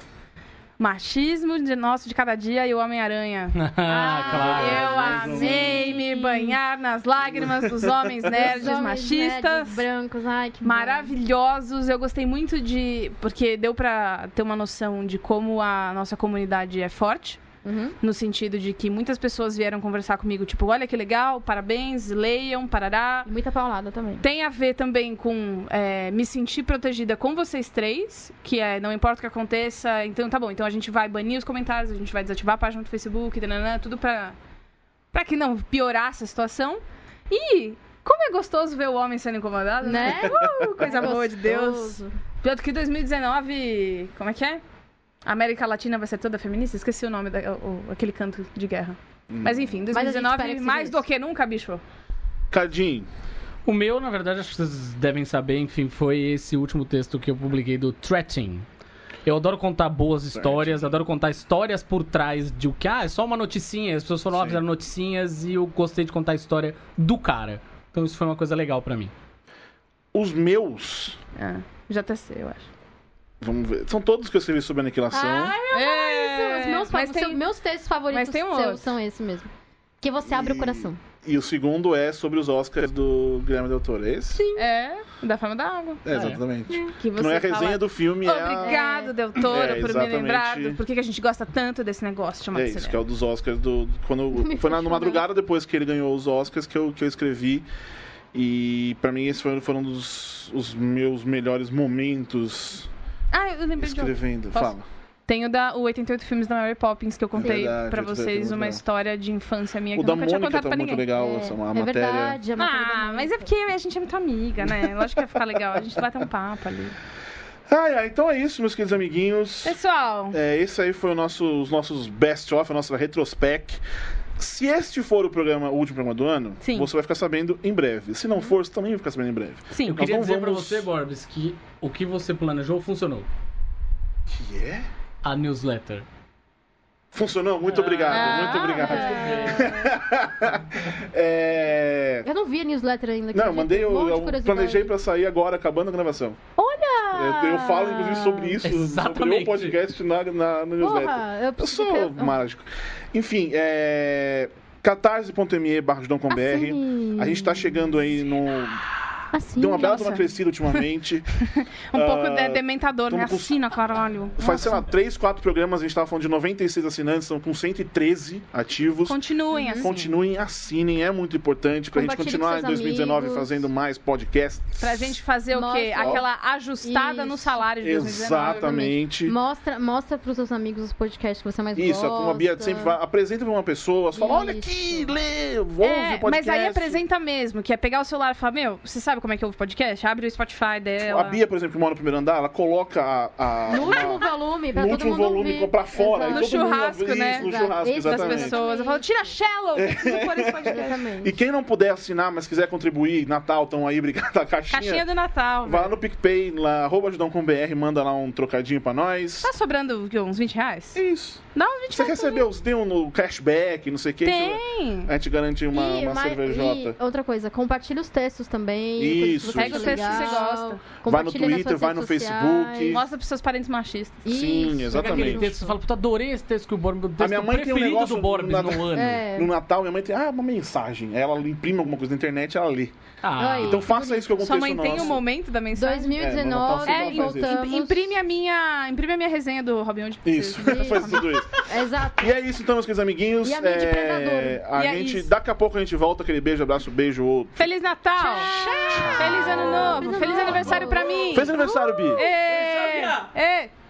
Speaker 4: Machismo de nosso de cada dia e o Homem-Aranha.
Speaker 3: ah, claro.
Speaker 4: Eu
Speaker 2: mais um.
Speaker 4: amei me banhar nas lágrimas dos homens
Speaker 5: Os
Speaker 4: nerds
Speaker 5: homens
Speaker 4: machistas.
Speaker 5: médios, brancos, ai que bom.
Speaker 4: maravilhosos. Eu gostei muito de. Porque deu pra ter uma noção de como a nossa comunidade é forte.
Speaker 5: Uhum.
Speaker 4: No sentido de que muitas pessoas vieram conversar comigo, tipo, olha que legal, parabéns, leiam, parará.
Speaker 5: E muita paulada também.
Speaker 4: Tem a ver também com é, me sentir protegida com vocês três, que é não importa o que aconteça, então tá bom, então a gente vai banir os comentários, a gente vai desativar a página do Facebook, tananã, tudo pra, pra que não piorasse a situação. E como é gostoso ver o homem sendo incomodado, né?
Speaker 5: Né?
Speaker 4: Uh, coisa boa de Deus.
Speaker 5: Gostoso.
Speaker 4: Pior do que 2019. Como é que é? A América Latina vai ser toda feminista? Esqueci o nome daquele aquele canto de guerra.
Speaker 2: Uhum.
Speaker 4: Mas então- enfim,
Speaker 5: a gente
Speaker 4: 2019,
Speaker 5: espera que seja
Speaker 4: mais
Speaker 5: isso.
Speaker 4: do que nunca, bicho.
Speaker 2: Cardim.
Speaker 3: O meu, na verdade, acho que vocês devem saber, enfim, foi esse último texto que eu publiquei do Threatening. Eu adoro contar boas histórias, adoro contar histórias por trás de o que. Ah, é só uma noticinha, as pessoas foram lá,
Speaker 2: Sim.
Speaker 3: fizeram noticinhas e eu gostei de contar a história do cara. Então isso foi uma coisa legal pra mim.
Speaker 2: Os meus.
Speaker 4: É, já testei, eu acho.
Speaker 2: Vamos ver. São todos que eu escrevi sobre aniquilação.
Speaker 4: Ah.
Speaker 5: Ai,
Speaker 4: É,
Speaker 5: Os meus,
Speaker 4: mas
Speaker 5: favoritos-
Speaker 4: tem...
Speaker 5: meus textos favoritos
Speaker 4: mas tem um
Speaker 5: seus
Speaker 4: outro.
Speaker 5: são esses mesmo. Que você abre
Speaker 2: E-
Speaker 5: o coração.
Speaker 2: E o segundo é sobre os Oscars do Guilherme Del Toro. É Esse? Sim.
Speaker 4: É, da fama da água.
Speaker 2: É, exatamente.
Speaker 4: Que você
Speaker 2: Não é a
Speaker 4: fala,
Speaker 2: resenha do filme, é a...
Speaker 4: Obrigado, Del Toro,
Speaker 2: É,
Speaker 4: por me
Speaker 2: exatamente.
Speaker 4: lembrar do por que que a gente gosta tanto desse negócio chamado
Speaker 2: É isso, que é
Speaker 4: cinema.
Speaker 2: o dos Oscars do. Quando,
Speaker 5: Me
Speaker 2: foi na
Speaker 5: faz
Speaker 2: no madrugada depois que ele ganhou os Oscars que eu, que eu escrevi. E pra mim esse foi, foi um dos os meus melhores momentos
Speaker 4: Ah, eu lembrei de outro.
Speaker 2: escrevendo.
Speaker 4: Posso?
Speaker 2: Fala.
Speaker 4: Tem o da o 88 filmes da Mary Poppins que eu contei
Speaker 2: Verdade,
Speaker 4: pra
Speaker 2: 88
Speaker 4: vocês
Speaker 2: filmes
Speaker 4: uma
Speaker 2: da-
Speaker 4: história de infância minha
Speaker 2: é o
Speaker 4: que eu
Speaker 2: da
Speaker 4: nunca tinha
Speaker 2: Mônica
Speaker 4: contado
Speaker 2: tá
Speaker 4: pra
Speaker 2: muito
Speaker 4: ninguém.
Speaker 2: legal,
Speaker 5: é,
Speaker 2: essa, uma
Speaker 5: é
Speaker 2: matéria.
Speaker 5: verdade, a matéria da
Speaker 4: Ah, mas é
Speaker 5: Mônica.
Speaker 4: porque a gente é muito amiga, né? Lógico que ia ficar legal. A gente bate um papo ali.
Speaker 2: Ai, ai, então é isso, meus queridos amiguinhos.
Speaker 4: Pessoal,
Speaker 2: É, esse aí foi o nosso, os nossos best of, a nossa retrospect. Se este for o programa, o último programa do ano,
Speaker 4: Sim.
Speaker 2: você vai ficar sabendo em breve.
Speaker 4: Uhum.
Speaker 2: Se não for, você também vai ficar sabendo em breve.
Speaker 4: sim.
Speaker 3: Eu queria
Speaker 2: então
Speaker 3: dizer pra
Speaker 2: vamos-
Speaker 3: você, Borbs, que o que você planejou funcionou.
Speaker 2: Que é?
Speaker 3: A newsletter.
Speaker 2: Funcionou? Muito obrigado,
Speaker 4: Ah.
Speaker 2: muito obrigado. É...
Speaker 5: Eu não vi a newsletter ainda.
Speaker 2: Não, eu
Speaker 5: acredita?
Speaker 2: mandei, eu,
Speaker 5: Um monte de
Speaker 2: eu
Speaker 5: curiosidade.
Speaker 2: planejei pra sair agora, acabando a gravação. Eu, eu falo, inclusive, sobre isso, sobre o
Speaker 3: Exatamente.
Speaker 2: podcast na, na, no newsletter.
Speaker 5: Ah, Porra, eu
Speaker 2: Eu
Speaker 5: preciso... um
Speaker 2: sou mágico. Enfim, é... catarse.me barra judoncom.br.
Speaker 5: Assim Assine.
Speaker 2: A gente tá chegando aí no...
Speaker 5: Assim,
Speaker 2: Deu uma bela de uma
Speaker 4: Nossa.
Speaker 2: crescida ultimamente.
Speaker 4: Um
Speaker 2: Ah,
Speaker 4: pouco de dementador, né?
Speaker 2: tamo com-
Speaker 4: Assina, caralho.
Speaker 2: Faz, sei lá, 3, 4 programas, a gente tava falando de 96 assinantes, são com 113 ativos.
Speaker 4: Continuem
Speaker 5: Uhum.
Speaker 4: assim.
Speaker 2: Continuem, assinem, é muito importante pra gente
Speaker 5: Compartilhe com
Speaker 2: continuar em
Speaker 5: seus
Speaker 2: 2019
Speaker 5: amigos.
Speaker 2: fazendo mais podcasts.
Speaker 4: Pra gente fazer o quê?
Speaker 5: Nossa.
Speaker 4: Aquela ajustada no
Speaker 5: Isso.
Speaker 4: salário de 2019.
Speaker 2: Exatamente.
Speaker 5: Mostra, mostra pros seus amigos os podcasts que você mais
Speaker 2: Isso,
Speaker 5: gosta.
Speaker 2: como a Bia sempre fala, apresenta pra uma pessoa, você fala, olha aqui,
Speaker 5: Isso.
Speaker 2: lê, ouve
Speaker 4: É,
Speaker 2: o podcast.
Speaker 4: mas aí apresenta mesmo, que é pegar o celular e falar, meu, você sabe como é que ouve podcast? Abre o Spotify dela.
Speaker 2: A Bia, por exemplo, que mora no primeiro andar, ela coloca a... a
Speaker 5: No
Speaker 2: uma-
Speaker 5: último volume, pra
Speaker 2: no
Speaker 5: todo
Speaker 2: último
Speaker 5: mundo
Speaker 2: um volume
Speaker 5: ouvir.
Speaker 2: pra fora.
Speaker 5: Exato.
Speaker 2: e
Speaker 4: No
Speaker 2: todo
Speaker 4: churrasco,
Speaker 2: mundo, ouve
Speaker 4: né?
Speaker 2: Isso, no
Speaker 5: Exato.
Speaker 2: churrasco,
Speaker 5: Isso,
Speaker 4: das
Speaker 2: exatamente. É.
Speaker 4: pessoas. Eu falo, tira Shallow! Preciso pôr esse podcast.
Speaker 5: Exatamente.
Speaker 2: E quem não puder assinar, mas quiser contribuir, Natal, estão aí, obrigado, a caixinha.
Speaker 4: Caixinha do Natal. né?
Speaker 2: Vai lá no PicPay, lá, arroba ajudão com BR, manda lá um trocadinho pra nós. É
Speaker 4: Tá sobrando o quê? uns 20 reais?
Speaker 2: Isso.
Speaker 4: Dá uns 20
Speaker 2: Você recebeu, você tem um no cashback, não sei o que.
Speaker 4: Tem!
Speaker 2: A gente garante uma,
Speaker 5: E
Speaker 2: uma
Speaker 5: mais-
Speaker 2: cervejota.
Speaker 5: e outra coisa, compartilha os textos também. coisas
Speaker 2: Isso,
Speaker 5: que você
Speaker 4: Pega o
Speaker 5: acha
Speaker 4: texto que você
Speaker 5: legal,
Speaker 4: gosta.
Speaker 2: Vai no
Speaker 5: compartilha nas
Speaker 2: Twitter,
Speaker 5: suas
Speaker 2: vai no
Speaker 5: redes
Speaker 2: Facebook.
Speaker 5: sociais.
Speaker 4: Mostra pros seus parentes machistas.
Speaker 2: Sim,
Speaker 5: Isso.
Speaker 3: Pega aquele
Speaker 2: exatamente.
Speaker 3: texto, você fala, puta, adorei esse texto que o Borbes.
Speaker 2: A minha mãe tem um
Speaker 3: preferido
Speaker 2: negócio
Speaker 3: do Borbes
Speaker 2: na-
Speaker 3: no ano.
Speaker 5: É.
Speaker 2: No Natal, minha mãe tem ah, uma mensagem. Ela imprime alguma coisa na internet ela lê.
Speaker 3: Ah,
Speaker 5: Aí.
Speaker 2: Então faça isso que algum
Speaker 4: Sua
Speaker 2: texto
Speaker 4: mãe
Speaker 2: nosso.
Speaker 4: tem o momento da mensagem? tá
Speaker 5: 2019,
Speaker 2: É, no Natal você
Speaker 5: voltamos.
Speaker 4: Imprime a minha, imprime a minha resenha do Robin Hood. pra
Speaker 2: Isso,
Speaker 4: vocês.
Speaker 2: faz tudo isso.
Speaker 5: Exato.
Speaker 2: E é isso então, meus queridos amiguinhos.
Speaker 5: E a
Speaker 2: É,
Speaker 5: mente predadora.
Speaker 2: a
Speaker 4: E é
Speaker 2: gente,
Speaker 4: isso.
Speaker 2: daqui a pouco a gente volta. Aquele beijo, abraço, beijo. outro.
Speaker 4: Feliz Natal! Feliz Ano Novo!
Speaker 5: Feliz
Speaker 4: Feliz,
Speaker 5: Ano Novo.
Speaker 4: aniversário pra mim!
Speaker 2: Feliz aniversário, Bi!
Speaker 4: Ê! Ê!